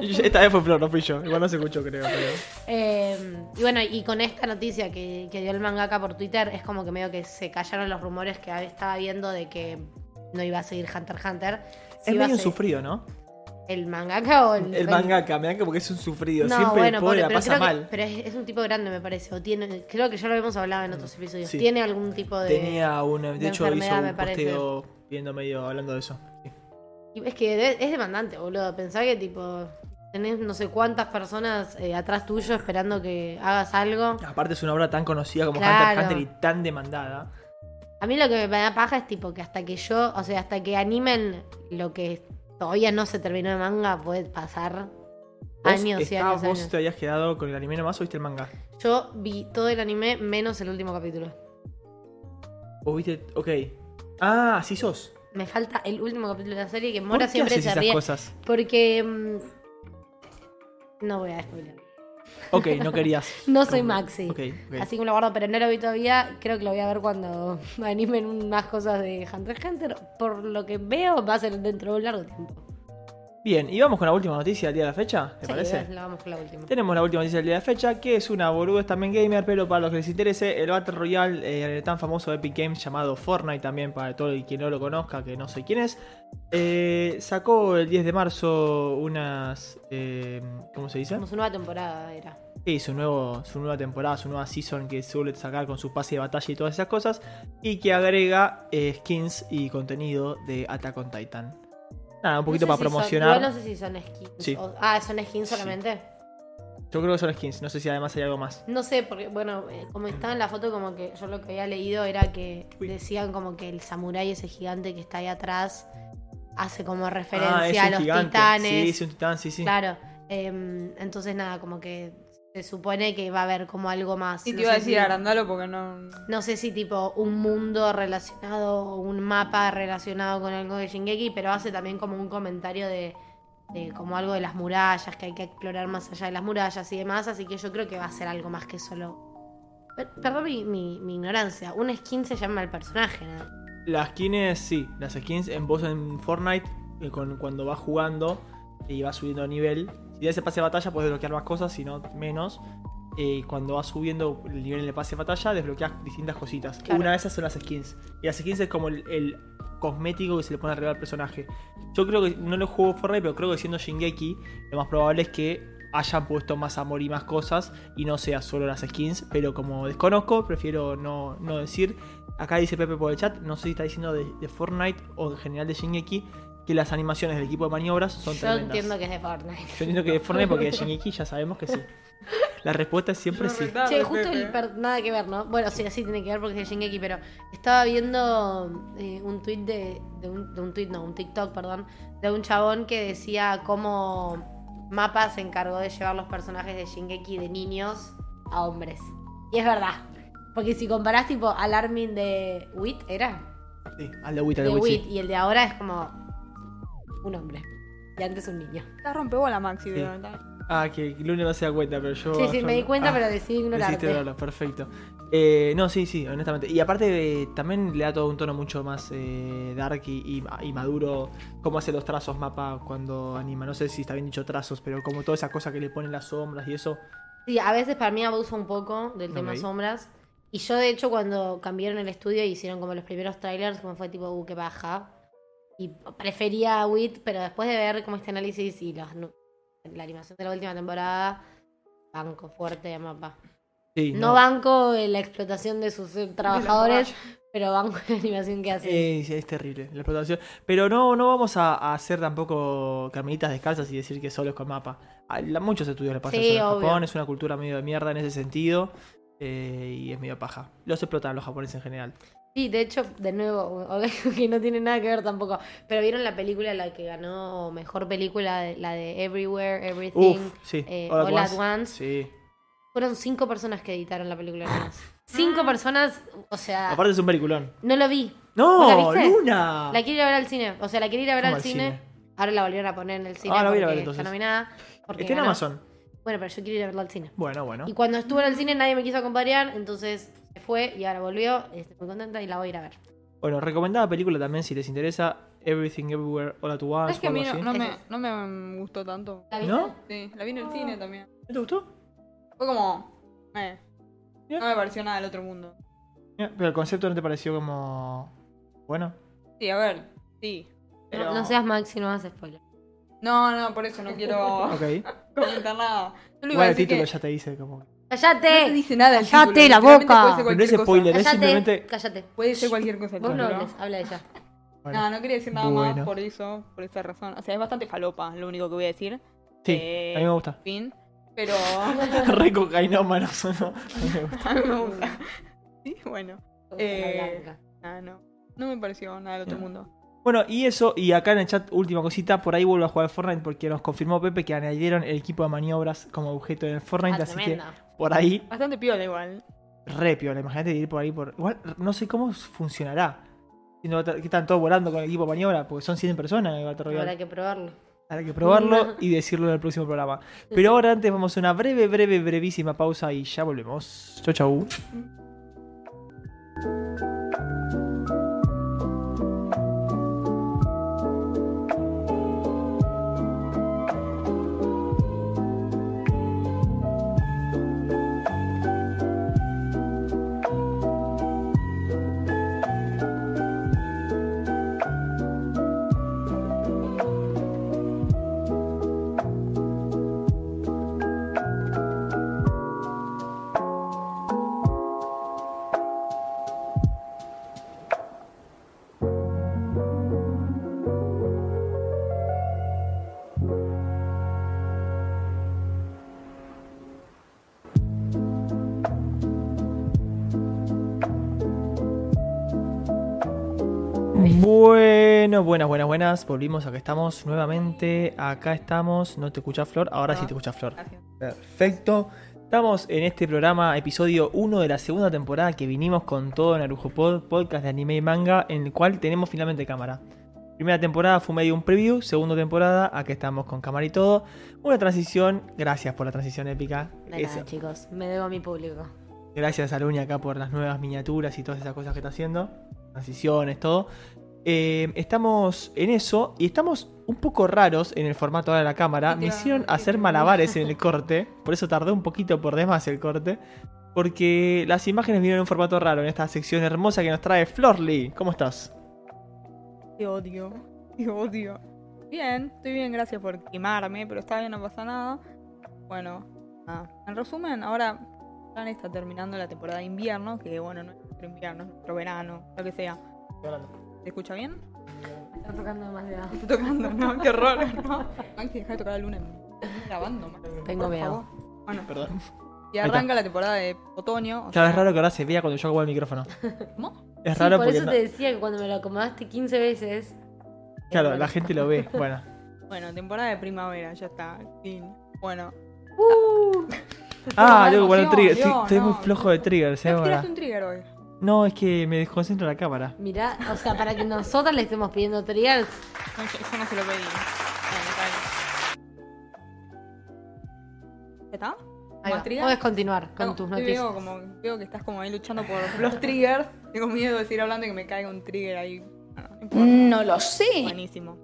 Speaker 1: Esta vez fue Flor, no fui yo. Igual no se escuchó, creo. pero-
Speaker 2: Eh, y bueno, y con esta noticia que, que dio el mangaka por Twitter, es como que medio que se callaron los rumores que estaba viendo de que no iba a seguir Hunter x Hunter. Si
Speaker 1: Es
Speaker 2: iba a
Speaker 1: medio un
Speaker 2: seguir-
Speaker 1: sufrido, ¿no?
Speaker 2: ¿El mangaka o el,
Speaker 1: El mangaka, me da que porque es un sufrido.
Speaker 2: No,
Speaker 1: Siempre
Speaker 2: bueno,
Speaker 1: el pobre
Speaker 2: pobre,
Speaker 1: la
Speaker 2: pero,
Speaker 1: pasa
Speaker 2: creo que-
Speaker 1: mal.
Speaker 2: pero es, es un tipo grande, me parece. O tiene, creo que ya lo habíamos hablado en otros episodios.
Speaker 1: Mm. Sí.
Speaker 2: Tiene algún tipo de.
Speaker 1: Tenía un. De,
Speaker 2: de
Speaker 1: hecho, hizo
Speaker 2: enfermedad,
Speaker 1: un
Speaker 2: me parece.
Speaker 1: posteo viendo medio hablando de eso. Sí.
Speaker 2: Y Es que de- es demandante, boludo. Pensá que, tipo, tenés no sé cuántas personas eh, atrás tuyo esperando que hagas algo.
Speaker 1: Aparte, es una obra tan conocida como
Speaker 2: Claro.
Speaker 1: Hunter x Hunter y tan demandada.
Speaker 2: A mí lo que me da paja es, tipo, que hasta que yo, o sea, hasta que animen lo que todavía no se terminó de manga, puede pasar
Speaker 1: ¿Vos
Speaker 2: años y
Speaker 1: está-
Speaker 2: años. y
Speaker 1: ¿Vos
Speaker 2: años.
Speaker 1: te habías quedado con el anime nomás o viste el manga?
Speaker 2: Yo vi todo el anime menos el último capítulo.
Speaker 1: ¿O viste.? Ok. Ah, así sos.
Speaker 2: Me falta el último capítulo de la serie que
Speaker 1: ¿Por
Speaker 2: Mora
Speaker 1: qué
Speaker 2: siempre
Speaker 1: haces
Speaker 2: se
Speaker 1: esas
Speaker 2: ríe.
Speaker 1: cosas?
Speaker 2: Porque. mm, No voy a spoiler.
Speaker 1: Ok, no querías.
Speaker 2: <laughs> No soy Maxi.
Speaker 1: Ok, ok.
Speaker 2: Así que me lo guardo, pero no lo vi todavía. Creo que lo voy a ver cuando <laughs> animen más cosas de Hunter x Hunter. Por lo que veo, va a ser dentro de un largo tiempo.
Speaker 1: Bien, y vamos con la última noticia del día de la fecha, ¿te
Speaker 2: Sí,
Speaker 1: parece?
Speaker 2: la vamos con la última.
Speaker 1: Tenemos la última noticia del día de fecha, que es una boluda también gamer, pero para los que les interese, el Battle Royale eh, tan famoso de Epic Games llamado Fortnite, también para todo el que no lo conozca, que no sé quién es, eh, sacó el 10 de marzo unas... eh, ¿Cómo se dice?
Speaker 2: Como su nueva temporada era.
Speaker 1: Sí, su, nuevo, su nueva temporada, su nueva season que suele sacar con su pase de batalla y todas esas cosas, y que agrega eh, skins y contenido de Attack on Titan. Nada, un poquito
Speaker 2: No
Speaker 1: para
Speaker 2: sé si son-
Speaker 1: promocionar.
Speaker 2: igual no sé si son skins.
Speaker 1: Sí.
Speaker 2: o- ah, son skins
Speaker 1: Sí.
Speaker 2: solamente.
Speaker 1: Yo creo que son skins, no sé si además hay algo más.
Speaker 2: No sé, porque, bueno, eh, como estaba en la foto, como que yo lo que había leído era que
Speaker 1: Uy.
Speaker 2: decían como que el samurái, ese gigante que está ahí atrás, hace como referencia
Speaker 1: ah, es
Speaker 2: a
Speaker 1: un
Speaker 2: los
Speaker 1: gigante.
Speaker 2: titanes.
Speaker 1: Sí, es un titán, sí, sí.
Speaker 2: Claro. em, entonces, nada, como que se supone que va a haber como algo más.
Speaker 3: Y
Speaker 2: No
Speaker 3: te iba a
Speaker 2: sé
Speaker 3: decir
Speaker 2: si-
Speaker 3: agrandalo porque no.
Speaker 2: No sé si tipo un mundo relacionado o un mapa relacionado con algo de Shingeki, pero hace también como un comentario de, de como algo de las murallas, que hay que explorar más allá de las murallas y demás, así que yo creo que va a ser algo más que solo... Per- Perdón mi, mi- mi ignorancia, un skin se llama el personaje, ¿no?
Speaker 1: Las skins, sí, las skins en vos en Fortnite, eh, con- cuando vas jugando y vas subiendo de nivel. Si hace pase de batalla puedes desbloquear más cosas, si no menos. Eh, cuando vas subiendo el nivel en el pase de batalla, desbloqueas distintas cositas.
Speaker 2: Claro.
Speaker 1: Una de esas son las skins. Y las skins es como el, el cosmético que se le pone arriba al personaje. Yo creo que no lo juego Fortnite, pero creo que siendo Shingeki, lo más probable es que hayan puesto más amor y más cosas y no sea solo las skins. Pero como desconozco, prefiero no, no decir. Acá dice Pepe por el chat, no sé si está diciendo de, de Fortnite o en general de Shingeki, que las animaciones del equipo de maniobras son
Speaker 2: Yo
Speaker 1: tremendas.
Speaker 2: entiendo que es de Fortnite.
Speaker 1: Yo entiendo que de Fortnite porque de Shingeki ya sabemos que sí. La respuesta es siempre
Speaker 3: Yo
Speaker 1: sí.
Speaker 3: retaba
Speaker 2: Che,
Speaker 3: de
Speaker 2: justo
Speaker 3: Pepe.
Speaker 2: el per- nada que ver, ¿no? Bueno, sí, así tiene que ver porque es de Shingeki, pero estaba viendo eh, un tweet de, de un, de un tweet, no, un TikTok, perdón, de un chabón que decía cómo Mapa se encargó de llevar los personajes de Shingeki de niños a hombres. Y es verdad. Porque si comparás tipo al Armin de Wit, ¿era?
Speaker 1: Sí, Ah, al de Wit, al
Speaker 2: De
Speaker 1: de Wit, sí.
Speaker 2: Wit, y el de ahora es como... un hombre. Y antes un niño.
Speaker 3: La rompebola Maxi, de
Speaker 1: Sí.
Speaker 3: verdad.
Speaker 1: Ah, que Luna no se da cuenta, pero yo.
Speaker 2: Sí, sí,
Speaker 1: yo-
Speaker 2: me di cuenta,
Speaker 1: ah,
Speaker 2: pero decidí
Speaker 1: Decidiste
Speaker 2: ignorarte.
Speaker 1: verlo, perfecto. Eh, no, sí, sí, honestamente. Y aparte, eh, también le da todo un tono mucho más eh, dark y, y- y maduro. Cómo hace los trazos mapa cuando anima. No sé si está bien dicho trazos, pero como toda esa cosa que le ponen las sombras y eso.
Speaker 2: Sí, a veces para mí abusa un poco del tema
Speaker 1: Ok.
Speaker 2: sombras. Y yo, de hecho, cuando cambiaron el estudio y hicieron como los primeros trailers, como fue tipo, uh, qué baja. Y prefería a Wit, pero después de ver como este análisis y los nu- la animación de la última temporada, banco fuerte de mapa.
Speaker 1: Sí,
Speaker 2: No banco en la explotación de sus eh, trabajadores,
Speaker 3: De la
Speaker 2: pero banco la animación que hace.
Speaker 1: Eh, sí, es terrible la explotación. Pero no, no vamos a, a hacer tampoco caminitas descalzas y decir que solo es con mapa. A la- muchos estudios le pasan
Speaker 2: Sí,
Speaker 1: eso en
Speaker 2: obvio.
Speaker 1: Japón, es una cultura medio de mierda en ese sentido. eh, y es medio paja. Los explotan los japoneses en general.
Speaker 2: Sí, de hecho, de nuevo, <laughs> que no tiene nada que ver tampoco. Pero vieron la película, la que ganó mejor película, la de Everywhere, Everything.
Speaker 1: Uf, sí.
Speaker 2: eh,
Speaker 1: All at
Speaker 2: All at
Speaker 1: Once.
Speaker 2: Once.
Speaker 1: Sí.
Speaker 2: Fueron cinco personas que editaron la película nada más. Cinco personas, o sea,
Speaker 1: Aparte es un peliculón.
Speaker 2: no lo vi.
Speaker 1: ¡No!
Speaker 2: Ah. ¿Vos la viste?
Speaker 1: ¡Luna!
Speaker 2: La quiero ir a ver al cine. O sea, la quiero ir a ver
Speaker 1: ¿Cómo
Speaker 2: al
Speaker 1: al
Speaker 2: cine?
Speaker 1: cine?
Speaker 2: Ahora la volvieron a poner en el cine.
Speaker 1: Ah, la voy a ir a
Speaker 2: porque
Speaker 1: ver, entonces.
Speaker 2: Está nominada. Porque
Speaker 1: Está en
Speaker 2: ganó.
Speaker 1: Amazon.
Speaker 2: Bueno, pero yo quiero ir a verla al cine.
Speaker 1: Bueno, bueno.
Speaker 2: Y cuando estuvo en el cine nadie me quiso acompañar, entonces se fue y ahora volvió. Estoy muy contenta y la voy a ir a ver.
Speaker 1: Bueno, recomendada película también si les interesa. Everything Everywhere All at
Speaker 3: No
Speaker 1: Once.
Speaker 3: es que
Speaker 1: o
Speaker 3: a
Speaker 1: algo
Speaker 3: mí no,
Speaker 1: así.
Speaker 3: no me,
Speaker 2: Ese.
Speaker 3: no me gustó tanto.
Speaker 2: ¿La
Speaker 1: ¿No?
Speaker 2: viste?
Speaker 3: Sí, la vi en el
Speaker 2: Ah.
Speaker 3: cine también.
Speaker 1: ¿No te gustó?
Speaker 3: Fue como. eh,
Speaker 1: Bien.
Speaker 3: No me pareció nada del otro mundo.
Speaker 1: Eh, Pero el concepto no te pareció como. Bueno.
Speaker 3: Sí, a ver, sí. Pero...
Speaker 2: No, no seas Maxi, no hagas spoiler.
Speaker 3: No, no, por eso no
Speaker 2: <laughs>
Speaker 3: quiero
Speaker 1: Ok.
Speaker 3: <laughs> comentar nada. Yo lo iba
Speaker 1: Igual
Speaker 3: a
Speaker 1: el
Speaker 3: decir
Speaker 1: título
Speaker 3: que
Speaker 1: ya te dice como.
Speaker 3: no te
Speaker 2: ¡Cállate!
Speaker 3: dice nada el
Speaker 2: Cállate
Speaker 3: título,
Speaker 2: la
Speaker 3: literalmente
Speaker 2: boca.
Speaker 3: puede ser
Speaker 1: Pero no es
Speaker 3: cualquier cosa.
Speaker 1: spoiler. Pero es
Speaker 2: ¡Cállate!
Speaker 1: simplemente-
Speaker 2: ¡Cállate!
Speaker 3: Puede ser cualquier cosa. el
Speaker 2: Vos no
Speaker 3: título.
Speaker 2: hables, habla ella.
Speaker 1: Bueno.
Speaker 3: No, no quería decir nada
Speaker 1: Bueno.
Speaker 3: más por eso, por esa razón. O sea, es bastante falopa, lo único que voy a decir.
Speaker 1: Sí,
Speaker 3: Eh,
Speaker 1: a mí me gusta. <laughs>
Speaker 3: Fin. Pero <laughs>
Speaker 1: Re cocainómanos, ¿no? A mí me gusta.
Speaker 3: a mí me gusta. Sí, bueno.
Speaker 2: La
Speaker 3: Eh,
Speaker 2: blanca.
Speaker 3: Nada, no. No me pareció nada del otro
Speaker 1: No.
Speaker 3: mundo.
Speaker 1: Bueno, y eso, y acá en el chat, última cosita, por ahí vuelvo a jugar al Fortnite porque nos confirmó Pepe que añadieron el equipo de maniobras como objeto en el Fortnite,
Speaker 2: Ah,
Speaker 1: así
Speaker 2: tremendo.
Speaker 1: que por ahí,
Speaker 3: Bastante piola igual.
Speaker 1: re piola, imagínate ir por ahí por. Igual, no sé cómo funcionará. Si no, ¿Qué están todos volando con el equipo de maniobra? Porque son 100 personas en el Battle Royale.
Speaker 2: Habrá que probarlo.
Speaker 1: Habrá que probarlo y decirlo en el próximo programa. Pero ahora antes vamos a una breve, breve, brevísima pausa y ya volvemos. Chau, chau. Bueno, buenas, buenas, buenas. Volvimos, acá estamos nuevamente. Acá estamos. No te escucha Flor. Ahora
Speaker 3: No.
Speaker 1: sí te escucha Flor.
Speaker 3: Gracias.
Speaker 1: Perfecto. Estamos en este programa, episodio 1 de la segunda temporada que vinimos con todo en Arujo Pod, podcast de anime y manga, en el cual tenemos finalmente cámara. Primera temporada fue medio un preview, segunda temporada, acá estamos con cámara y todo. Una transición, gracias por la transición épica.
Speaker 2: De nada,
Speaker 1: Eso.
Speaker 2: chicos. Me debo a mi público.
Speaker 1: Gracias a Luni acá por las nuevas miniaturas y todas esas cosas que está haciendo. Transiciones, todo. Eh, estamos en eso y estamos un poco raros en el formato ahora de la cámara. Me
Speaker 3: Literal,
Speaker 1: hicieron hacer
Speaker 3: literal.
Speaker 1: malabares en el corte. Por eso tardé un poquito por demás el corte. Porque las imágenes vinieron en un formato raro en esta sección hermosa que nos trae Florly. ¿Cómo estás?
Speaker 3: Te odio. Te odio. Bien, estoy bien, gracias por quemarme, pero está bien, no pasa nada. Bueno, nada. en resumen, ahora Fran está terminando la temporada de invierno, que bueno, no es nuestro invierno, es nuestro verano, lo que sea. ¿Se escucha bien?
Speaker 2: Me está tocando demasiado.
Speaker 3: Estoy tocando, ¿no? Qué horror, ¿no? Maxi, deja de tocar la luna. Me estoy grabando, Maxi, por
Speaker 2: Tengo miedo.
Speaker 3: favor. Bueno,
Speaker 1: Perdón.
Speaker 3: y
Speaker 1: Ahí está.
Speaker 3: arranca la temporada de otoño. o
Speaker 1: Claro,
Speaker 3: sea-
Speaker 1: es raro que ahora se vea cuando yo hago el micrófono.
Speaker 3: ¿Cómo?
Speaker 1: Es
Speaker 2: Sí,
Speaker 1: raro
Speaker 2: por
Speaker 1: porque.
Speaker 2: eso
Speaker 1: no-
Speaker 2: te decía que cuando me lo acomodaste 15 veces.
Speaker 1: Claro, la gente lo
Speaker 2: <laughs>
Speaker 1: ve. Bueno.
Speaker 3: Bueno, temporada de primavera, ya está. Fin. Bueno.
Speaker 2: Uh,
Speaker 1: Ah,
Speaker 3: Qué
Speaker 1: tengo que poner
Speaker 3: emoción,
Speaker 1: trigger. Estoy,
Speaker 3: Dios,
Speaker 1: estoy muy
Speaker 3: no.
Speaker 1: flojo de triggers, eh,
Speaker 3: ¿Te
Speaker 1: ahora.
Speaker 3: tiraste un trigger hoy?
Speaker 1: No, es que me desconcentro la cámara.
Speaker 2: <laughs> Mirá, o sea, para que nosotras le estemos pidiendo trials.
Speaker 3: No, yo, yo no se lo pedí. Bueno, está bien. ¿Ya está?
Speaker 2: Ahí va.
Speaker 3: ¿Más triggers?
Speaker 2: Podés continuar con
Speaker 3: No,
Speaker 2: tus
Speaker 3: sí
Speaker 2: noticias.
Speaker 3: Veo, como, veo que estás como ahí luchando por los triggers. Tengo miedo de seguir hablando y que me caiga un trigger ahí. Bueno, no importa.
Speaker 4: No lo sé.
Speaker 3: Buenísimo.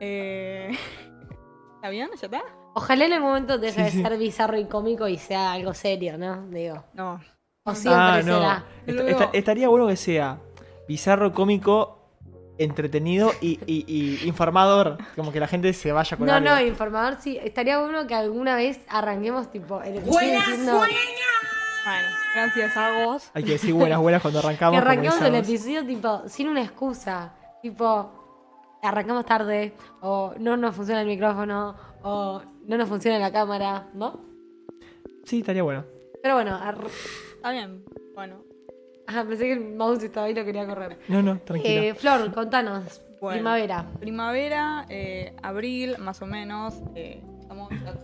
Speaker 3: Eh... <laughs> ¿Está bien? ¿Ya está?
Speaker 2: Ojalá en algún momento deje
Speaker 1: Sí,
Speaker 2: de
Speaker 1: sí.
Speaker 2: ser bizarro y cómico y sea algo serio, ¿no? Digo.
Speaker 3: No.
Speaker 2: O siempre
Speaker 1: ah, no.
Speaker 2: será.
Speaker 1: Est-
Speaker 3: Luego-
Speaker 1: esta- estaría bueno que sea bizarro, cómico, entretenido y, y- y informador. Como que la gente se vaya con
Speaker 2: No,
Speaker 1: algo.
Speaker 2: no, informador sí. Estaría bueno que alguna vez arranquemos tipo el episodio diciendo
Speaker 3: Bueno, gracias a vos.
Speaker 1: Hay que decir buenas, buenas cuando
Speaker 2: que
Speaker 1: arrancamos. como
Speaker 2: arranquemos el
Speaker 1: avisamos.
Speaker 2: episodio tipo sin una excusa. Tipo, arrancamos tarde, o no nos funciona el micrófono, o no nos funciona la cámara, ¿no?
Speaker 1: Sí, estaría bueno.
Speaker 2: Pero bueno, ar-
Speaker 3: Está bien. Bueno.
Speaker 2: Ajá, pensé que el mouse estaba ahí y lo quería correr.
Speaker 1: No, no, tranquilo.
Speaker 2: Eh, Flor, contanos.
Speaker 3: Bueno.
Speaker 2: Primavera.
Speaker 3: Primavera, eh, abril, más o menos. eh, estamos, ya-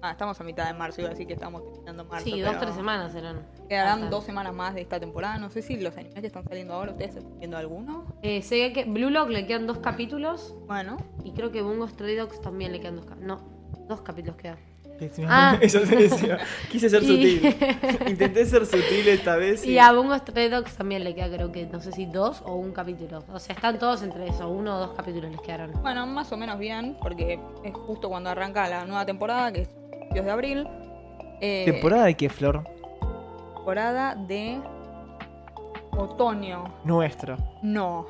Speaker 3: ah, estamos a mitad de marzo, iba a decir que estamos terminando marzo.
Speaker 2: sí,
Speaker 3: pero
Speaker 2: dos, tres semanas eran.
Speaker 3: Quedarán
Speaker 2: Ajá.
Speaker 3: dos semanas más de esta temporada. No sé si los animes que están saliendo ahora, ¿ustedes están viendo alguno?
Speaker 2: Eh, sé que Blue Lock le quedan dos capítulos
Speaker 3: Bueno,
Speaker 2: y creo que Bungo Stray Dogs también le quedan dos capítulos. No, dos capítulos quedan.
Speaker 1: Encima-
Speaker 2: Ah.
Speaker 1: Eh, <laughs> Eso se decía. Quise ser
Speaker 2: <laughs> Y-
Speaker 1: sutil.
Speaker 2: <laughs>
Speaker 1: Intenté ser sutil esta vez. Y...
Speaker 2: Y a Bungo Stray Dogs también le queda creo que, no sé si dos o un capítulo. O sea, están todos entre eso, uno o dos capítulos les quedaron.
Speaker 3: bueno, más o menos bien, porque es justo cuando arranca la nueva temporada, que es Dios de abril. Eh,
Speaker 1: ¿Temporada de qué, Flor?
Speaker 3: temporada de otoño.
Speaker 2: <laughs>
Speaker 1: Nuestro.
Speaker 3: No.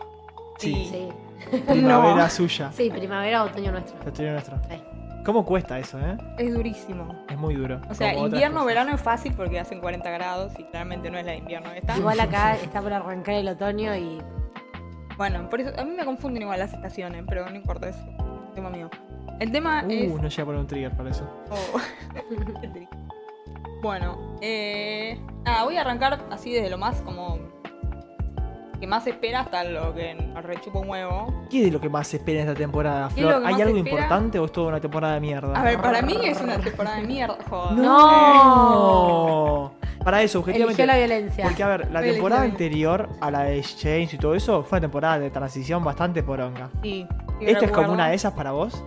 Speaker 1: Sí.
Speaker 3: Sí.
Speaker 2: Sí,
Speaker 1: Primavera suya.
Speaker 2: sí primavera, otoño nuestro.
Speaker 1: Territorio nuestro.
Speaker 2: Ahí.
Speaker 1: ¿Cómo cuesta eso, eh?
Speaker 3: Es durísimo.
Speaker 1: Es muy duro.
Speaker 3: O sea,
Speaker 1: como otras
Speaker 3: invierno,
Speaker 1: cosas.
Speaker 3: verano es fácil porque hacen 40 grados y claramente no es la de invierno esta.
Speaker 2: Igual acá está por arrancar el otoño y
Speaker 3: Bueno, por eso a mí me confunden igual las estaciones, pero no importa, es tema mío. El tema es
Speaker 1: Uh, no llega a poner un trigger para eso.
Speaker 3: Oh. Qué triste. bueno, eh, nada, voy a arrancar así desde lo más como que más espera hasta lo que nos rechupa un huevo.
Speaker 1: ¿Qué es lo que más se espera en esta temporada,
Speaker 3: es lo
Speaker 1: Flor?
Speaker 3: que
Speaker 1: ¿Hay
Speaker 3: más
Speaker 1: algo
Speaker 3: se espera?
Speaker 1: importante o es toda una temporada de mierda?
Speaker 3: A ver, para mí es una temporada de mierda, joder. Eh,
Speaker 1: ¡No! Para eso, objetivamente.
Speaker 2: eligió la violencia. <laughs>
Speaker 1: Porque, a ver, la
Speaker 3: Eligió
Speaker 1: temporada
Speaker 3: la-
Speaker 1: anterior a la de Exchange y todo eso fue una temporada de transición bastante poronga.
Speaker 3: Sí. sí,
Speaker 1: ¿Esta es como
Speaker 3: recuerdo.
Speaker 1: una de esas para vos?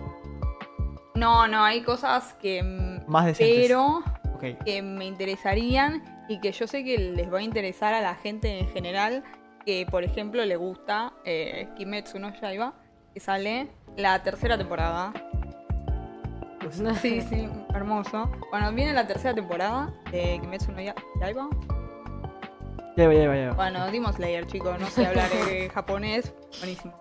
Speaker 3: No, no, hay cosas que mm,
Speaker 1: Más decentes.
Speaker 3: pero
Speaker 1: Ok.
Speaker 3: que me interesarían y que yo sé que les va a interesar a la gente en general, que por ejemplo le gusta eh, Kimetsu no Yaiba, que sale la tercera temporada. Sí, sí, hermoso. Bueno, viene la tercera temporada eh, de Kimetsu no Ya- Yaiba.
Speaker 1: Ya, va, ya, va, ya va.
Speaker 3: Bueno, Demon Slayer, chicos, no sé hablar
Speaker 1: <laughs>
Speaker 3: eh, japonés. Buenísimo.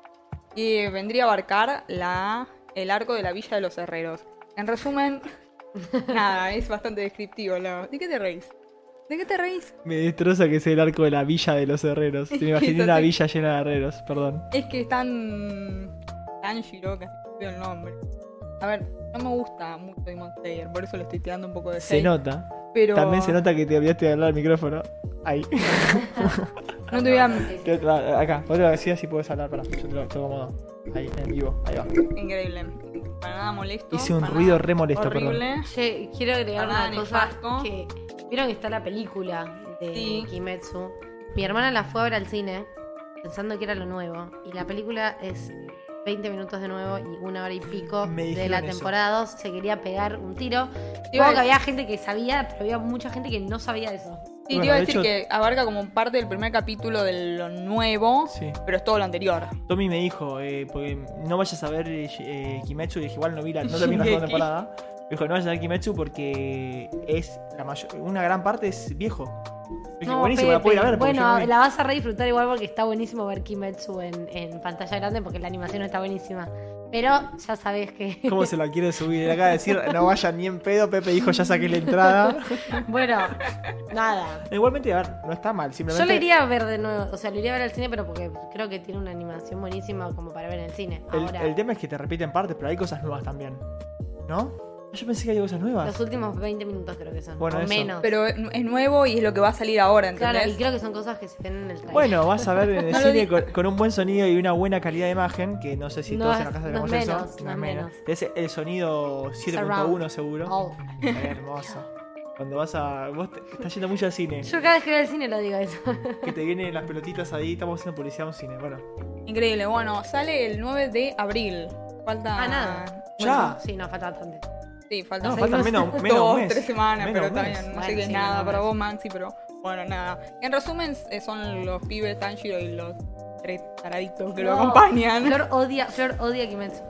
Speaker 3: Y eh, vendría a abarcar la, el arco de la Villa de los Herreros.
Speaker 1: <laughs>
Speaker 3: En resumen, nada, es bastante descriptivo. la- ¿De qué te reís? ¿De qué te reís?
Speaker 1: Me destroza que sea el arco de la villa de los
Speaker 3: <laughs>
Speaker 1: herreros. Te me imaginé una
Speaker 3: Quizás sí.
Speaker 1: villa llena de herreros, perdón.
Speaker 3: Es que es tan. tan Shiro que se me olvidó el nombre. A ver, no me gusta mucho Demon Slayer, por eso lo estoy tirando un poco de
Speaker 1: Se
Speaker 3: hate,
Speaker 1: nota.
Speaker 3: Pero
Speaker 1: También se nota que te olvidaste de hablar al micrófono. Ahí.
Speaker 3: No te voy a.
Speaker 1: Te- va, Acá, vos te lo decías si puedes hablar, pará. Yo te lo te lo acomodo. Ahí, en vivo, ahí va.
Speaker 3: Increíble. Para nada molesto.
Speaker 1: Hice un
Speaker 3: para
Speaker 1: ruido
Speaker 3: nada
Speaker 1: re molesto, perdón.
Speaker 3: horrible.
Speaker 2: Che, quiero agregar
Speaker 3: Perdón,
Speaker 2: una cosa
Speaker 3: nefasto.
Speaker 2: que vieron que está la película de
Speaker 3: Sí.
Speaker 2: Kimetsu. Mi hermana la fue a ver al cine pensando que era lo nuevo y la película es 20 minutos de nuevo y una hora y pico
Speaker 1: Me
Speaker 2: de
Speaker 1: dijeron
Speaker 2: la
Speaker 1: eso.
Speaker 2: temporada 2 se quería pegar un tiro.
Speaker 3: iba
Speaker 2: Digo
Speaker 3: a
Speaker 2: que
Speaker 3: decir-
Speaker 2: había gente que sabía, pero había mucha gente que no sabía eso.
Speaker 3: Sí,
Speaker 1: Bueno,
Speaker 3: te iba a
Speaker 1: de
Speaker 3: decir
Speaker 1: hecho-
Speaker 3: que abarca como parte del primer capítulo de lo nuevo,
Speaker 1: Sí.
Speaker 3: pero es todo lo anterior.
Speaker 1: Tommy me dijo, eh, porque no vayas a ver eh, eh, Kimetsu, y dije, igual no vi la, no terminé
Speaker 2: <laughs>
Speaker 1: la segunda
Speaker 3: Shingeki.
Speaker 1: temporada. Me dijo, no vayas a ver Kimetsu porque es la mayor, una gran parte es viejo. Me dije,
Speaker 2: No,
Speaker 1: buenísimo, la puedo ir a ver.
Speaker 2: Pepe.
Speaker 1: porque yo no
Speaker 2: Bueno,
Speaker 1: vi".
Speaker 2: la vas a re disfrutar igual porque está buenísimo ver Kimetsu en, en pantalla grande porque la animación está buenísima. Pero ya sabes que. <laughs>
Speaker 1: ¿Cómo se la quiere subir? Acá decir, no vayan ni en pedo, Pepe dijo, ya saqué la entrada.
Speaker 2: bueno, nada.
Speaker 1: <laughs> Igualmente, a ver, no está mal,
Speaker 2: Yo
Speaker 1: simplemente...
Speaker 2: lo iría a ver de nuevo, o sea, lo iría a ver al cine, pero porque creo que tiene una animación buenísima como para ver en el cine.
Speaker 1: El,
Speaker 2: Ahora,
Speaker 1: el tema es que te repiten partes, pero hay cosas nuevas también. ¿No? Yo pensé que había cosas nuevas.
Speaker 2: los últimos 20 minutos creo que son,
Speaker 1: Bueno,
Speaker 2: o
Speaker 1: eso.
Speaker 2: menos.
Speaker 3: Pero es es nuevo y es lo que va a salir ahora,
Speaker 2: claro,
Speaker 3: ¿entendés?
Speaker 2: y creo que son cosas que se ven en el trailer.
Speaker 1: Bueno, vas a ver
Speaker 2: <laughs>
Speaker 1: en el
Speaker 3: No lo
Speaker 1: cine
Speaker 3: di-
Speaker 1: con, con un buen sonido y una buena calidad de imagen, que no sé si
Speaker 2: No
Speaker 1: todos en
Speaker 2: es-
Speaker 1: la casa
Speaker 2: no
Speaker 1: tenemos
Speaker 2: es
Speaker 1: eso.
Speaker 2: menos, no es menos.
Speaker 1: Es el sonido 7.1
Speaker 2: Surround.
Speaker 1: seguro.
Speaker 2: Oh.
Speaker 1: Qué Hermoso. Cuando vas a. Vos te- estás yendo mucho al cine.
Speaker 2: <laughs> Yo cada vez que voy al cine lo digo eso. <laughs>
Speaker 1: Que te vienen las pelotitas ahí. Estamos haciendo publicidad a un cine. Bueno,
Speaker 3: Increíble. Bueno, sale el 9 de abril. Falta.
Speaker 2: Ah, nada.
Speaker 1: Ya.
Speaker 2: Sí, nos falta bastante.
Speaker 3: Sí, falta
Speaker 1: no,
Speaker 3: seis
Speaker 1: faltan
Speaker 3: meses.
Speaker 1: menos,
Speaker 3: <laughs>
Speaker 1: menos
Speaker 3: dos,
Speaker 1: un mes.
Speaker 3: tres semanas,
Speaker 1: Menos
Speaker 3: pero
Speaker 1: un
Speaker 3: también
Speaker 1: mes.
Speaker 3: no sé
Speaker 2: Bueno,
Speaker 3: qué es
Speaker 2: sí,
Speaker 3: nada
Speaker 2: menos
Speaker 3: para
Speaker 2: mes.
Speaker 3: vos, Maxi, pero bueno, nada. En resumen, eh, son los pibes Tanjiro y los tres taraditos que lo
Speaker 2: No.
Speaker 3: acompañan.
Speaker 2: Flor odia, Flor odia Kimetsu.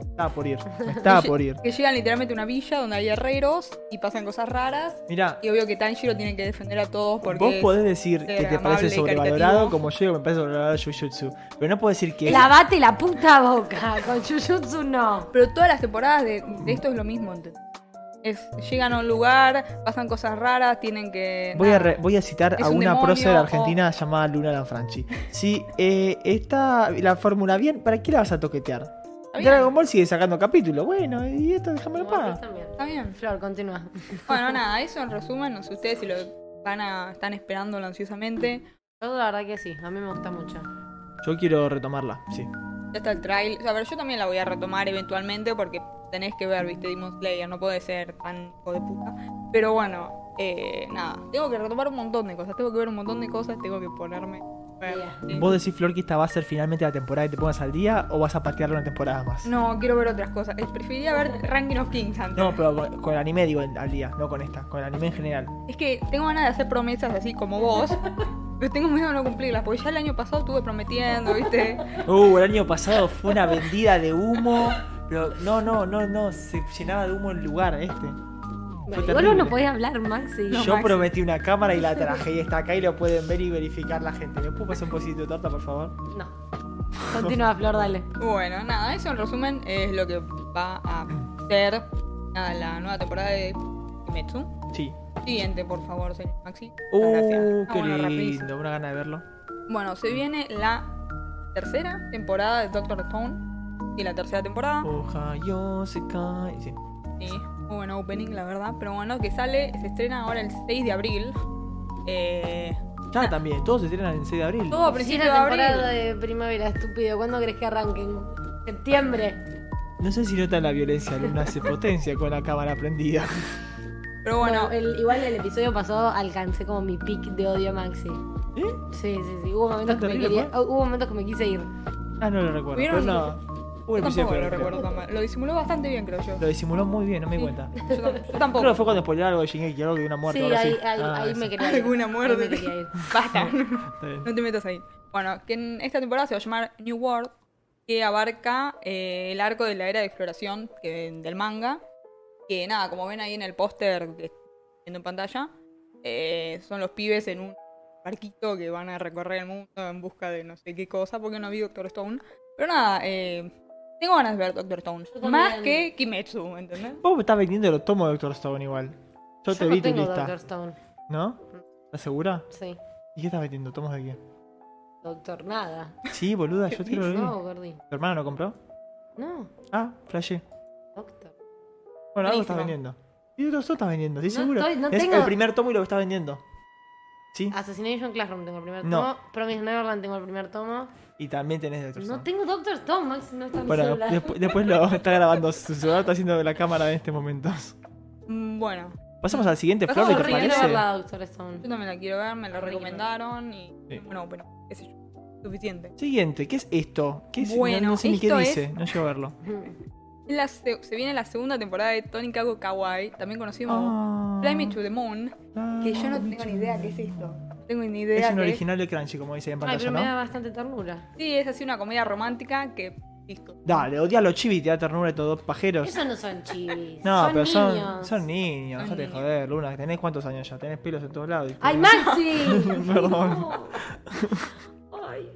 Speaker 1: Estaba por
Speaker 2: <laughs>
Speaker 1: ir. me Estaba por ir.
Speaker 3: Que llegan literalmente a una villa donde hay herreros y pasan cosas raras.
Speaker 1: Mirá,
Speaker 3: Y obvio que Tanjiro tiene que defender a todos porque.
Speaker 1: vos podés decir que te
Speaker 3: ser amable
Speaker 1: parece
Speaker 3: y
Speaker 1: sobrevalorado,
Speaker 3: caritativo.
Speaker 1: como yo digo que me parece sobrevalorado Jujutsu. Pero no podés decir que.
Speaker 2: Lavate la puta boca. <laughs> Con Jujutsu no.
Speaker 3: Pero todas las temporadas de, de esto es lo mismo. ¿entendés? Es, llegan a un lugar, pasan cosas raras, tienen que.
Speaker 1: Voy a,
Speaker 3: nada.
Speaker 1: re- voy a citar
Speaker 3: Es
Speaker 1: a
Speaker 3: un
Speaker 1: una
Speaker 3: demonio,
Speaker 1: prócer argentina llamada Luna Lanfranchi. Si eh, está la fórmula bien, ¿para qué la vas a toquetear?
Speaker 3: bien.
Speaker 1: Dragon Ball sigue sacando capítulos. Bueno, y esto déjame en paz.
Speaker 2: También.
Speaker 3: Está bien.
Speaker 2: Flor, continúa.
Speaker 3: Bueno, nada, eso en resumen, no sé ustedes si lo van a, están esperándolo ansiosamente.
Speaker 2: Yo la verdad que sí, a mí me gusta mucho.
Speaker 1: Yo quiero retomarla, sí.
Speaker 3: Ya está el trailer. O sea, pero yo también la voy a retomar eventualmente porque tenés que ver, viste, Demon Slayer, no puede ser tan hijo de puta. Pero bueno, eh, nada, tengo que retomar un montón de cosas, tengo que ver un montón de cosas, tengo que ponerme. a ver,
Speaker 2: Ya.
Speaker 3: eh,
Speaker 1: ¿Vos decís, Flor, que esta va a ser finalmente la temporada que te pongas al día o vas a patear una temporada más?
Speaker 3: No, quiero ver otras cosas. Eh, Preferiría ver Ranking of Kings antes.
Speaker 1: No, pero con, con el anime digo al día, no con esta, con el anime en general.
Speaker 3: Es que tengo ganas de hacer promesas así como vos, pero tengo miedo de no cumplirlas, porque ya el año pasado estuve prometiendo, viste.
Speaker 1: Uh, el año pasado fue una vendida de humo. Pero no, no, no, no, se llenaba de humo el lugar este. Fue
Speaker 2: Igual vos
Speaker 1: terrible.
Speaker 2: no podés hablar, Maxi.
Speaker 3: No,
Speaker 1: Yo
Speaker 3: Maxi.
Speaker 1: prometí una cámara y la traje y está acá y lo pueden ver y verificar la gente. ¿Me puedo pasar un pocito de torta, por favor?
Speaker 2: No. Continúa, Flor, dale.
Speaker 3: Bueno, nada, eso en resumen es lo que va a ser nada, la nueva temporada de Kimetsu.
Speaker 1: Sí.
Speaker 3: Siguiente, por favor, señor Maxi. Muchas gracias.
Speaker 1: Uh,
Speaker 3: Ah,
Speaker 1: qué
Speaker 3: bueno, rapidísimo.
Speaker 1: lindo, una gana de verlo.
Speaker 3: Bueno, se viene la tercera temporada de Doctor Stone. Y la tercera temporada.
Speaker 1: Oh. Ohio se cae. Sí.
Speaker 3: Sí, muy buen opening, la verdad. Pero bueno, que sale, se estrena ahora el 6 de abril. Eh,
Speaker 1: Ya también, todos se estrenan en 6 de abril.
Speaker 3: todo a
Speaker 2: Sí,
Speaker 3: principio de
Speaker 2: la temporada
Speaker 3: abril.
Speaker 2: de primavera, estúpido. ¿Cuándo crees que arranquen? Septiembre.
Speaker 1: No sé si notan la violencia, Luna se potencia con la cámara prendida. <laughs>
Speaker 3: Pero bueno,
Speaker 2: No, el- igual el episodio pasado alcancé como mi pic de odio a Maxi.
Speaker 1: ¿Eh?
Speaker 2: Sí, sí, sí. Hubo momentos,
Speaker 1: ¿Tan
Speaker 2: que me,
Speaker 1: terrible
Speaker 2: quería-
Speaker 1: fue?
Speaker 2: hubo momentos que me quise ir.
Speaker 1: Ah, no lo recuerdo.
Speaker 3: ¿Vieron?
Speaker 1: Pero no. Hubo un
Speaker 3: yo
Speaker 1: episodio peor,
Speaker 3: tampoco lo
Speaker 1: creo.
Speaker 3: recuerdo tan mal. Lo disimuló bastante bien, creo yo.
Speaker 1: Lo disimuló muy bien, no me di cuenta.
Speaker 3: Yo, tam- yo
Speaker 1: <laughs> Creo que
Speaker 3: tampoco.
Speaker 1: fue cuando spoiler algo de Shingeki, algo de una muerte. o
Speaker 2: sí,
Speaker 1: algo así.
Speaker 2: ahí, ahí,
Speaker 1: Ah,
Speaker 2: ahí
Speaker 1: eso.
Speaker 2: me quería ir.
Speaker 3: Alguna
Speaker 2: Ahí
Speaker 3: muerte.
Speaker 2: me quería ir.
Speaker 3: Basta.
Speaker 1: Está bien.
Speaker 3: No te metas ahí. Bueno, que en esta temporada se va a llamar New World, que abarca eh, el arco de la era de exploración que- del manga. Que nada, como ven ahí en el póster que estoy viendo en pantalla, eh, son los pibes en un barquito que van a recorrer el mundo en busca de no sé qué cosa, porque no vi Doctor Stone. Pero nada, eh, tengo ganas de ver Doctor Stone.
Speaker 2: también.
Speaker 3: Más que Kimetsu, ¿entendés?
Speaker 1: Vos me estás vendiendo los tomos de Doctor Stone igual. Yo, te
Speaker 2: Yo
Speaker 1: vi tu
Speaker 2: no tengo
Speaker 1: lista.
Speaker 2: Doctor Stone.
Speaker 1: ¿No?
Speaker 3: Mm.
Speaker 1: ¿Estás segura?
Speaker 2: Sí.
Speaker 1: ¿Y qué estás vendiendo? ¿Tomos de
Speaker 3: <laughs>
Speaker 1: quién?
Speaker 2: Doctor nada.
Speaker 1: Sí, boluda, yo te lo vi.
Speaker 2: No,
Speaker 1: ¿Tu
Speaker 2: Gordi.
Speaker 1: hermana no compró?
Speaker 2: No,
Speaker 1: Ah, flashé.
Speaker 2: Doctor.
Speaker 1: Bueno, algo
Speaker 3: Buenísimo.
Speaker 1: estás vendiendo. Y Doctor Stone estás vendiendo, ¿sí
Speaker 2: No
Speaker 1: seguro?
Speaker 2: estoy- no
Speaker 1: es
Speaker 2: tengo-
Speaker 1: el primer tomo y lo que estás vendiendo. ¿Sí?
Speaker 3: Ah.
Speaker 2: Assassination Classroom tengo el primer
Speaker 1: No.
Speaker 2: tomo. Promise Neverland tengo el primer tomo.
Speaker 1: Y también tenés Doctor Stone.
Speaker 2: No tengo Doctor Stone, Max, no está en mi
Speaker 1: Bueno,
Speaker 2: celular.
Speaker 1: despu- después lo está grabando. Su celular está haciendo la cámara en este momento.
Speaker 3: Mm, Bueno,
Speaker 1: Pasamos al siguiente, Flor,
Speaker 3: Pasamos
Speaker 1: ¿qué
Speaker 3: al
Speaker 1: te
Speaker 2: Horrible
Speaker 3: siguiente,
Speaker 1: parece?
Speaker 2: verla, Doctor
Speaker 3: yo
Speaker 2: Stone.
Speaker 3: también la quiero ver, me
Speaker 2: Re
Speaker 3: la
Speaker 2: quiero
Speaker 3: recomendaron y.
Speaker 1: Sí.
Speaker 3: Bueno, pero qué sé yo, suficiente.
Speaker 1: Siguiente, ¿qué es esto? ¿Qué es? no-
Speaker 3: Bueno,
Speaker 1: no, sé ni qué
Speaker 3: esto
Speaker 1: dice,
Speaker 3: es-
Speaker 1: no llego a verlo.
Speaker 3: La se, se viene la segunda temporada de Tonikago Kawaii, también conocido como
Speaker 1: Ah,
Speaker 3: Fly Me to the Moon, que yo no tengo ni idea qué es esto. No tengo ni idea.
Speaker 1: Es un
Speaker 3: qué es.
Speaker 1: original de Crunchy, como dice en
Speaker 2: Ay,
Speaker 1: pantalla,
Speaker 2: pero me da
Speaker 1: ¿no?
Speaker 2: bastante ternura.
Speaker 3: Sí, es así una comedia romántica que listo.
Speaker 1: Dale, odia a los chivis, te da ternura de todos pajeros.
Speaker 2: Esos no son chivis.
Speaker 1: No,
Speaker 2: son
Speaker 1: pero son
Speaker 2: niños.
Speaker 1: son niños,
Speaker 3: Son
Speaker 1: déjate de
Speaker 3: niños.
Speaker 1: joder, Luna, tenés cuántos años ya, tenés pelos en todos lados.
Speaker 2: ¡Ay, Maxi!
Speaker 1: <laughs> Perdón.
Speaker 2: No. Ay.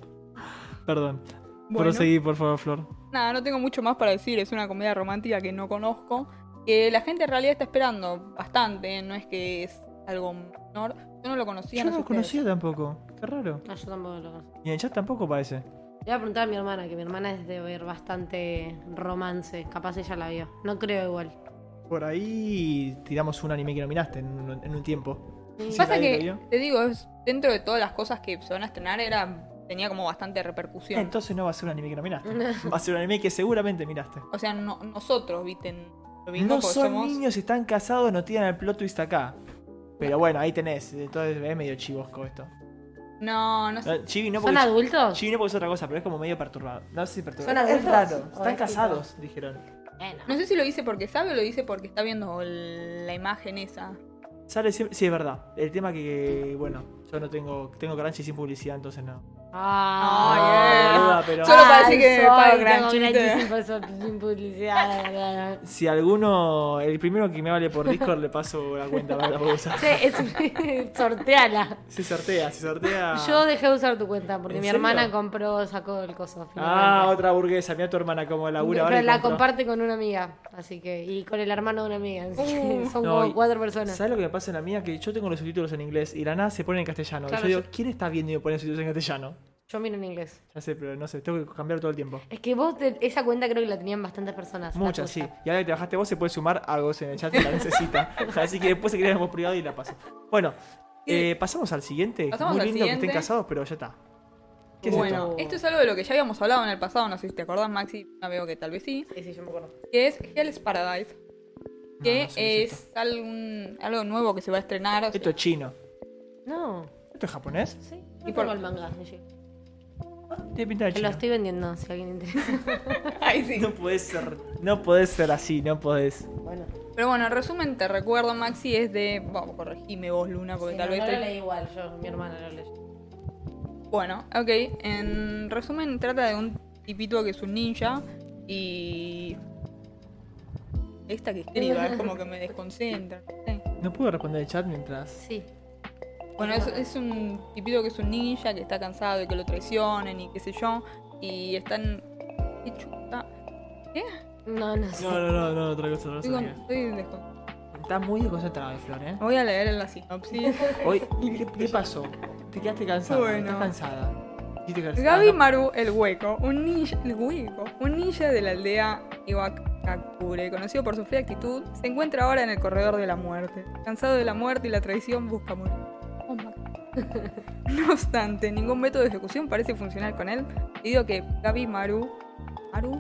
Speaker 1: Perdón.
Speaker 3: Bueno.
Speaker 1: Proseguí, por favor, Flor.
Speaker 3: Nada, no tengo mucho más para decir, es una comedia romántica que no conozco, que la gente en realidad está esperando bastante, no es que es algo menor. Yo no lo conocía,
Speaker 1: Yo
Speaker 3: no
Speaker 1: no
Speaker 3: sé
Speaker 1: los conocía tampoco, qué raro.
Speaker 2: No, yo tampoco lo conozco.
Speaker 1: Y en el chat tampoco parece.
Speaker 2: Le voy a preguntar a mi hermana, que mi hermana es de ver bastante romance. Capaz ella la vio. No creo igual.
Speaker 1: Por ahí tiramos un anime que no miraste en un, en un tiempo.
Speaker 2: Sí.
Speaker 3: ustedes. Pasa
Speaker 1: nadie
Speaker 3: que,
Speaker 1: lo vio.
Speaker 3: te digo, es- dentro de todas las cosas que se van a estrenar, era, tenía como bastante repercusión.
Speaker 2: <laughs>
Speaker 1: Entonces no va a ser un anime que no miraste. Va a ser un anime que seguramente miraste.
Speaker 3: O sea, no- nosotros, viste, Lo mismo
Speaker 1: No
Speaker 3: porque
Speaker 1: son
Speaker 3: somos-
Speaker 1: niños, están casados, no tiran el plot twist acá. Pero bueno, ahí tenés. Entonces es medio chivosco esto.
Speaker 3: No, no sé.
Speaker 1: No, Chibi no
Speaker 2: ¿Son
Speaker 1: porque,
Speaker 2: adultos?
Speaker 1: chibi no porque es otra cosa, pero es como medio perturbado. No sé si perturbado.
Speaker 2: ¿Son
Speaker 1: es
Speaker 2: adultos?
Speaker 1: raro.
Speaker 2: ¿O
Speaker 1: Están
Speaker 2: es
Speaker 1: casados, dijeron.
Speaker 2: Bueno.
Speaker 3: No sé si lo dice porque sabe o lo dice porque está viendo el- la imagen esa.
Speaker 1: Sale siempre. Sí, es verdad. El tema que, bueno, yo no tengo. Tengo Crunchy sin publicidad, entonces no.
Speaker 3: Ah,
Speaker 1: No,
Speaker 2: Ah,
Speaker 1: duda, pero.
Speaker 3: Solo parece que
Speaker 2: soy,
Speaker 3: pago
Speaker 2: tengo
Speaker 3: Crunchy,
Speaker 2: Crunchy
Speaker 3: ¿viste?
Speaker 2: sin pos- sin publicidad.
Speaker 1: Si alguno. El primero que me vale por Discord le paso la cuenta para la puedo usar.
Speaker 2: Che, es, <laughs> sorteala.
Speaker 1: Se sortea, se sortea.
Speaker 2: <laughs> Yo dejé de usar tu cuenta porque
Speaker 1: Ah. ¿En
Speaker 2: mi
Speaker 1: serio?
Speaker 2: hermana compró, sacó el coso.
Speaker 1: Ah,
Speaker 2: finalmente.
Speaker 1: otra burguesa. Mira tu hermana como labura ahora.
Speaker 2: Pero
Speaker 1: y
Speaker 2: la
Speaker 1: compra.
Speaker 2: comparte con una amiga, así que y con el hermano de una amiga, <laughs> así que
Speaker 3: Uh.
Speaker 2: son
Speaker 1: No, y-
Speaker 2: como cuatro personas.
Speaker 1: ¿Sabes lo que me pasa en la mía? Que yo tengo los subtítulos en inglés y la nada se pone en castellano.
Speaker 3: Claro,
Speaker 1: y yo digo,
Speaker 3: yo-
Speaker 1: ¿quién está viendo y me pone los subtítulos en castellano?
Speaker 2: Yo miro en inglés.
Speaker 1: Ya sé, pero no sé, tengo que cambiar todo el tiempo.
Speaker 2: Es que vos te- esa cuenta creo que la tenían bastantes personas. la
Speaker 1: Muchas, sí.
Speaker 2: tuya.
Speaker 1: Y ahora que te bajaste vos, se puede sumar a Gos en el chat que la
Speaker 3: <laughs>
Speaker 1: necesita. Así que después se quería por privado y la paso. Bueno, eh, pasamos al siguiente.
Speaker 3: Pasamos
Speaker 1: Muy
Speaker 3: al
Speaker 1: lindo que estén
Speaker 3: siguiente.
Speaker 1: casados, pero ya está. ¿Qué es
Speaker 3: bueno,
Speaker 1: esto?
Speaker 3: esto es algo de lo que ya habíamos hablado en el pasado, no sé si te acordás, Maxi, no veo que tal vez sí,
Speaker 2: Sí, sí, yo me acuerdo.
Speaker 3: que es Hell's Paradise,
Speaker 1: No,
Speaker 3: que
Speaker 1: no sé qué
Speaker 3: es,
Speaker 1: esto.
Speaker 3: algún- algo nuevo que se va a estrenar. o sea, <laughs>
Speaker 1: Esto es chino.
Speaker 2: No,
Speaker 1: ¿Esto es japonés?
Speaker 2: sí.
Speaker 3: ¿Y
Speaker 2: ¿Y
Speaker 3: por-
Speaker 2: por el manga? Gigi.
Speaker 1: Ah, Tiene pinta de
Speaker 2: Lo
Speaker 1: chino.
Speaker 2: estoy vendiendo, si alguien le interesa.
Speaker 3: Ay, sí.
Speaker 1: No podés ser. No podés ser así, no podés.
Speaker 2: <laughs> Bueno,
Speaker 3: Pero bueno, en resumen, te recuerdo, Maxi, es de... Vamos, corregime vos, Luna, porque
Speaker 2: sí,
Speaker 3: tal
Speaker 2: no,
Speaker 3: vez...
Speaker 2: no
Speaker 3: te-
Speaker 2: lo leí igual, yo, mi hermana lo leyó.
Speaker 3: Bueno, ok. En resumen, trata de un tipito que es un ninja y... Esta que escriba es como que me desconcentra. no sé.
Speaker 1: No puedo responder el chat mientras.
Speaker 2: Sí.
Speaker 3: Bueno, es, es un tipito que es un ninja, que está cansado de que lo traicionen y qué sé yo. Y están... ¿Qué chuta?
Speaker 2: No, no sé.
Speaker 1: No, no, no, no, otra cosa,
Speaker 3: Estoy, con- estoy descon-
Speaker 1: Está muy desconcentrado, Flor, ¿eh?
Speaker 3: Voy a leer en la sinopsis.
Speaker 1: Hoy, ¿qué, qué pasó? Te quedaste cansada,
Speaker 3: Bueno.
Speaker 1: estás cansada. Hiciste ejercicio.
Speaker 3: Gaby
Speaker 1: Ah, no.
Speaker 3: Maru el Hueco, un ninja, el hueco, un ninja de la aldea Iwakakure, conocido por su fría actitud, se encuentra ahora en el corredor de la muerte. Cansado de la muerte y la traición, busca morir. Oh my God. <laughs> no obstante, ningún método de ejecución parece funcionar con él, y digo que Gaby Maru... ¿Maru?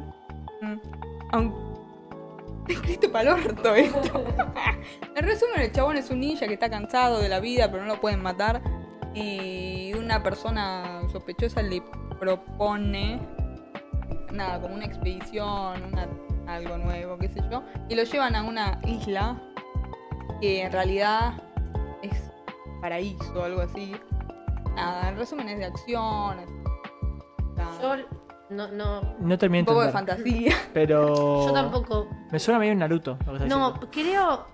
Speaker 3: Mm. <laughs> Aun- Está escrito para el orto esto. en resumen, el chabón es un ninja que está cansado de la vida, pero no lo pueden matar y una persona sospechosa le propone nada, como una expedición, una- algo nuevo, qué sé yo, y lo llevan a una isla que en realidad es paraíso o algo así. Nada, en resumen es de acción, es- nada,
Speaker 2: Yo no, no.
Speaker 1: No terminé
Speaker 3: un
Speaker 1: de
Speaker 3: poco de
Speaker 1: entender,
Speaker 3: fantasía.
Speaker 1: Pero.
Speaker 2: Yo tampoco.
Speaker 1: Me suena medio Naruto. lo que estás
Speaker 2: No,
Speaker 1: Oh, diciendo.
Speaker 2: creo.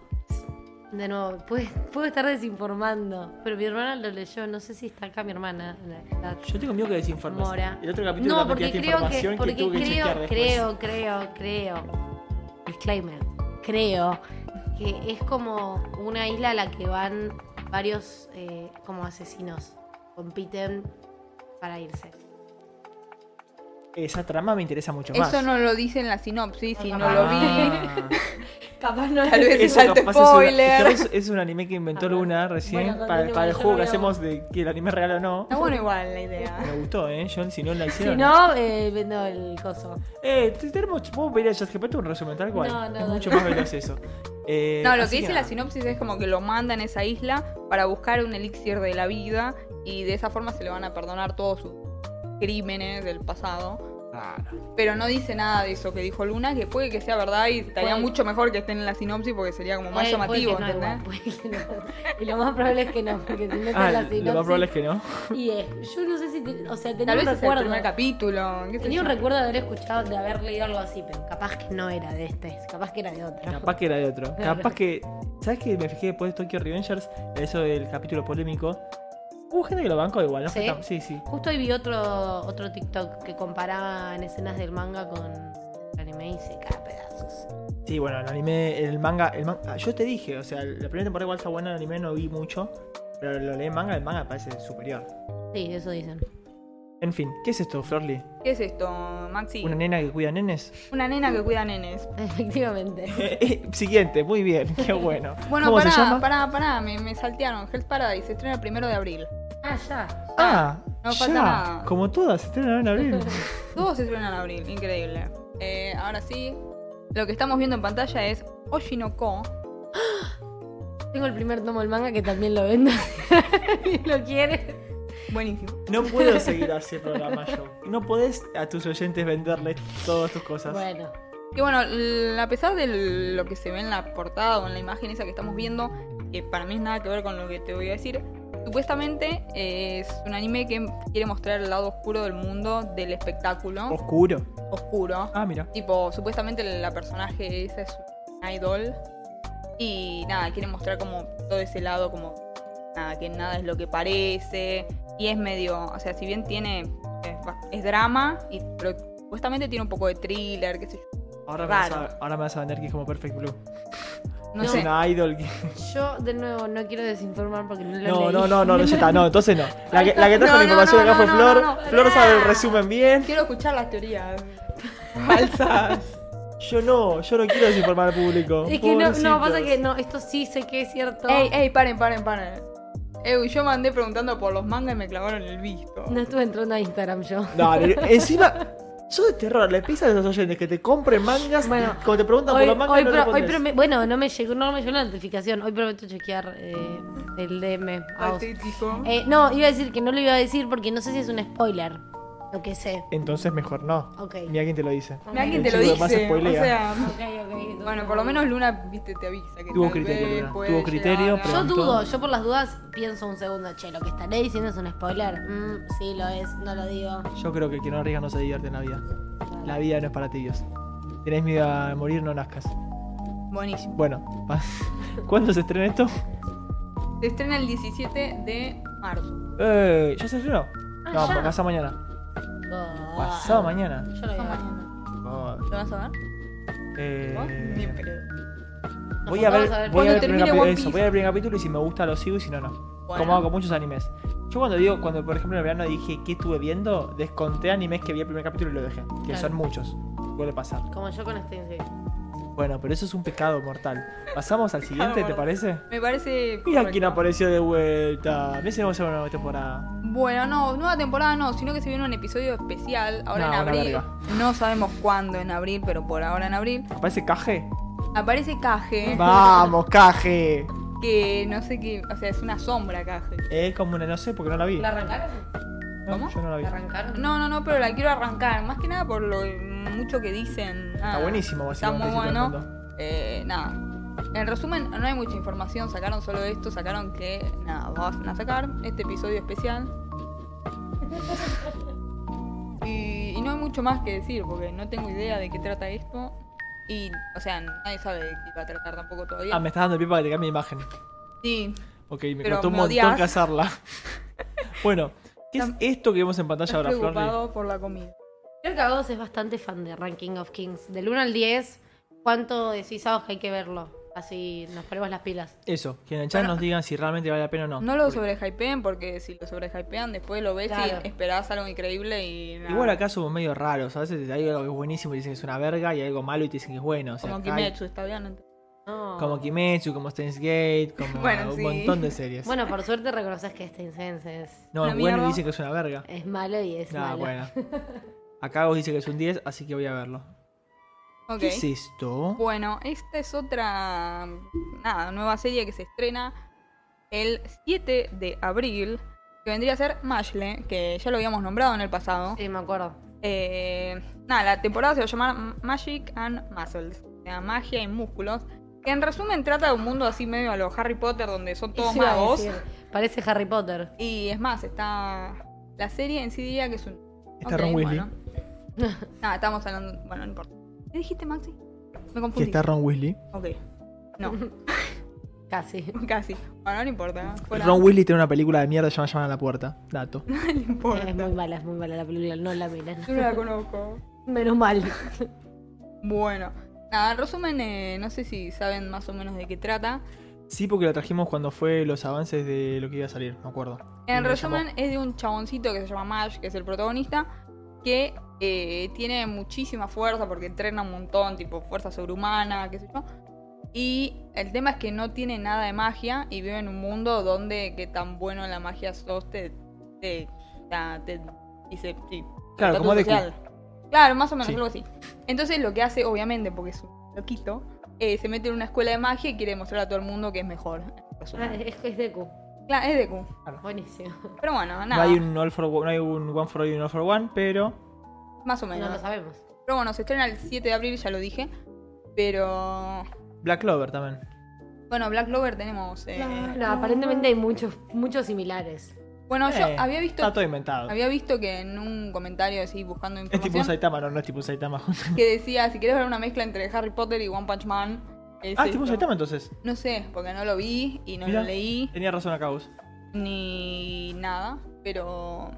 Speaker 2: De nuevo, puede- puedo estar desinformando. Pero mi hermana lo leyó. No sé si está acá mi hermana. en la-
Speaker 1: Yo tengo miedo que desinformes.
Speaker 2: Mora.
Speaker 1: El otro capítulo
Speaker 2: No,
Speaker 1: también tiraste
Speaker 2: porque creo que.
Speaker 1: información
Speaker 2: Porque
Speaker 1: tuve que
Speaker 2: creo,
Speaker 1: chequear después.
Speaker 2: creo, creo, creo. Disclaimer. Creo que es como una isla a la que van varios eh, como asesinos. Compiten para irse.
Speaker 1: Esa trama me interesa mucho más.
Speaker 3: Eso no lo dice en la sinopsis, si no
Speaker 2: Ah.
Speaker 3: lo vi.
Speaker 2: <laughs> Capaz no
Speaker 3: Tal vez es
Speaker 1: Eso
Speaker 3: alto
Speaker 1: capaz es, una-
Speaker 3: spoiler.
Speaker 1: quizás es, un anime que inventó
Speaker 2: Ah, bueno.
Speaker 1: Luna recién
Speaker 2: Bueno,
Speaker 1: para,
Speaker 2: continúa,
Speaker 1: para el
Speaker 2: yo
Speaker 1: juego
Speaker 2: no
Speaker 1: que
Speaker 2: veo.
Speaker 1: hacemos de que el anime es real o no.
Speaker 3: Está <laughs> bueno igual la idea.
Speaker 1: Me gustó, ¿eh? Yo, si no la
Speaker 2: Si
Speaker 1: hicieron.
Speaker 2: no, eh, vendo el coso.
Speaker 1: Eh, te- tenemos. ¿Puedo pedir a ChatGPT un resumen tal cual?
Speaker 2: No, no,
Speaker 1: es
Speaker 2: no,
Speaker 1: mucho
Speaker 2: no.
Speaker 1: más veloz eso.
Speaker 2: <laughs>
Speaker 1: Eh,
Speaker 3: No, lo
Speaker 1: así
Speaker 3: que dice
Speaker 1: nada.
Speaker 3: la sinopsis es como que lo mandan a esa isla para buscar un elixir de la vida y de esa forma se le van a perdonar todos sus crímenes del pasado.
Speaker 1: Raro.
Speaker 3: Pero no dice nada de eso que dijo Luna, que puede que sea verdad y estaría
Speaker 2: Puede.
Speaker 3: mucho mejor que estén en la sinopsis porque sería como más
Speaker 2: Puede- puede
Speaker 3: llamativo,
Speaker 2: que no,
Speaker 3: ¿entendés?
Speaker 2: igual, puede que no. Y lo más probable es que no, porque si meten
Speaker 1: Ah,
Speaker 2: la
Speaker 1: lo más probable es
Speaker 2: sinopsis.
Speaker 1: que no.
Speaker 2: Y es, yo no sé si. te- o sea, tenía
Speaker 3: Tal
Speaker 2: un
Speaker 3: vez es el
Speaker 2: recuerdo.
Speaker 3: primer capítulo. qué sé
Speaker 2: Tenía un
Speaker 3: yo.
Speaker 2: recuerdo de haber escuchado, de haber leído algo así, pero capaz que no era de este, capaz que era de otro.
Speaker 1: Capaz que era de otro. Capaz que. ¿Sabes qué? Me fijé después de Tokyo Revengers, eso del capítulo polémico. Hubo gente que lo bancó igual, ¿no?
Speaker 2: ¿Sí?
Speaker 1: Fue tan- sí, sí.
Speaker 2: Justo hoy vi otro, otro TikTok que comparaban escenas del manga con el anime y se cae a pedazos.
Speaker 1: Sí, bueno, el anime, el manga, el manga. Yo te dije, o sea, la primera temporada igual está buena, el anime no vi mucho, pero lo leí en manga, el manga me parece superior.
Speaker 2: Sí, eso dicen. <laughs>
Speaker 1: En fin, ¿qué es esto, Florly?
Speaker 3: ¿Qué es esto, Maxi?
Speaker 1: ¿Una
Speaker 3: Una,
Speaker 1: nena que cuida nenes?
Speaker 3: <laughs>
Speaker 1: <laughs>
Speaker 3: nena que cuida nenes.
Speaker 2: Efectivamente.
Speaker 1: Eh, eh, Siguiente, muy bien, qué bueno.
Speaker 3: <laughs> Bueno,
Speaker 1: ¿Cómo
Speaker 3: pará,
Speaker 1: se llama?
Speaker 3: pará, pará, me, me saltearon. Hell's Paradise se estrena el primero de abril.
Speaker 2: Ah, ya.
Speaker 1: Ah,
Speaker 3: No
Speaker 1: ya,
Speaker 3: falta nada. <laughs>
Speaker 1: como todas, se estrenan en abril.
Speaker 3: Todos se estrenan en abril, increíble. Eh, ahora sí, Lo que estamos viendo en pantalla es Oshinoko.
Speaker 2: Tengo el primer tomo del manga que también lo vendo. <laughs> si lo quieres.
Speaker 3: Buenísimo.
Speaker 1: No puedo seguir así el programa yo. No podés a tus oyentes venderles todas tus cosas.
Speaker 2: Bueno.
Speaker 3: Y bueno, l- a pesar de lo que se ve en la portada o en la imagen esa que estamos viendo, que para mí es nada que ver con lo que te voy a decir, supuestamente eh, es un anime que quiere mostrar el lado oscuro del mundo del espectáculo.
Speaker 1: Oscuro.
Speaker 3: Oscuro.
Speaker 1: Ah, mira.
Speaker 3: Tipo, supuestamente la personaje esa es una idol. Y nada, quieren mostrar como todo ese lado, como nada, que nada es lo que parece. Y es medio, o sea, si bien tiene, es, ba- es drama, y, pero supuestamente tiene un poco de thriller, qué sé yo.
Speaker 1: Ahora me, vas
Speaker 3: Raro.
Speaker 1: a, ahora me vas a vender que es como Perfect Blue.
Speaker 2: No.
Speaker 3: No,
Speaker 1: Es
Speaker 3: sé.
Speaker 1: una idol. que-
Speaker 2: Yo, de nuevo, no quiero desinformar porque no <laughs> lo
Speaker 1: No,
Speaker 2: leí.
Speaker 1: no, no, no, no, ya está. No, entonces no. La que, la que trajo la
Speaker 3: No, no,
Speaker 1: información
Speaker 3: no,
Speaker 1: acá
Speaker 3: no,
Speaker 1: fue Flor.
Speaker 3: no, no.
Speaker 1: Flor sabe el resumen bien.
Speaker 3: Quiero escuchar las teorías falsas.
Speaker 1: <laughs> Yo no, yo no quiero desinformar al público.
Speaker 2: Es que no, no,
Speaker 1: Pobrecitos.
Speaker 2: pasa que no, esto sí sé que es cierto.
Speaker 3: ey, ey, paren, paren, paren. Ey, yo mandé preguntando por los mangas y me clavaron el visto.
Speaker 2: No estuve entrando a Instagram yo.
Speaker 1: Dale, encima. Yo de terror, le pisas a los oyentes que te compren mangas.
Speaker 2: Bueno,
Speaker 1: y cuando te preguntan
Speaker 2: Hoy,
Speaker 1: por los mangas,
Speaker 2: hoy
Speaker 1: no
Speaker 2: pro- hoy
Speaker 1: respondes.
Speaker 2: prome- bueno, no me llegó, no me llegó la notificación. Hoy prometo chequear eh, el DM. a vos.
Speaker 3: Patético.
Speaker 2: Eh, no, iba a decir que no lo iba a decir porque no sé si es un spoiler. Lo que sé.
Speaker 1: Entonces mejor no.
Speaker 2: Ok.
Speaker 1: Mira quién te lo dice.
Speaker 3: Mirá quién te lo
Speaker 1: Chico, además
Speaker 3: dice. O
Speaker 1: spoilea.
Speaker 3: sea,
Speaker 2: Ok, ok, entonces-
Speaker 3: bueno, por lo menos Luna, viste, te avisa que
Speaker 1: Tuvo
Speaker 3: tal
Speaker 1: criterio,
Speaker 3: vez
Speaker 1: Luna,
Speaker 3: puede
Speaker 1: tuvo criterio,
Speaker 3: llegar a-
Speaker 1: pero-
Speaker 2: Yo
Speaker 1: Pronto.
Speaker 2: dudo, yo por las dudas pienso un segundo, che, lo que estaré diciendo es un spoiler. Mm, sí, lo es, no lo digo.
Speaker 1: Yo creo que el que no arriesga no se divierte en la vida. La vida no es para tibios. Tenés miedo a morir, no nazcas.
Speaker 3: Buenísimo.
Speaker 1: Bueno, pa- <laughs> ¿cuándo se estrena esto?
Speaker 3: Se estrena el 17 de marzo.
Speaker 1: Eh, ¿Ya se estrenó?
Speaker 2: Ah,
Speaker 1: no,
Speaker 2: ya.
Speaker 1: pa- pasado mañana.
Speaker 2: Ah,
Speaker 1: Pasado mañana.
Speaker 2: Yo lo
Speaker 3: Ah,
Speaker 2: digo.
Speaker 3: mañana.
Speaker 1: God.
Speaker 3: ¿Lo vas a ver?
Speaker 1: Eh,
Speaker 3: ¿Vos? Ni en pedo.
Speaker 1: voy a ver,
Speaker 2: juntamos a ver
Speaker 1: voy a
Speaker 3: cuando
Speaker 1: ver, el primer
Speaker 3: termine
Speaker 1: capi-
Speaker 3: One
Speaker 1: eso,
Speaker 3: Piece.
Speaker 1: voy a ver el primer capítulo y si me gusta lo sigo y si no, no.
Speaker 3: Bueno.
Speaker 1: Como hago con muchos animes. Yo cuando digo, cuando por ejemplo en el verano dije que estuve viendo, desconté animes que vi el primer capítulo y lo dejé. Que
Speaker 2: Claro.
Speaker 1: son muchos. Puede pasar.
Speaker 2: Como yo con este, Steins Gate.
Speaker 1: Bueno, pero eso es un pecado mortal. Pasamos al siguiente, ¿te
Speaker 3: mortal.
Speaker 1: parece?
Speaker 3: Me parece.
Speaker 1: Mira
Speaker 3: correcto.
Speaker 1: quién apareció de vuelta. Mira si vamos a hacer una nueva temporada.
Speaker 3: Bueno, no, nueva temporada no, sino que se viene un episodio especial
Speaker 1: No,
Speaker 3: ahora en
Speaker 1: una
Speaker 3: abril.
Speaker 1: verga.
Speaker 3: No sabemos cuándo en abril, pero por ahora en abril.
Speaker 1: ¿Aparece
Speaker 3: <laughs>
Speaker 1: Caje?
Speaker 3: Aparece Caje,
Speaker 1: ¡Vamos, Caje!
Speaker 3: que no sé qué. O sea, es una sombra Caje.
Speaker 1: Es como una, no sé, porque no la vi.
Speaker 2: ¿La arrancaron?
Speaker 1: No,
Speaker 3: ¿Cómo?
Speaker 1: Yo no la vi.
Speaker 2: ¿La arrancaron?
Speaker 3: No, no, no, pero la quiero arrancar. Más que nada por lo mucho que dicen.
Speaker 1: Está
Speaker 3: nada.
Speaker 1: buenísimo,
Speaker 3: Está
Speaker 1: básicamente.
Speaker 3: muy
Speaker 1: si te das
Speaker 3: bueno.
Speaker 1: cuenta.
Speaker 3: Eh, nada. En resumen, no hay mucha información. Sacaron solo esto. Sacaron que, nada, van a sacar este
Speaker 1: <laughs>
Speaker 3: episodio especial. y, y no hay mucho más que decir porque no tengo idea de qué trata esto. Y, o sea, nadie sabe de qué va a tratar tampoco todavía.
Speaker 1: Ah, me estás dando el pie para que te cambie mi imagen.
Speaker 3: Sí,
Speaker 1: Ok, me
Speaker 3: Pero
Speaker 1: costó un
Speaker 3: me
Speaker 1: montón
Speaker 3: odias. <laughs>
Speaker 1: cazarla. bueno, ¿qué es
Speaker 3: Tam-
Speaker 1: esto que vemos en pantalla
Speaker 3: estoy
Speaker 1: ahora, Flor?
Speaker 3: preocupado por la comida.
Speaker 2: Creo que a vos es bastante fan de Ranking of Kings. Del 1 al 10, ¿cuánto decís a vos que hay que verlo? Así nos ponemos las pilas.
Speaker 1: Eso, que en el chat nos digan si realmente vale la pena o no.
Speaker 3: No lo
Speaker 1: Porque-
Speaker 3: sobrehypeen porque si lo sobrehypean después lo ves
Speaker 2: Claro.
Speaker 3: y esperás algo increíble y nada.
Speaker 1: Igual acá somos medio raros. A veces hay algo que es buenísimo y dicen que es una verga y hay algo malo y te dicen que es bueno. O sea,
Speaker 3: Como
Speaker 1: acá hay-
Speaker 3: Kimetsu, está bien. entonces.
Speaker 2: No.
Speaker 1: Como Kimetsu, como Steins Gate, como
Speaker 3: <laughs> Bueno,
Speaker 1: un
Speaker 3: sí.
Speaker 1: montón de series.
Speaker 2: Bueno, por suerte reconoces que Steins Gate es,
Speaker 1: no,
Speaker 3: Una
Speaker 1: es bueno y
Speaker 3: mierda.
Speaker 1: dice que es una verga.
Speaker 2: es malo y es
Speaker 1: Ah,
Speaker 2: malo.
Speaker 1: bueno.
Speaker 3: <laughs>
Speaker 1: Acá vos dice que es un 10, así que voy a verlo.
Speaker 3: Ok.
Speaker 1: ¿Qué es esto?
Speaker 3: Bueno, esta es otra nada, nueva serie que se estrena el 7 de abril, que vendría a ser Mashle, que ya lo habíamos nombrado en el pasado.
Speaker 2: Sí, me acuerdo.
Speaker 3: Eh, nada, la temporada se va a llamar M- Magic and Muscles, o sea, magia y músculos, que en resumen trata de un mundo así medio a lo Harry Potter, donde son todos
Speaker 2: Eso iba a
Speaker 3: magos.
Speaker 2: decir. Parece Harry Potter.
Speaker 3: Y es más, está la serie en sí diría que es un...
Speaker 1: Está
Speaker 3: Ok,
Speaker 1: Ron Weasley.
Speaker 3: bueno. <laughs> Nada, estamos hablando... Bueno, no importa. ¿Qué dijiste, Maxi? Me
Speaker 1: Que
Speaker 3: confundí.
Speaker 1: está Ron Weasley.
Speaker 3: Ok. No. <laughs>
Speaker 2: <laughs> Casi.
Speaker 3: Casi. Bueno, no importa. Fuera.
Speaker 1: Ron Weasley tiene una película de mierda llamada Llaman a la puerta. Dato.
Speaker 3: <laughs> No importa.
Speaker 2: Es muy mala, es muy mala la película, no la miren.
Speaker 3: Yo no la conozco.
Speaker 2: <laughs> Menos mal.
Speaker 3: Bueno. Nada, en resumen, eh, no sé si saben más o menos de qué trata.
Speaker 1: Sí, porque la trajimos cuando fue los avances de lo que iba a salir, me acuerdo.
Speaker 3: En
Speaker 1: Me
Speaker 3: resumen,
Speaker 1: llamó.
Speaker 3: es de un chaboncito que se llama Mash, que es el protagonista, que eh, tiene muchísima fuerza porque entrena un montón, tipo fuerza sobrehumana, qué sé yo. Y el tema es que no tiene nada de magia y vive en un mundo donde que tan bueno en la magia sos te, te, te, te dice, sí,
Speaker 1: Claro,
Speaker 3: estatus
Speaker 1: como Deku.
Speaker 3: social. Claro, más o menos,
Speaker 1: Sí.
Speaker 3: algo así. Entonces lo que hace, obviamente, porque es un loquito, eh, se mete en una escuela de magia y quiere demostrar a todo el mundo que es mejor.
Speaker 2: Ah, es que es Deku.
Speaker 3: Claro, es Deku.
Speaker 2: Buenísimo.
Speaker 3: Pero bueno,
Speaker 1: No
Speaker 3: nada,
Speaker 1: hay, un all for, no hay un one for all y un all for one, pero
Speaker 3: más o
Speaker 2: No lo
Speaker 3: menos.
Speaker 2: sabemos.
Speaker 3: Pero bueno, se estrena el 7 de abril, ya lo dije. Pero...
Speaker 1: Black Clover también.
Speaker 3: Bueno, Black Clover tenemos... eh,
Speaker 2: No, aparentemente hay muchos, muchos <laughs> similares.
Speaker 3: Bueno,
Speaker 1: Eh,
Speaker 3: yo había visto,
Speaker 1: Está todo inventado.
Speaker 3: había visto que en un comentario así, buscando
Speaker 1: Es tipo un
Speaker 3: información,
Speaker 1: Saitama, no, no es tipo un Saitama.
Speaker 3: que decía, si quieres ver una mezcla entre Harry Potter y One Punch Man... es
Speaker 1: ah, es tipo un
Speaker 3: esto.
Speaker 1: Saitama entonces.
Speaker 3: No sé, porque no lo vi y no
Speaker 1: Mirá. Eh.
Speaker 3: lo leí
Speaker 1: Tenía razón acá vos.
Speaker 3: ni nada, pero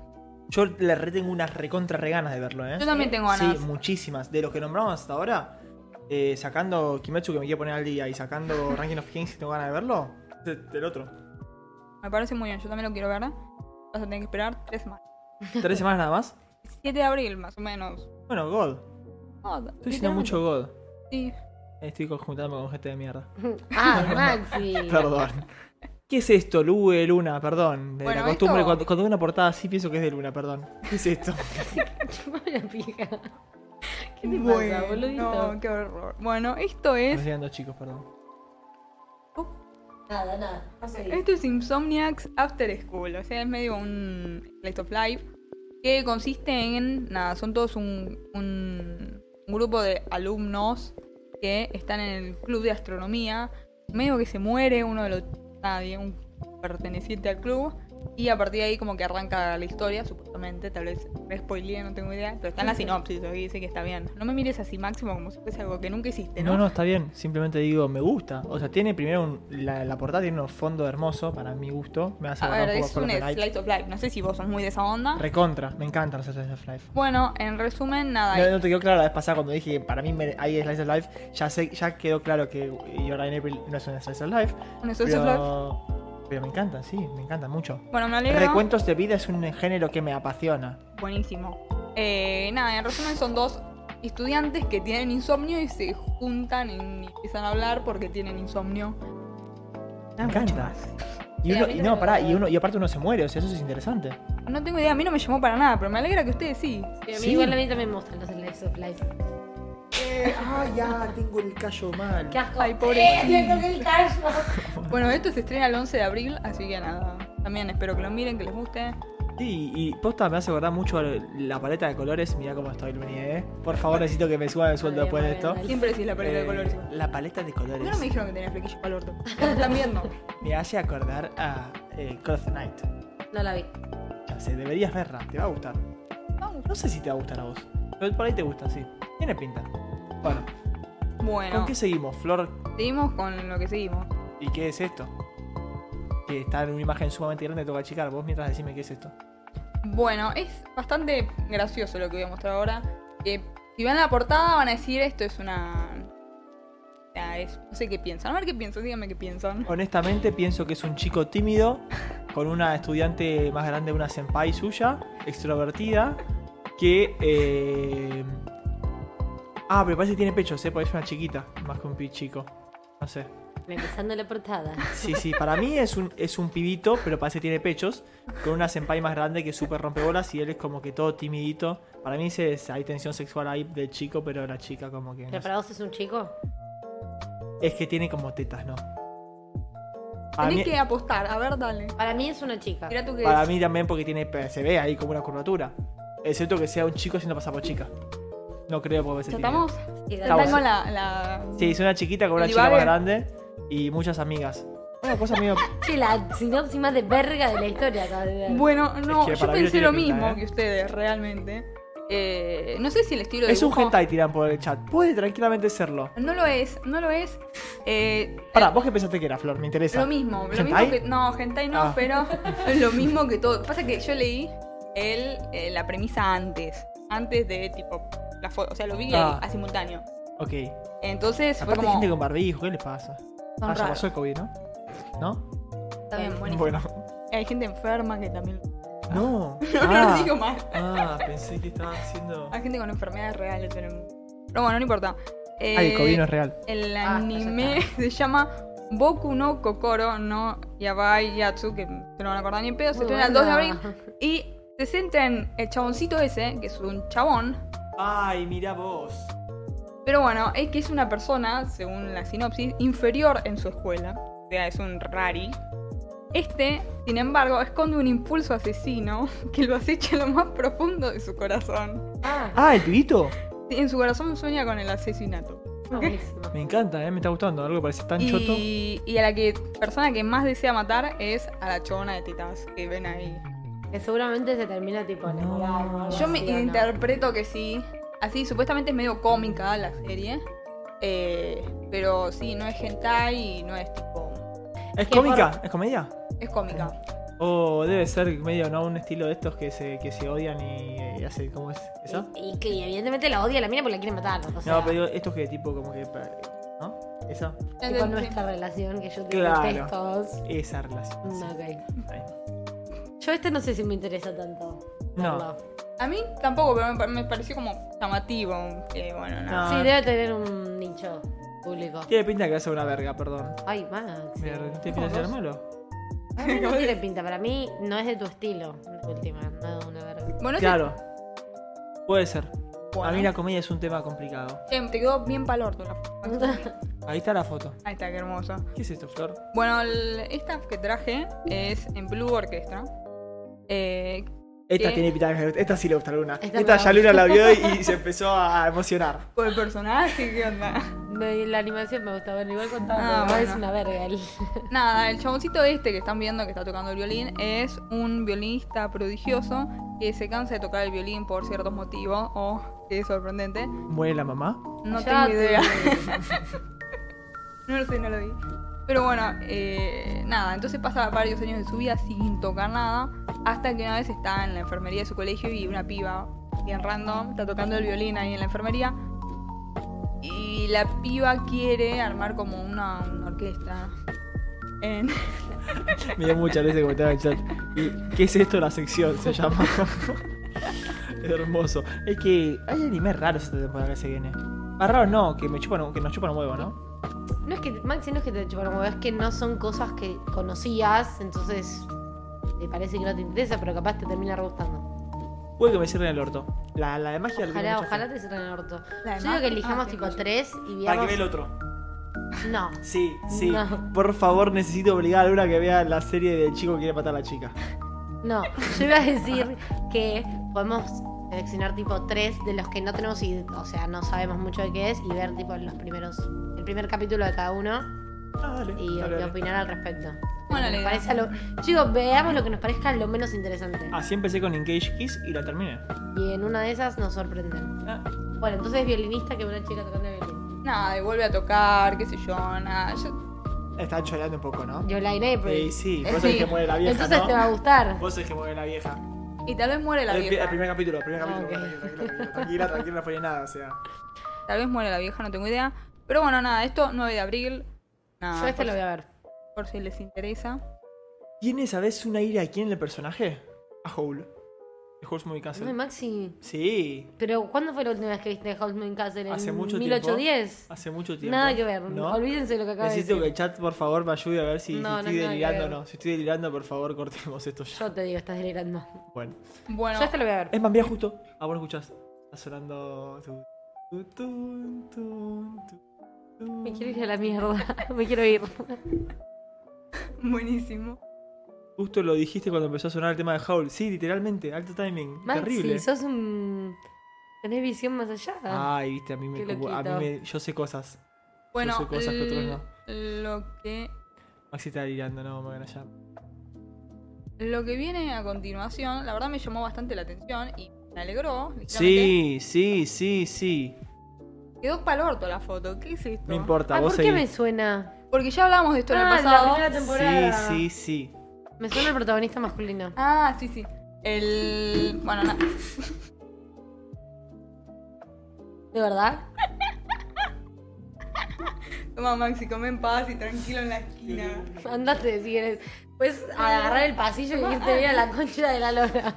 Speaker 1: Yo le retengo unas recontra reganas de verlo, ¿eh?
Speaker 3: yo también tengo ganas.
Speaker 1: Sí, muchísimas. De los que nombramos hasta ahora, eh, sacando Kimetsu, que me quiero poner al día, y sacando Ranking of Kings, que tengo ganas de verlo, es del otro.
Speaker 3: Me parece muy bien, yo también lo quiero ver. Vas a tener que esperar tres más.
Speaker 1: ¿Tres semanas nada más?
Speaker 3: 7 de abril, más o menos.
Speaker 1: Bueno, God.
Speaker 3: No,
Speaker 1: Estoy diciendo mucho God.
Speaker 3: Sí.
Speaker 1: Estoy conjuntándome con gente de mierda.
Speaker 3: <laughs>
Speaker 2: Ah, Maxi.
Speaker 1: Perdón. ¿Qué es esto? Lue, Luna, perdón. De
Speaker 3: Bueno,
Speaker 1: la costumbre,
Speaker 3: esto-
Speaker 1: cuando, cuando veo una portada así pienso que es de Luna, perdón. ¿Qué es
Speaker 3: <laughs>
Speaker 1: esto?
Speaker 2: Chupame la pija. ¿Qué te pasa,
Speaker 3: Bueno,
Speaker 2: boludito?
Speaker 3: no, qué horror. Bueno, esto
Speaker 1: Me
Speaker 3: es.
Speaker 1: decían dos chicos, perdón.
Speaker 2: Nada, nada. No sé.
Speaker 3: Esto es Insomniacs After School. O sea, es medio un slice of life. Que consiste en. Nada, son todos un, un grupo de alumnos que están en el club de astronomía. Medio que se muere uno de los. Nadie, un perteneciente al club. Y a partir de ahí, como que arranca la historia, supuestamente. Tal vez me spoileé, no tengo idea. Pero está en la sinopsis, aquí dice que está bien. No me mires así, Máximo, como si fuese algo que nunca hiciste, ¿no?
Speaker 1: No, no, está bien. Simplemente digo, me gusta. O sea, tiene primero un- la, la portada tiene un fondo hermoso para mi gusto. Me hace
Speaker 3: A
Speaker 1: acordar
Speaker 3: ver,
Speaker 1: un poco a
Speaker 3: es un
Speaker 1: Call of the Night.
Speaker 3: slice of life. No sé si vos sos muy de esa onda.
Speaker 1: Recontra, me encantan los Slice of Life.
Speaker 3: Bueno, en resumen, nada.
Speaker 1: No, no te quedó claro la vez pasada cuando dije que para mí me- hay Slice of Life. Ya, sé, ya quedó claro que Your in April no es un Slice of Life.
Speaker 3: Bueno, eso es otro-
Speaker 1: Pero, pero me encanta, sí, me encanta mucho.
Speaker 3: Bueno, me alegro.
Speaker 1: Recuentos de vida es un género que me apasiona.
Speaker 3: Buenísimo. Eh, nada, en resumen son dos estudiantes que tienen insomnio y se juntan y empiezan a hablar porque tienen insomnio.
Speaker 1: Me
Speaker 3: Ah, mucho
Speaker 1: encanta.
Speaker 3: más.
Speaker 1: Y,
Speaker 2: Sí,
Speaker 1: uno,
Speaker 2: a mí
Speaker 1: y
Speaker 2: no
Speaker 1: no,
Speaker 2: me
Speaker 1: pará,
Speaker 2: acordaba.
Speaker 1: y, uno, y aparte uno se muere, o sea, eso es interesante.
Speaker 3: No tengo idea, a mí no me llamó para nada, pero me alegra que ustedes sí.
Speaker 2: Pero a mí
Speaker 1: Sí.
Speaker 2: igual a mí también me gustan los slice of life.
Speaker 1: ah, ya, tengo el callo mal.
Speaker 2: ¡Qué asco!
Speaker 3: Ay, pobre.
Speaker 2: ¡Eh, le toqué el callo!
Speaker 3: Bueno, esto se estrena el 11 de abril, así que nada. También espero que lo miren, que les guste.
Speaker 1: Sí, y posta me hace acordar mucho la paleta de colores. Mirá cómo estoy, venía, eh. Por favor, necesito que me suban el sueldo
Speaker 2: Muy
Speaker 1: después de
Speaker 2: bien,
Speaker 1: esto.
Speaker 2: muy bien,
Speaker 3: Siempre decís la paleta de
Speaker 1: Eh,
Speaker 3: colores.
Speaker 1: la paleta de
Speaker 3: ¿Por qué no me
Speaker 1: colores
Speaker 3: dijeron que tenía flequillo
Speaker 1: <laughs>
Speaker 3: para el orto? Me están viendo.
Speaker 1: me hace acordar a eh, Call of the Night.
Speaker 2: No la vi.
Speaker 1: O sea, deberías verla, te va a gustar. No sé si te va a gustar a vos, pero por ahí te gusta, sí. Tiene pinta. Bueno, ¿con
Speaker 3: Bueno,
Speaker 1: qué seguimos, Flor?
Speaker 3: seguimos con lo que seguimos.
Speaker 1: ¿Y qué es esto? Que está en una imagen sumamente grande, tengo que achicar. Vos mientras decime qué es esto.
Speaker 3: Bueno, es bastante gracioso lo que voy a mostrar ahora. Eh, si ven la portada van a decir esto es una... o sea, es- No sé qué piensan. A ver qué piensan, díganme qué piensan.
Speaker 1: Honestamente pienso que es un chico tímido, con una estudiante más grande, una senpai suya, extrovertida, que... eh, Ah, pero parece que tiene pechos, ¿eh? Porque es una chiquita, más que un pi- chico. No sé.
Speaker 2: Empezando la portada.
Speaker 1: Sí, sí, para mí es un, es un pibito, pero parece que tiene pechos, con una senpai más grande que súper rompebolas y él es como que todo timidito. Para mí se- se- hay tensión sexual ahí del chico, pero la chica como que... no
Speaker 2: ¿Pero
Speaker 1: sé.
Speaker 2: para vos es un chico?
Speaker 1: Es que tiene como tetas, ¿no? Para mí,
Speaker 3: Tenés que apostar. A ver, dale.
Speaker 2: Para mí es una chica.
Speaker 3: Mira tú que...
Speaker 1: para mí también porque tiene se ve ahí como una curvatura. Excepto que sea un chico haciendo pasar por chica. No creo porque se
Speaker 3: ¿Ya estamos?
Speaker 2: Sí,
Speaker 3: Ya
Speaker 2: dale.
Speaker 1: Estamos.
Speaker 3: tengo la... la-
Speaker 1: Sí, es una chiquita con una
Speaker 3: ¿El
Speaker 1: chica
Speaker 3: Ibague?
Speaker 1: más grande y muchas amigas. Una cosa
Speaker 3: <laughs>
Speaker 1: medio...
Speaker 2: Che, la sinopsis más de verga de la historia acabo de ver.
Speaker 3: Bueno, no,
Speaker 1: que
Speaker 3: yo
Speaker 1: para mí no
Speaker 3: pensé
Speaker 1: tiene
Speaker 3: lo
Speaker 1: pinta,
Speaker 3: mismo
Speaker 1: ¿eh?
Speaker 3: que ustedes, realmente. Eh, no sé si el estilo de
Speaker 1: Es un
Speaker 3: dibujo-
Speaker 1: hentai tiran por el chat. Puede tranquilamente serlo.
Speaker 3: No lo es, no lo es. Eh,
Speaker 1: Pará, vos qué pensaste que era, Flor, me interesa.
Speaker 3: Lo mismo, lo mismo
Speaker 1: ¿Hentai?
Speaker 3: que. No, Gentai no,
Speaker 1: Ah.
Speaker 3: pero <laughs> lo mismo que todo. Pasa que yo leí el, eh, la premisa antes. Antes de tipo. La fo- o sea, lo vi ahí,
Speaker 1: Ah.
Speaker 3: a simultáneo.
Speaker 1: Ok.
Speaker 3: Entonces
Speaker 1: Aparte
Speaker 3: fue
Speaker 1: hay
Speaker 3: como.
Speaker 1: gente con barbijo, ¿qué les pasa?
Speaker 3: Son
Speaker 1: ah, ya
Speaker 3: raros.
Speaker 1: pasó el COVID, ¿no? ¿No?
Speaker 3: Está bien, buenísimo. <laughs>
Speaker 1: Bueno.
Speaker 3: Hay gente enferma que también. <laughs>
Speaker 1: No.
Speaker 3: No,
Speaker 1: ah,
Speaker 3: no digo más.
Speaker 1: ah, pensé que estaba haciendo...
Speaker 3: Hay gente con enfermedades reales. Pero, pero bueno, no importa. Eh,
Speaker 1: Ay, el COVID no es real.
Speaker 3: El
Speaker 2: Ah, ya
Speaker 3: anime <laughs> se llama Boku no Kokoro no Yabai Yatsu, que no van a acordar ni en pedo. Se
Speaker 2: Muy
Speaker 3: estrena el 2 de
Speaker 2: buena.
Speaker 3: abril. Y se centra en el chaboncito ese, que es un chabón,
Speaker 1: Ay, mira vos.
Speaker 3: Pero bueno, es que es una persona, según la sinopsis, inferior en su escuela. O sea, es un rari. Este, sin embargo, esconde un impulso asesino <laughs> que lo acecha en lo más profundo de su corazón.
Speaker 2: Ah,
Speaker 1: Ah, el pibito.
Speaker 3: Sí, En su corazón sueña con el asesinato.
Speaker 2: no, buenísimo.
Speaker 1: Me encanta, eh, me está gustando. Algo que parece tan choto.
Speaker 3: Y, y a la que persona que más desea matar es a la chona de tetas que ven ahí.
Speaker 2: Que seguramente se termina tipo enamorando, algo
Speaker 3: Yo me
Speaker 2: así, ¿o no?
Speaker 3: interpreto que sí. Así, supuestamente es medio cómica la serie. Eh, pero sí, no es hentai y no es tipo.
Speaker 1: ¿Es
Speaker 2: que
Speaker 1: cómica? ¿Es comedia?
Speaker 3: Es cómica.
Speaker 1: O debe ser medio, ¿no? Un estilo de estos que se, que se odian y, y hace. ¿Cómo es eso?
Speaker 2: Y, y que evidentemente la odia la mina porque la quiere matar. O sea,
Speaker 1: No, pero digo, estos que tipo como que. pa- ¿No? ¿Esa?
Speaker 2: tipo nuestra relación que yo te
Speaker 1: Claro.
Speaker 2: detesto.
Speaker 1: Esa relación.
Speaker 2: Mm, ok.
Speaker 1: Ahí.
Speaker 2: Yo este no sé si me interesa tanto.
Speaker 1: No.
Speaker 2: verlo.
Speaker 3: A mí tampoco, pero me pa- me pareció como llamativo. que bueno, nada.
Speaker 1: No.
Speaker 2: Sí, debe tener un nicho público.
Speaker 1: Tiene pinta que va a ser una verga, perdón.
Speaker 2: Ay, Max.
Speaker 1: Mira, ¿Tiene pinta de ser malo?
Speaker 2: Para mí
Speaker 1: <laughs>
Speaker 2: no tiene pinta, para mí no es de tu estilo. de Última, no de una
Speaker 1: <laughs>
Speaker 2: verga.
Speaker 3: Bueno, ese-
Speaker 1: Claro. Puede ser. A
Speaker 3: bueno,
Speaker 1: mí la comedia es un tema complicado.
Speaker 3: che, te quedó bien pa'l orto
Speaker 1: <laughs>
Speaker 3: la foto.
Speaker 1: Ahí está la foto.
Speaker 3: Ahí está, qué hermoso.
Speaker 1: ¿Qué es esto, Flor?
Speaker 3: Bueno, el- esta que traje es en Blue Orchestra. Eh,
Speaker 1: Esta
Speaker 3: ¿Qué?
Speaker 1: tiene pinta de... Esta sí le gusta a Luna.
Speaker 2: Esta
Speaker 1: Esta,
Speaker 2: me va.
Speaker 1: ya Luna la vio y,
Speaker 2: <laughs>
Speaker 1: y se empezó a emocionar.
Speaker 3: por el personaje, ¿qué onda?
Speaker 1: <laughs>
Speaker 2: Me- la animación me gusta, bueno, igual
Speaker 3: Ah,
Speaker 2: contaba
Speaker 3: bueno.
Speaker 2: es una verga. el-
Speaker 3: Nada, el chaboncito este que están viendo que está tocando el violín es un violinista prodigioso que se cansa de tocar el violín por ciertos motivos. Oh, qué sorprendente.
Speaker 1: ¿Muere la mamá?
Speaker 3: No
Speaker 2: Ya
Speaker 3: tengo
Speaker 2: te-
Speaker 3: idea. No lo sé, no lo vi. Pero bueno, eh, nada, entonces pasa varios años de su vida sin tocar nada, hasta que una vez está en la enfermería de su colegio y una piba, bien random, está tocando el violín ahí en la enfermería. Y la piba quiere armar como una, una orquesta. En-
Speaker 1: Me dio mucha risa que comentario en el chat. ¿Y qué es esto? La sección se llama. <laughs> es hermoso. Es que hay animes raros esta temporada que se viene. Más raros no, que, me chupan, un- que nos chupan un huevo, ¿no?
Speaker 2: <laughs> No es que, Maxi, no es que te chuparon huevo, es que no son cosas que conocías, entonces te parece que no te interesa, pero capaz te termina re gustando.
Speaker 1: Puede que me cierren el orto. La, la de magia le tengo
Speaker 2: Ojalá,
Speaker 1: mucha fe.
Speaker 2: ojalá te cierren el orto.
Speaker 3: La
Speaker 2: Yo digo
Speaker 3: demás-
Speaker 2: que elijamos
Speaker 3: ah,
Speaker 2: tipo
Speaker 3: tengo-
Speaker 2: tres y
Speaker 1: Para que
Speaker 2: veamos.
Speaker 1: vea el otro.
Speaker 2: No.
Speaker 1: Sí, sí.
Speaker 2: No.
Speaker 1: Por favor, necesito obligar a Luna que vea la serie del chico que quiere matar a la chica.
Speaker 2: No, <laughs> yo iba a decir que podemos seleccionar tipo tres de los que no tenemos y, o sea, no sabemos mucho de qué es y ver tipo los primeros, el primer capítulo de cada uno
Speaker 1: Ah, dale.
Speaker 2: y,
Speaker 1: dale,
Speaker 2: y
Speaker 1: dale.
Speaker 2: opinar al respecto.
Speaker 3: Bueno, la
Speaker 2: Nos
Speaker 3: idea.
Speaker 2: parece lo, chicos, veamos lo que nos parezca lo menos interesante.
Speaker 1: Así empecé con Engage Kiss y la terminé.
Speaker 2: Y en una de esas nos sorprenden.
Speaker 1: Ah,
Speaker 2: Bueno, entonces violinista que una chica tocando el violín.
Speaker 3: Nada, y vuelve a tocar, qué sé yo, nada. Yo-
Speaker 1: está choreando un poco, ¿no?
Speaker 2: Yolaine
Speaker 1: Sí,
Speaker 2: April.
Speaker 1: sí.
Speaker 3: Sí.
Speaker 1: Vos sos el que muere la vieja,
Speaker 2: entonces
Speaker 1: ¿no?
Speaker 2: te va a gustar.
Speaker 1: Vos sos el que muere la vieja.
Speaker 3: Y tal vez muere la
Speaker 1: el, pi-
Speaker 3: vieja.
Speaker 1: el primer capítulo, el primer
Speaker 2: Ah,
Speaker 1: capítulo.
Speaker 2: ok.
Speaker 1: Tranquila, tranquila, tranquila, tranquila, no fue nada, o sea.
Speaker 3: Tal vez muere la vieja, no tengo idea. Pero bueno, nada, esto 9 de abril. Nada,
Speaker 2: Yo este
Speaker 3: por,
Speaker 2: lo voy a ver.
Speaker 3: por si les interesa.
Speaker 1: ¿Tiene, sabes, un aire aquí en el personaje? A Howl. De Howl's Movie
Speaker 2: Ay,
Speaker 1: Castle.
Speaker 2: Maxi.
Speaker 1: Sí,
Speaker 2: Pero ¿cuándo fue la última vez que viste Holtzman Castle? ¿En
Speaker 1: Hace mucho tiempo.
Speaker 2: 1810?
Speaker 1: hace mucho tiempo.
Speaker 2: Nada que ver.
Speaker 1: ¿No?
Speaker 2: Olvídense de lo que acabo
Speaker 1: Necesito
Speaker 2: de
Speaker 1: que
Speaker 2: decir.
Speaker 1: el chat, por favor, me ayude a ver si, si
Speaker 2: No, no
Speaker 1: estoy
Speaker 2: es nada que
Speaker 1: delirando o
Speaker 2: ver.
Speaker 1: no. Si estoy delirando, por favor, cortemos esto ya.
Speaker 2: Yo te digo, estás delirando.
Speaker 1: Bueno.
Speaker 3: Bueno,
Speaker 2: Yo este lo voy a ver.
Speaker 1: Es más, mira justo. Ah, vos lo escuchás. Está sonando. tu, tu, tun, tun, tu, tun.
Speaker 2: Me quiero ir a la mierda. <laughs> Me quiero ir.
Speaker 3: buenísimo.
Speaker 1: Justo lo dijiste cuando empezó a sonar el tema de Howl. Sí, literalmente. Alto timing.
Speaker 2: Maxi,
Speaker 1: Terrible. Ah,
Speaker 2: sos un... Tenés visión más allá.
Speaker 1: Ay, viste, a mí me.
Speaker 2: Qué
Speaker 1: como- A mí
Speaker 2: loquito.
Speaker 1: me- yo sé cosas.
Speaker 3: Bueno,
Speaker 1: sé cosas que otros no.
Speaker 3: l- lo que
Speaker 1: Maxi está delirando, no, me van allá.
Speaker 3: lo que viene a continuación, la verdad me llamó bastante la atención y me alegró. ligeramente.
Speaker 1: Sí, sí, sí, sí.
Speaker 3: Quedó pa'l orto la foto, ¿qué es esto?
Speaker 1: No importa,
Speaker 2: Ay,
Speaker 1: vos
Speaker 2: Ah, ¿por qué
Speaker 1: seguí.
Speaker 2: me suena?
Speaker 3: Porque ya hablábamos de esto en el
Speaker 2: Ah,
Speaker 3: pasado.
Speaker 2: primera
Speaker 1: Sí, sí, sí.
Speaker 2: Me suena el protagonista masculino.
Speaker 3: Ah, sí, sí. El. Bueno, nada. <laughs>
Speaker 2: ¿De verdad?
Speaker 3: Toma, Maxi, come en paz y tranquilo en la esquina.
Speaker 2: Andate si quieres. Puedes agarrar el pasillo y irte bien a la concha de la lora.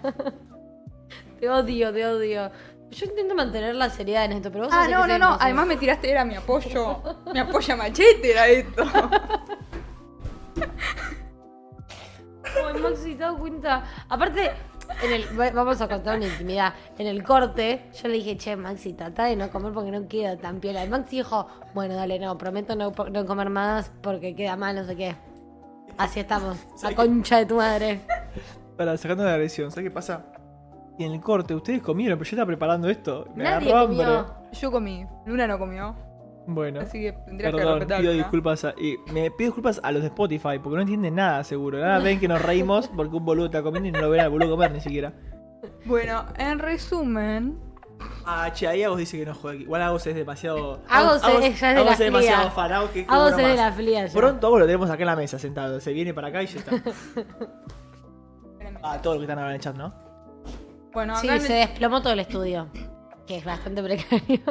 Speaker 2: te odio, te odio. Yo intento mantener la seriedad en esto, pero vos
Speaker 3: Ah,
Speaker 2: haces que
Speaker 3: no,
Speaker 2: sea
Speaker 3: no, no.
Speaker 2: imposible.
Speaker 3: Además me tiraste, era mi apoyo. Mi apoyo a machete
Speaker 2: <laughs>
Speaker 3: era esto.
Speaker 2: Ay, Maxi, te das cuenta. Aparte, En el- va- vamos a contar una intimidad. En el corte, yo le dije, che, Maxi, trata de no comer porque no queda tan piola. Y Maxi dijo, bueno, dale, no, prometo no, po- no comer más porque queda mal, no sé qué.
Speaker 1: <laughs>
Speaker 2: Así estamos, la concha de tu madre.
Speaker 1: Para sacando la agresión, ¿sabes qué pasa? Y en el corte, ustedes comieron, pero yo estaba preparando esto. Me
Speaker 2: Nadie
Speaker 1: agarró hambre.
Speaker 2: comió.
Speaker 3: Yo comí. Luna no comió.
Speaker 1: Bueno,
Speaker 3: Así que tendrías que
Speaker 1: perdón,
Speaker 3: respetar.
Speaker 1: pido disculpas. A, y me pido disculpas a los de Spotify, porque no entienden nada, seguro. Nada, ven que nos reímos porque un boludo está comiendo y no lo ven al boludo comer ni siquiera.
Speaker 3: Bueno, en resumen,
Speaker 1: Ah, che, ahí Agos dice que no juega aquí. Igual Agos es demasiado.
Speaker 2: Agos es- ya es de la
Speaker 1: Agos es demasiado
Speaker 2: fría.
Speaker 1: fan. Agos, que- que
Speaker 2: Hago
Speaker 1: uno
Speaker 2: se de
Speaker 1: más.
Speaker 2: la fría ya.
Speaker 1: Pronto Agos lo tenemos acá en la mesa sentado. Se viene para acá y ya
Speaker 2: <laughs>
Speaker 1: está. Ah, todo lo que están hablando en el chat, ¿no?
Speaker 3: bueno,
Speaker 2: Sí,
Speaker 3: acá en
Speaker 2: se
Speaker 3: el-
Speaker 2: desplomó todo el estudio. Que es bastante precario.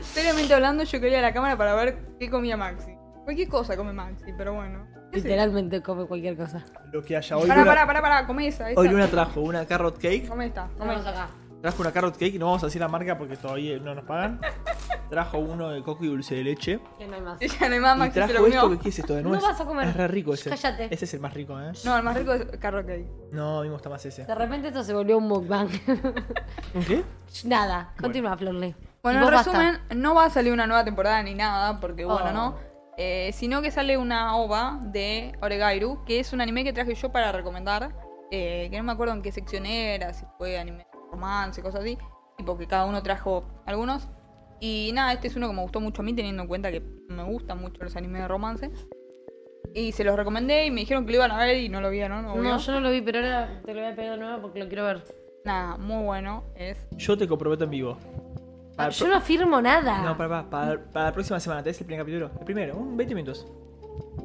Speaker 3: seriamente hablando, yo quería la cámara para ver qué comía Maxi. Cualquier cosa come Maxi, pero bueno. ¿Qué sé?
Speaker 2: Literalmente come cualquier cosa.
Speaker 1: Lo que haya hoy.
Speaker 3: Pará,
Speaker 1: Luna-
Speaker 3: pará, pará, pará, come esa, esa.
Speaker 1: Hoy Luna trajo una carrot cake.
Speaker 3: Come esta, come
Speaker 2: Vamos
Speaker 3: esta. <laughs>
Speaker 2: acá.
Speaker 1: Trajo una carrot cake, no vamos a decir la marca porque todavía no nos pagan. <laughs> Trajo uno de coco y dulce de leche.
Speaker 2: Que no hay más.
Speaker 3: Ella no hay más,
Speaker 1: Y
Speaker 3: Maxi se lo
Speaker 1: trajo esto, que
Speaker 3: comió.
Speaker 1: ¿qué es esto de
Speaker 2: No
Speaker 1: nuez?
Speaker 2: vas a comer.
Speaker 1: Es re rico ese.
Speaker 2: Cállate.
Speaker 1: Ese es el más rico, ¿eh?
Speaker 3: No, el más rico es carrot cake.
Speaker 1: No, a mí me gusta más ese.
Speaker 2: De repente esto se volvió un mukbang. <laughs>
Speaker 1: ¿Un qué?
Speaker 2: Nada, continúa, Florley.
Speaker 3: Bueno,
Speaker 2: Y
Speaker 3: en
Speaker 2: vos basta.
Speaker 3: resumen, no va a salir una nueva temporada ni nada, porque
Speaker 2: Oh.
Speaker 3: bueno, no. Eh, sino que sale una OVA de Oregairu, que es un anime que traje yo para recomendar. eh, que no me acuerdo en qué sección era, si fue anime romance, cosas así. Y porque cada uno trajo algunos. Y nada, este es uno que me gustó mucho a mí, teniendo en cuenta que me gustan mucho los animes de romance. Y se los recomendé y me dijeron que lo iban a ver y no lo vieron, obvio.
Speaker 2: No, yo no lo vi, pero ahora te lo voy a pedir de nuevo porque lo quiero ver.
Speaker 3: Nada, muy bueno es.
Speaker 1: Yo te comprometo en vivo. Para el
Speaker 2: Ah, Yo
Speaker 1: pro-
Speaker 2: no afirmo nada.
Speaker 1: No, para, para, para- para la próxima semana, ¿te es el primer capítulo? El primero, un 20 minutos.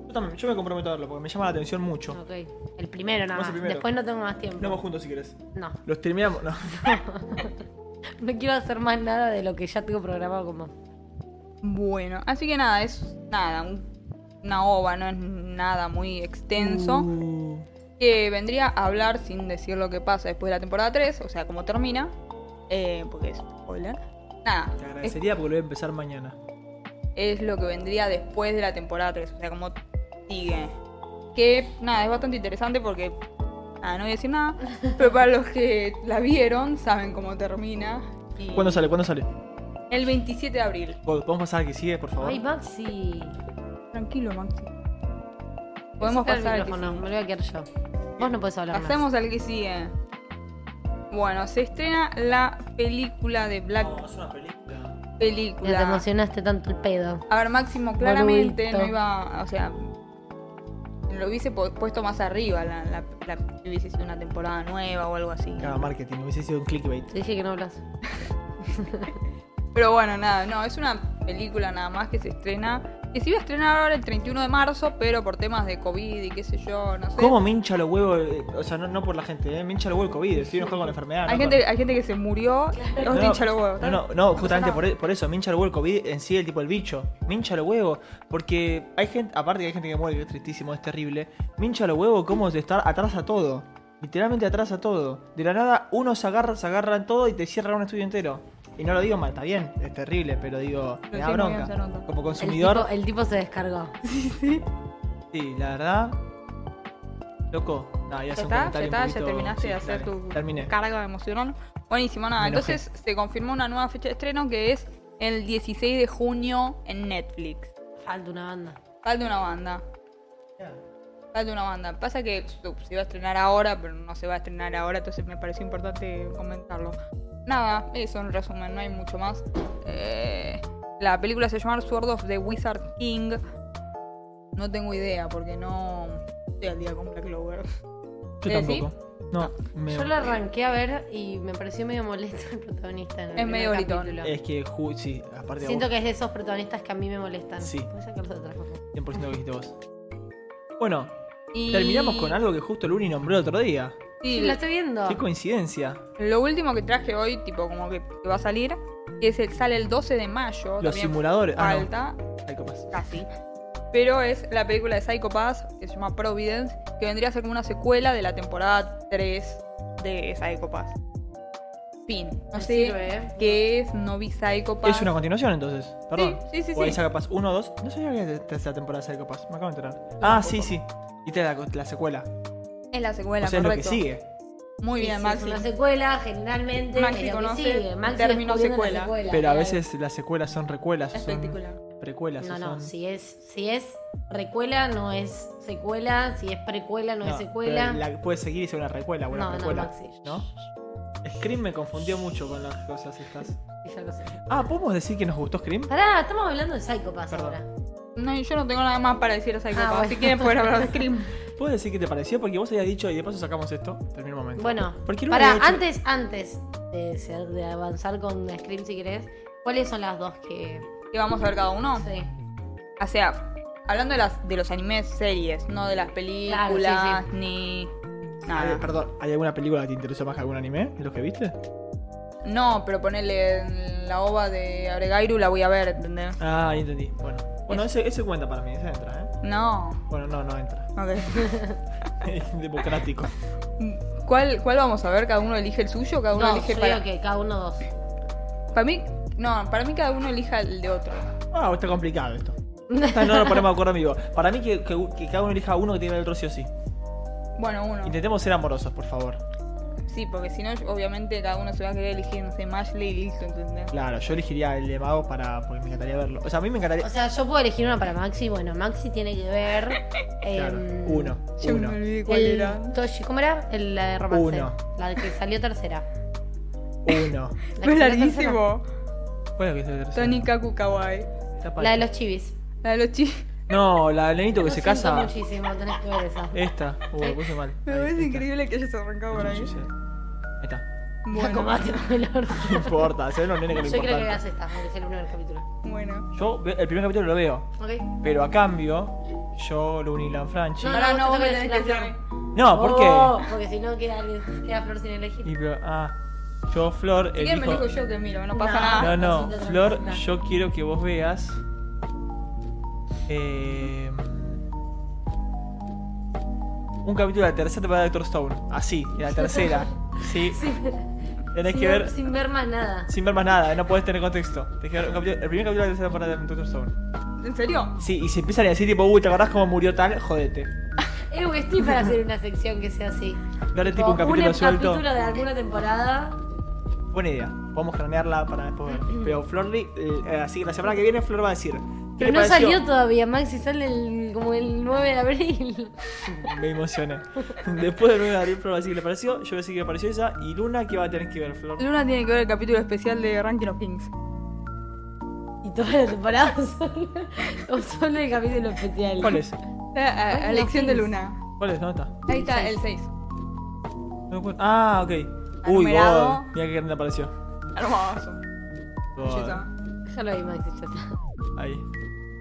Speaker 1: Yo también, yo me comprometo a verlo porque me llama la atención mucho.
Speaker 2: Ok, el primero nada
Speaker 1: Vamos
Speaker 2: más.
Speaker 1: al primero.
Speaker 2: Después no tengo más tiempo.
Speaker 1: Nos vamos juntos si quieres.
Speaker 2: No. <laughs>
Speaker 1: Los terminamos. No.
Speaker 2: no quiero hacer más nada de lo que ya tengo programado como.
Speaker 3: Bueno, así que nada, es nada, un- una ova, no es nada muy extenso.
Speaker 1: Uh,
Speaker 3: Que vendría a hablar sin decir lo que pasa después de la temporada 3, o sea, cómo termina. eh, porque es spoiler. Nada,
Speaker 1: te
Speaker 3: es,
Speaker 1: agradecería porque lo voy a empezar mañana.
Speaker 3: es lo que vendría después de la temporada 3, o sea, cómo sigue. Que nada, es bastante interesante porque. Nada, no voy a
Speaker 2: <laughs>
Speaker 3: decir nada. Pero para los que la vieron, saben cómo termina. y-
Speaker 1: ¿Cuándo sale? ¿Cuándo sale?
Speaker 3: El 27 de abril.
Speaker 1: Vos, ¿Podemos pasar al que sigue, por favor?
Speaker 2: Ay, Maxi.
Speaker 3: Tranquilo, Maxi. Podemos
Speaker 2: Saca el
Speaker 3: pasar al que
Speaker 2: micrófono,
Speaker 3: sigue.
Speaker 2: me lo voy a quedar yo. Vos no podés hablar
Speaker 3: Pasemos al que sigue. Bueno, se estrena la película de Black
Speaker 1: No, es una película.
Speaker 2: más. Ya te
Speaker 3: Película.
Speaker 2: emocionaste tanto el pedo.
Speaker 3: A ver, Máximo, claramente
Speaker 2: Boludito.
Speaker 3: no iba. O sea, lo hubiese po- puesto más arriba. La, la- la- hubiese sido una temporada nueva o algo así.
Speaker 1: Claro, marketing, hubiese sido un clickbait.
Speaker 2: Te dije que no hablas.
Speaker 3: Pero bueno, nada, no, es una película nada más que se estrena. Que se iba a estrenar ahora el 31 de marzo, pero por temas de COVID y qué sé yo, no sé.
Speaker 1: ¿Cómo me hincha los huevos? eh, O sea, no, no por la gente, ¿eh? Me hincha los huevos el COVID, estoy enojado con la enfermedad.
Speaker 3: Hay
Speaker 1: no
Speaker 3: gente,
Speaker 1: con-
Speaker 3: hay gente que se murió y os hincha los huevos.
Speaker 1: No,
Speaker 3: ¿tá?
Speaker 1: no, no, justamente por, e- por eso, me hincha los huevos el COVID en sí, el tipo el bicho. Me hincha los huevos, porque hay gente, aparte que hay gente que muere, que es tristísimo, es terrible. Me hincha los huevos como de estar atrás a todo. Literalmente atrás a todo. De la nada, unos agarran, se agarran todo y te cierran un estudio entero. Y no lo digo mal, está bien, es terrible, pero digo, me da
Speaker 3: hicimos bien,
Speaker 1: bronca.
Speaker 3: se nota.
Speaker 1: Como
Speaker 2: El
Speaker 1: consumidor,
Speaker 2: tipo, el tipo se descargó.
Speaker 1: Sí, la verdad. Loco, nada, ya,
Speaker 3: Ya
Speaker 1: hace un
Speaker 3: está, ya
Speaker 1: comentario un
Speaker 3: está, ya
Speaker 1: poquito-
Speaker 3: terminaste de
Speaker 1: sí,
Speaker 3: hacer
Speaker 1: dale,
Speaker 3: tu
Speaker 1: Terminé.
Speaker 3: carga emocional. Buenísimo, nada.
Speaker 1: Me enojé.
Speaker 3: Entonces se confirmó una nueva fecha de estreno que es el 16 de junio en Netflix.
Speaker 2: Falta una banda.
Speaker 3: Falta una banda. Falta una banda. Pasa que su- se iba a estrenar ahora, pero no se va a estrenar ahora, entonces me pareció importante comentarlo. Nada, eso en resumen, no hay mucho más. Eh, la película se llama Sword of the Wizard King. No tengo idea porque no estoy al día con Black Clover.
Speaker 1: Yo
Speaker 3: ¿Eh, sí?
Speaker 1: tampoco. No, me-
Speaker 2: Yo la arranqué a ver y me pareció medio molesto el protagonista. En el
Speaker 3: Es medio
Speaker 2: primer
Speaker 3: gritón.
Speaker 2: capítulo.
Speaker 1: es que, ju- sí, aparte de
Speaker 2: Siento
Speaker 1: vos,
Speaker 2: que es de esos protagonistas que a mí me molestan.
Speaker 1: Sí.
Speaker 2: ¿Puedes sacarlos de trabajo?
Speaker 1: 100% que dijiste vos. Bueno,
Speaker 3: Y-
Speaker 1: terminamos con algo que justo Luni nombró el otro día.
Speaker 3: Sí,
Speaker 2: Sí, la estoy
Speaker 3: Ah.
Speaker 2: viendo.
Speaker 1: Qué coincidencia.
Speaker 3: Lo último que traje hoy, tipo como que que va a salir, que es el- sale el 12 de mayo.
Speaker 1: Los
Speaker 3: también
Speaker 1: simuladores. Ah, no.
Speaker 3: Falta,
Speaker 1: Ay, qué pasa.
Speaker 3: casi. Pero es la película de Psycho Pass, que se llama Providence, que vendría a ser como una secuela de la temporada 3 de Psycho Pass. Fin. No
Speaker 2: Me
Speaker 3: sé
Speaker 2: sirve, ¿eh?
Speaker 3: qué es, no vi Psycho Pass.
Speaker 1: Es una continuación entonces, perdón.
Speaker 3: sí, sí,
Speaker 1: O ahí
Speaker 3: sí.
Speaker 1: Saga Paz 1, 2. No sabía que era la tercera temporada de Saga Paz, me acabo de enterar. Ah, sí, sí. Y te la, la secuela.
Speaker 3: Es la secuela,
Speaker 1: o sea, es lo que
Speaker 3: correcto.
Speaker 1: sigue.
Speaker 3: Muy
Speaker 2: Sí,
Speaker 3: bien,
Speaker 2: sí,
Speaker 3: Maxi.
Speaker 2: Es una secuela, generalmente.
Speaker 3: Maxi
Speaker 2: es lo que
Speaker 3: conoce
Speaker 2: sigue. Maxi
Speaker 3: término
Speaker 2: descubriendo la
Speaker 3: secuela.
Speaker 1: Pero a
Speaker 2: claro.
Speaker 1: veces las secuelas son recuelas, son
Speaker 3: Espectacular.
Speaker 1: precuelas. o
Speaker 2: No, no,
Speaker 1: son-
Speaker 2: si es, si es recuela, no es secuela. Si es precuela, no,
Speaker 1: No,
Speaker 2: es secuela.
Speaker 1: pero La puedes seguir y ser una recuela, o una
Speaker 2: No, no,
Speaker 1: precuela.
Speaker 2: Maxi.
Speaker 1: ¿no? Scream me confundió mucho con las cosas estas.
Speaker 2: Y ya lo sé.
Speaker 1: Ah, ¿podemos decir que nos gustó Scream?
Speaker 2: Pará, estamos hablando de Psychopass
Speaker 1: Perdón.
Speaker 2: ahora.
Speaker 3: No, yo no tengo nada más para decir a Psycho
Speaker 2: Ah,
Speaker 3: Pass.
Speaker 2: bueno.
Speaker 3: Si quieren poder
Speaker 2: <laughs>
Speaker 3: hablar de Scream.
Speaker 1: ¿Puedes decir qué te pareció? Porque vos habías dicho, y de paso sacamos esto, termina un momento.
Speaker 2: Bueno,
Speaker 1: Porque no
Speaker 2: pará,
Speaker 1: había hecho-
Speaker 2: antes, antes de, ser- de avanzar con Scream, si querés, ¿cuáles son las dos que.?
Speaker 3: Que vamos a ver cada uno.
Speaker 2: Sí.
Speaker 3: O sea, hablando de, las, de los animes series, no de las películas,
Speaker 2: Claro, sí,
Speaker 3: ni.
Speaker 1: Ay,
Speaker 3: Nada.
Speaker 1: Ah, perdón, ¿hay alguna película que te interesó más que algún anime? ¿De los que viste?
Speaker 3: No, pero ponerle la ova de Abregairu la voy a ver, ¿entendés?
Speaker 1: Ah, ahí entendí. Bueno, bueno ese, ese cuenta para mí, ese entra, ¿eh?
Speaker 3: No.
Speaker 1: Bueno, no, no entra. <laughs>
Speaker 3: Ok. <laughs>
Speaker 1: Es democrático.
Speaker 3: ¿Cuál, ¿Cuál vamos a ver? ¿Cada uno elige el suyo? ¿Cada uno
Speaker 2: No,
Speaker 3: elige
Speaker 2: yo
Speaker 3: para.?
Speaker 2: digo que cada uno dos.
Speaker 3: Para mí. No, para mí cada uno elija el de otro.
Speaker 1: <laughs> Ah, está complicado esto. Esta no lo ponemos de acuerdo amigo. Para mí que, que- que cada uno elija uno que tenga el otro sí o sí.
Speaker 3: Bueno, uno.
Speaker 1: Intentemos ser amorosos, por favor.
Speaker 3: Sí, porque si no, obviamente cada uno se va a querer elegir, no sé, Mashley y listo, ¿entendés?
Speaker 1: Claro, yo elegiría el de Mago para. porque me encantaría verlo. O sea, a mí me encantaría.
Speaker 2: O sea, yo puedo elegir una para Maxi. Bueno, Maxi tiene que ver.
Speaker 1: <laughs> Claro,
Speaker 2: em,
Speaker 1: uno,
Speaker 3: Yo me
Speaker 1: uno,
Speaker 3: olvidé cuál era.
Speaker 2: El Toshi, ¿Cómo era? El, la de romance.
Speaker 1: Uno.
Speaker 2: La que salió tercera.
Speaker 1: uno.
Speaker 2: La que salió
Speaker 3: Es
Speaker 2: tercera.
Speaker 3: larguísimo.
Speaker 1: <laughs> ¿Cuál es que es el tercero?
Speaker 3: Tony Kaku Kawaii.
Speaker 1: Está pa-
Speaker 2: La de los chivis.
Speaker 3: La de los chis.
Speaker 1: No, la del nenito que
Speaker 2: Lo
Speaker 1: se
Speaker 2: siento
Speaker 1: casa.
Speaker 2: muchísimo, tenés que
Speaker 1: <laughs>
Speaker 2: ver esa.
Speaker 1: Esta. Uh, lo puse mal.
Speaker 3: Me
Speaker 1: Ahí,
Speaker 3: parece
Speaker 1: esta.
Speaker 3: increíble que hayas arrancado por ahí.
Speaker 1: Sí, sí, sí. Ahí está.
Speaker 2: La comate con el orto.
Speaker 1: <laughs> No importa, se ven los nenes que
Speaker 2: Yo
Speaker 1: lo
Speaker 2: creo que
Speaker 1: importan.
Speaker 2: veas esta, porque es el primer capítulo.
Speaker 3: bueno.
Speaker 1: Yo ve- el primer capítulo lo veo,
Speaker 2: ¿Ok?
Speaker 1: pero a cambio, yo lo uní a Franchi.
Speaker 2: No,
Speaker 3: Ahora no,
Speaker 2: vos
Speaker 3: vos
Speaker 2: te
Speaker 3: me
Speaker 2: tenés
Speaker 3: tenés que
Speaker 2: que
Speaker 3: decir.
Speaker 1: No, ¿por
Speaker 2: Oh,
Speaker 1: qué?
Speaker 2: Porque si no queda, alguien- queda Flor sin elegir.
Speaker 1: Y, pero, ah, yo, Flor,
Speaker 3: Si quieren me
Speaker 1: elijo-
Speaker 3: elijo yo que miro, no pasa
Speaker 2: No.
Speaker 3: nada.
Speaker 1: No, no,
Speaker 2: Cosita de
Speaker 1: Flor,
Speaker 2: cosita.
Speaker 1: yo quiero que vos veas. eh, un capítulo de la tercera temporada de Doctor Stone. Así, de la
Speaker 2: <laughs>
Speaker 1: tercera. Sí, tenés
Speaker 2: sin,
Speaker 1: que ver
Speaker 2: sin ver más nada.
Speaker 1: sin ver más nada, no podés tener contexto. Tenés que ver un capítulo- el primer capítulo de la tercera temporada de Doctor Stone.
Speaker 3: ¿En serio?
Speaker 1: Sí, y si empiezan a decir, tipo, uy, ¿te acordás cómo murió tal? Jodete.
Speaker 2: Eh, güey, estoy para hacer una sección que sea así.
Speaker 1: Dale, Este tipo, un capítulo suelto.
Speaker 2: capítulo de alguna temporada.
Speaker 1: Buena idea, podemos cranearla para después ver.
Speaker 2: <clears throat>
Speaker 1: Pero Flor, Lee, eh, así que la semana que viene Flor va a decir. ¿qué
Speaker 2: Pero
Speaker 1: le
Speaker 2: no
Speaker 1: pareció?
Speaker 2: salió todavía, Maxi sale el- como el 9 de abril.
Speaker 1: Me emocioné. Después del 9 de abril, Flor va a decir que le pareció. Yo voy a decir que le pareció esa. Y Luna, que va a tener que ver, Flor?
Speaker 3: Luna tiene que ver el capítulo especial de Ranking of Kings.
Speaker 2: Y toda la temporada <laughs> solo, o solo el capítulo especial.
Speaker 1: ¿Cuál es?
Speaker 3: La
Speaker 2: Ranking
Speaker 3: a-
Speaker 2: of
Speaker 3: Eh, elección de
Speaker 2: Kings.
Speaker 3: Luna.
Speaker 1: ¿Cuál es? ¿Dónde está?
Speaker 3: Ahí está,
Speaker 2: El
Speaker 3: el 6.
Speaker 1: No me acuerdo. Ah, ok. Uy,
Speaker 3: numerado.
Speaker 1: God. Mira qué grande apareció.
Speaker 3: Hermoso.
Speaker 1: God.
Speaker 3: Belleza.
Speaker 2: Déjalo ahí, Maxi, ya está.
Speaker 1: Ahí.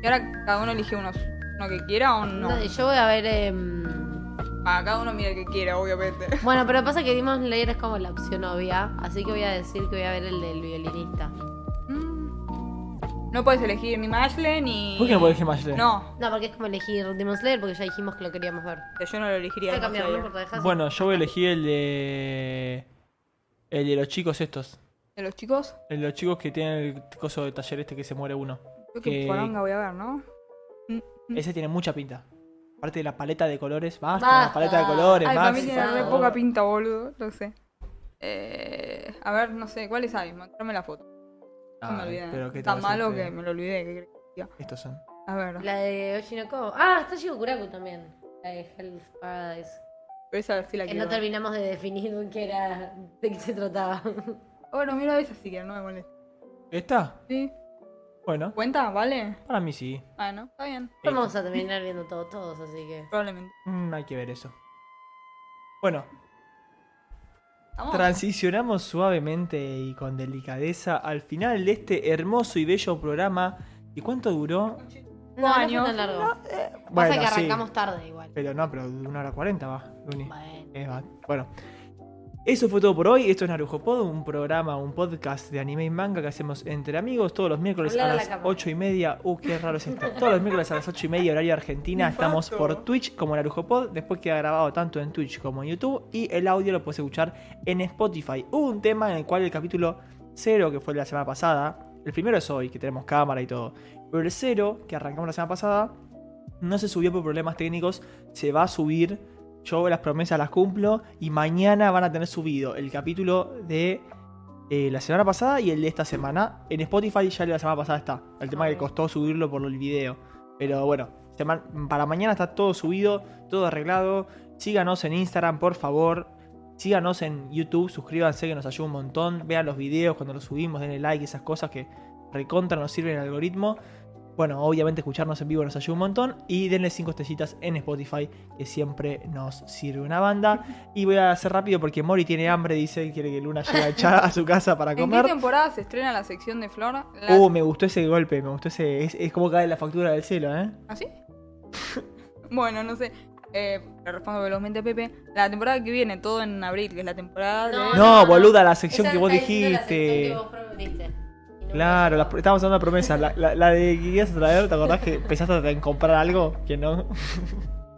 Speaker 3: Y ahora cada uno elige uno, uno que quiera o no.
Speaker 2: No, yo voy a ver. em,
Speaker 3: Ah, cada uno mira el que quiera, obviamente.
Speaker 2: Bueno, pero pasa que Demon Slayer es como la opción obvia. Así que voy a decir que voy a ver el del violinista.
Speaker 3: Mm. No puedes elegir ni Mashle ni.
Speaker 1: ¿Por qué no podés elegir Mashle?
Speaker 3: No,
Speaker 2: No, porque es como elegir Demon Slayer porque ya dijimos que lo queríamos ver.
Speaker 3: yo no lo elegiría.
Speaker 2: Voy a
Speaker 3: no
Speaker 2: cambiar,
Speaker 3: sé.
Speaker 2: no importa, dejás.
Speaker 1: Bueno, yo voy a elegir el de. El de los chicos estos.
Speaker 3: ¿De los chicos?
Speaker 1: El de los chicos que tienen el coso de taller este que se muere uno.
Speaker 3: Yo que
Speaker 1: Que-
Speaker 3: poronga voy a ver, ¿no? Mm, mm.
Speaker 1: Ese tiene mucha pinta. Aparte de la paleta de colores. Basta,
Speaker 2: Basta.
Speaker 1: la paleta de colores,
Speaker 3: Ay, para mí
Speaker 1: Max.
Speaker 3: tiene re
Speaker 2: Por
Speaker 3: poca
Speaker 2: favor.
Speaker 3: pinta, boludo. Lo sé. Eh, a ver, no sé, ¿cuáles hay? Mostrame la foto. No me
Speaker 1: Ay,
Speaker 3: olvidé.
Speaker 1: Ah, pero qué te
Speaker 3: Tan
Speaker 1: vas a
Speaker 3: malo
Speaker 1: hacer.
Speaker 3: que me lo olvidé. ¿qué crees que diga?
Speaker 1: Estos son.
Speaker 3: A ver,
Speaker 2: La de Oshinoko. Ah, está Shigokuraku también. La de Hell's Paradise.
Speaker 3: pero esa sí la
Speaker 2: Que
Speaker 3: quiero.
Speaker 2: no
Speaker 3: ver.
Speaker 2: terminamos de definir qué era, de qué
Speaker 1: <laughs>
Speaker 2: se trataba.
Speaker 3: Bueno, miro esa si que no me molesta.
Speaker 1: ¿Esta?
Speaker 3: ¿Sí?
Speaker 1: Bueno,
Speaker 3: ¿Cuenta? ¿Vale?
Speaker 1: para mí sí.
Speaker 3: Ah, no, está bien.
Speaker 2: Vamos a terminar viendo todo, todos, así que.
Speaker 3: Probablemente.
Speaker 1: Mm, hay que ver eso. Bueno,
Speaker 3: Vamos.
Speaker 1: transicionamos suavemente y con delicadeza al final de este hermoso y bello programa. ¿Y cuánto duró?
Speaker 2: No, no fue
Speaker 3: años.
Speaker 2: tan largo. Pasa
Speaker 1: Bueno,
Speaker 2: que
Speaker 1: sí.
Speaker 2: arrancamos tarde igual.
Speaker 1: Pero no, pero de una hora cuarenta va, Luni.
Speaker 2: Bueno.
Speaker 1: Es va- Bueno. Eso fue todo por hoy. Esto es Narujo Pod, un programa, un podcast de anime y manga que hacemos entre amigos todos los miércoles a
Speaker 2: Hablar a la
Speaker 1: las
Speaker 2: cámara.
Speaker 1: 8 y media. Uh, qué raro es esto. Todos los miércoles a las 8 y media, horario argentina.
Speaker 3: Nefasto.
Speaker 1: Estamos por Twitch como Narujo Pod. Después queda grabado tanto en Twitch como en YouTube. Y el audio lo puedes escuchar en Spotify. Hubo un tema en el cual el capítulo 0, que fue la semana pasada, el primero es hoy, que tenemos cámara y todo. Pero el 0, que arrancamos la semana pasada, no se subió por problemas técnicos. Se va a subir yo las promesas las cumplo y mañana van a tener subido el capítulo de eh, la semana pasada y el de esta semana. En Spotify ya el de la semana pasada está. El tema que
Speaker 3: Ok.
Speaker 1: costó subirlo por el video. Pero bueno, seman- para mañana está todo subido, todo arreglado. Síganos en Instagram, por favor. Síganos en YouTube, suscríbanse que nos ayuda un montón. Vean los videos cuando los subimos, denle like, esas cosas que recontra nos sirven el algoritmo. Bueno, obviamente escucharnos en vivo nos ayuda un montón. Y denle 5 estrellitas en Spotify, que siempre nos sirve una banda. Y voy a hacer rápido porque Mori tiene hambre, dice que quiere que Luna llegue ya a su casa para
Speaker 3: ¿En qué
Speaker 1: comer.
Speaker 3: temporada se estrena la sección de Flor? La-
Speaker 1: Uh, me gustó ese golpe, me gustó ese. Es, es como cae la factura del cielo, ¿eh?
Speaker 3: ¿Ah, sí? <laughs> bueno, no sé. Eh, le respondo velozmente a Pepe. La temporada que viene, todo en abril, que es la temporada
Speaker 2: No,
Speaker 3: de...
Speaker 1: No,
Speaker 2: no,
Speaker 1: boluda, la
Speaker 2: Esa
Speaker 1: sección que vos
Speaker 2: está diciendo la
Speaker 1: dijiste.
Speaker 2: sección que vos prometiste. Y no
Speaker 1: Claro,
Speaker 2: me
Speaker 1: las-
Speaker 2: llegó.
Speaker 1: estábamos hablando de promesas. La, la- la de que querías traer, ¿te acordás que pensaste en comprar algo? Que no.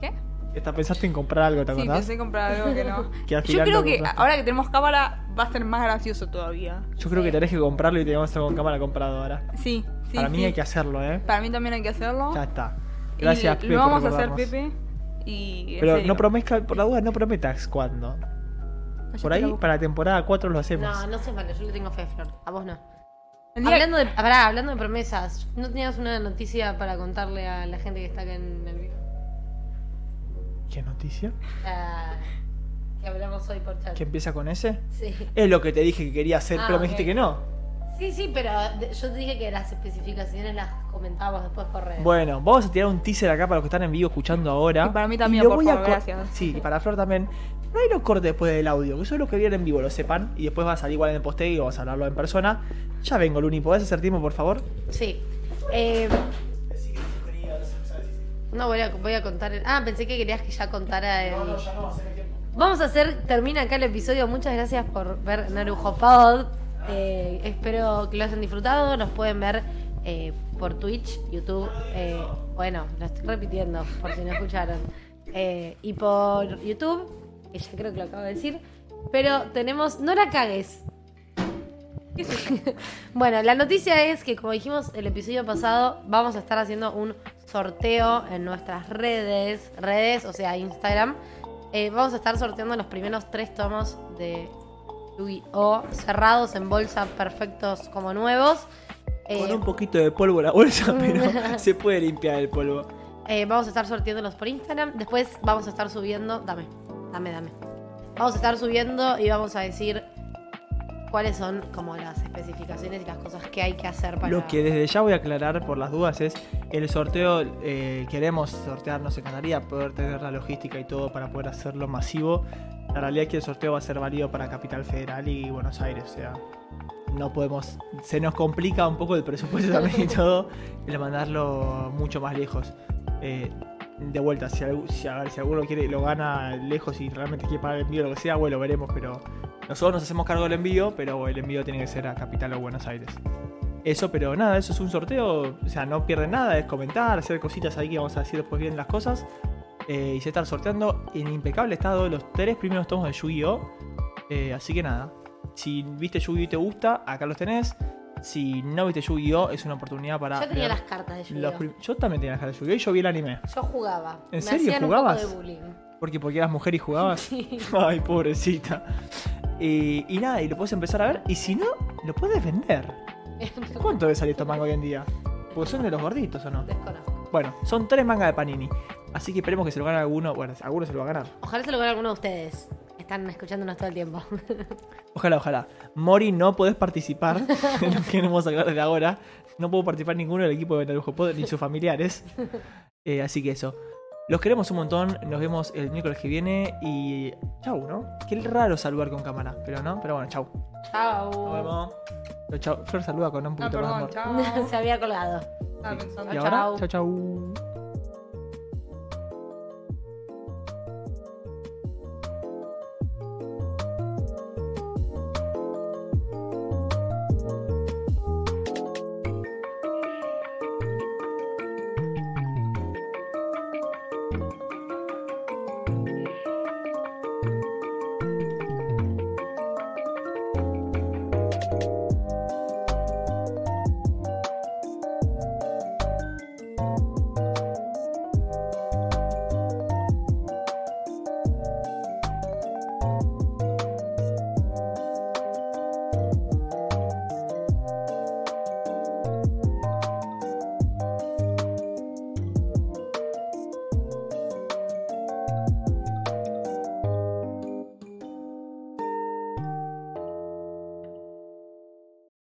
Speaker 3: ¿Qué?
Speaker 1: Esta pensaste en comprar algo, ¿te
Speaker 3: Sí,
Speaker 1: acordás?
Speaker 3: pensé comprar algo
Speaker 1: <laughs>
Speaker 3: que no.
Speaker 1: Que al
Speaker 3: Yo
Speaker 1: final
Speaker 3: creo
Speaker 1: no
Speaker 3: que
Speaker 1: compraste.
Speaker 3: ahora que tenemos cámara va a ser más gracioso todavía.
Speaker 1: Yo creo que tenés que comprarlo y te vamos a hacer con cámara comprado ahora.
Speaker 3: Sí, sí.
Speaker 1: Para mí
Speaker 3: sí.
Speaker 1: hay que hacerlo, ¿eh.
Speaker 3: Para mí también hay que hacerlo.
Speaker 1: Ya está.
Speaker 3: Y
Speaker 1: Gracias, Pepe.
Speaker 3: Lo
Speaker 1: por
Speaker 3: vamos a hacer,
Speaker 1: recordarnos.
Speaker 3: Pepe. Y. en
Speaker 1: Pero
Speaker 3: serio.
Speaker 1: no prometas, por la duda, no prometas cuándo.
Speaker 3: Cállate
Speaker 1: Por
Speaker 3: la
Speaker 1: ahí,
Speaker 3: boca.
Speaker 1: para la temporada 4 lo hacemos.
Speaker 2: No, no sé, malo, yo le tengo fe, Flor. A vos no.
Speaker 3: El día-
Speaker 2: Hablando de, ah, pará, hablando de promesas, ¿no tenías una noticia para contarle a la gente que está acá en el vivo?
Speaker 1: ¿Qué noticia?
Speaker 2: La Ah, que hablamos hoy por chat.
Speaker 1: ¿Que empieza con ese?
Speaker 2: Sí.
Speaker 1: Es lo que te dije que quería hacer,
Speaker 2: Ah,
Speaker 1: pero me dijiste
Speaker 2: ok.
Speaker 1: que no.
Speaker 2: sí, sí, pero de- yo te dije que las especificaciones las comentábamos después por redes.
Speaker 1: Bueno, vamos a tirar un teaser acá para los que están en vivo escuchando ahora.
Speaker 3: Y para mí también,
Speaker 1: lo
Speaker 3: por
Speaker 1: voy a
Speaker 3: favor,
Speaker 1: cor-
Speaker 3: gracias.
Speaker 1: Sí, y para Flor también. No hay los cortes después del audio, que eso es lo que vieron en vivo, lo sepan. Y después va a salir igual en el posteo y vamos a hablarlo en persona. Ya vengo, Luni, ¿podés hacer tiempo, por favor?
Speaker 2: Sí. Eh, no, voy a, voy a contar. el- Ah, pensé que querías que ya contara el. Vamos a hacer, termina acá el episodio. Muchas gracias por ver Narujo Pod. Eh, espero que lo hayan disfrutado. Nos pueden ver eh, por Twitch, YouTube. eh, bueno, lo estoy repitiendo por si no escucharon. Eh, y por YouTube, que ya creo que lo acabo de decir. Pero tenemos No la cagues. <laughs> Bueno, la noticia es que, como dijimos el episodio pasado, vamos a estar haciendo un sorteo en nuestras redes, redes, o sea, Instagram. Eh, vamos a estar sorteando los primeros tres tomos de Yu-Gi-Oh! cerrados en bolsa, perfectos como nuevos. Eh,
Speaker 1: Con un poquito de polvo en la bolsa, <laughs> pero
Speaker 3: <laughs>
Speaker 1: se puede limpiar el polvo.
Speaker 2: eh, vamos a estar sorteándolos por Instagram. Después vamos a estar subiendo. Dame, dame, dame. Vamos a estar subiendo y vamos a decir cuáles son como las especificaciones y las cosas que hay que hacer para.
Speaker 1: Lo que desde ya voy a aclarar por las dudas es el sorteo, eh, queremos sortear, nos encantaría poder tener la logística y todo para poder hacerlo masivo. La realidad es que el sorteo va a ser válido para Capital Federal y Buenos Aires, o sea, no podemos, se nos complica un poco el presupuesto también y todo, el mandarlo mucho más lejos. Eh, de vuelta, si, algu- si- a ver, si alguno quiere lo gana lejos y realmente quiere pagar el envío o lo que sea, bueno, veremos, pero nosotros nos hacemos cargo del envío, pero el envío tiene que ser a Capital o Buenos Aires. Eso, pero nada, eso es un sorteo. O sea, no pierden nada, es comentar, hacer cositas ahí que vamos a decir después bien las cosas. Eh, y se están sorteando en impecable estado los tres primeros tomos de Yu-Gi-Oh! Eh, así que nada, si viste Yu-Gi-Oh! y te gusta, acá los tenés. Si no viste Yu-Gi-Oh! es una oportunidad para.
Speaker 2: Yo tenía
Speaker 1: ver
Speaker 2: las cartas de
Speaker 1: los
Speaker 2: Yu-Gi-Oh!
Speaker 1: prim- Yo también tenía las cartas de Yu-Gi-Oh! y yo vi el anime.
Speaker 2: Yo jugaba.
Speaker 1: ¿En
Speaker 2: Me
Speaker 1: serio
Speaker 2: hacían
Speaker 1: jugabas?
Speaker 2: Un poco de bullying. <laughs>
Speaker 1: Porque porque eras mujer y jugabas.
Speaker 2: Sí.
Speaker 1: <laughs> Ay, pobrecita. Eh, y nada, y lo puedes empezar a ver. Y si no, lo puedes vender. ¿Cuánto debe salir estos mangos hoy en día? Porque son de los gorditos o no.
Speaker 2: Desconozco.
Speaker 1: Bueno, son tres mangas de Panini. Así que esperemos que se lo gane alguno. Bueno, alguno se lo va a ganar.
Speaker 2: Ojalá se lo gane alguno de ustedes. que Están escuchándonos todo el tiempo. <laughs>
Speaker 1: Ojalá, ojalá. Mori, no podés participar. no queremos sacar de ahora. No puedo participar ninguno del equipo de Narujo Pod ni sus familiares. Eh, así que eso. Los queremos un montón. Nos vemos el miércoles que viene. Y chau, ¿no? Qué raro saludar con cámara. Pero no, pero bueno, chau.
Speaker 3: Chao.
Speaker 1: Nos vemos. Chau. Flor saluda con un
Speaker 3: Ah,
Speaker 1: poquito más
Speaker 3: perdón,
Speaker 1: amor.
Speaker 2: <laughs>
Speaker 3: chao.
Speaker 2: se había colgado.
Speaker 3: Estaba pensando.
Speaker 1: Y ahora,
Speaker 2: Chau.
Speaker 1: chau, chau.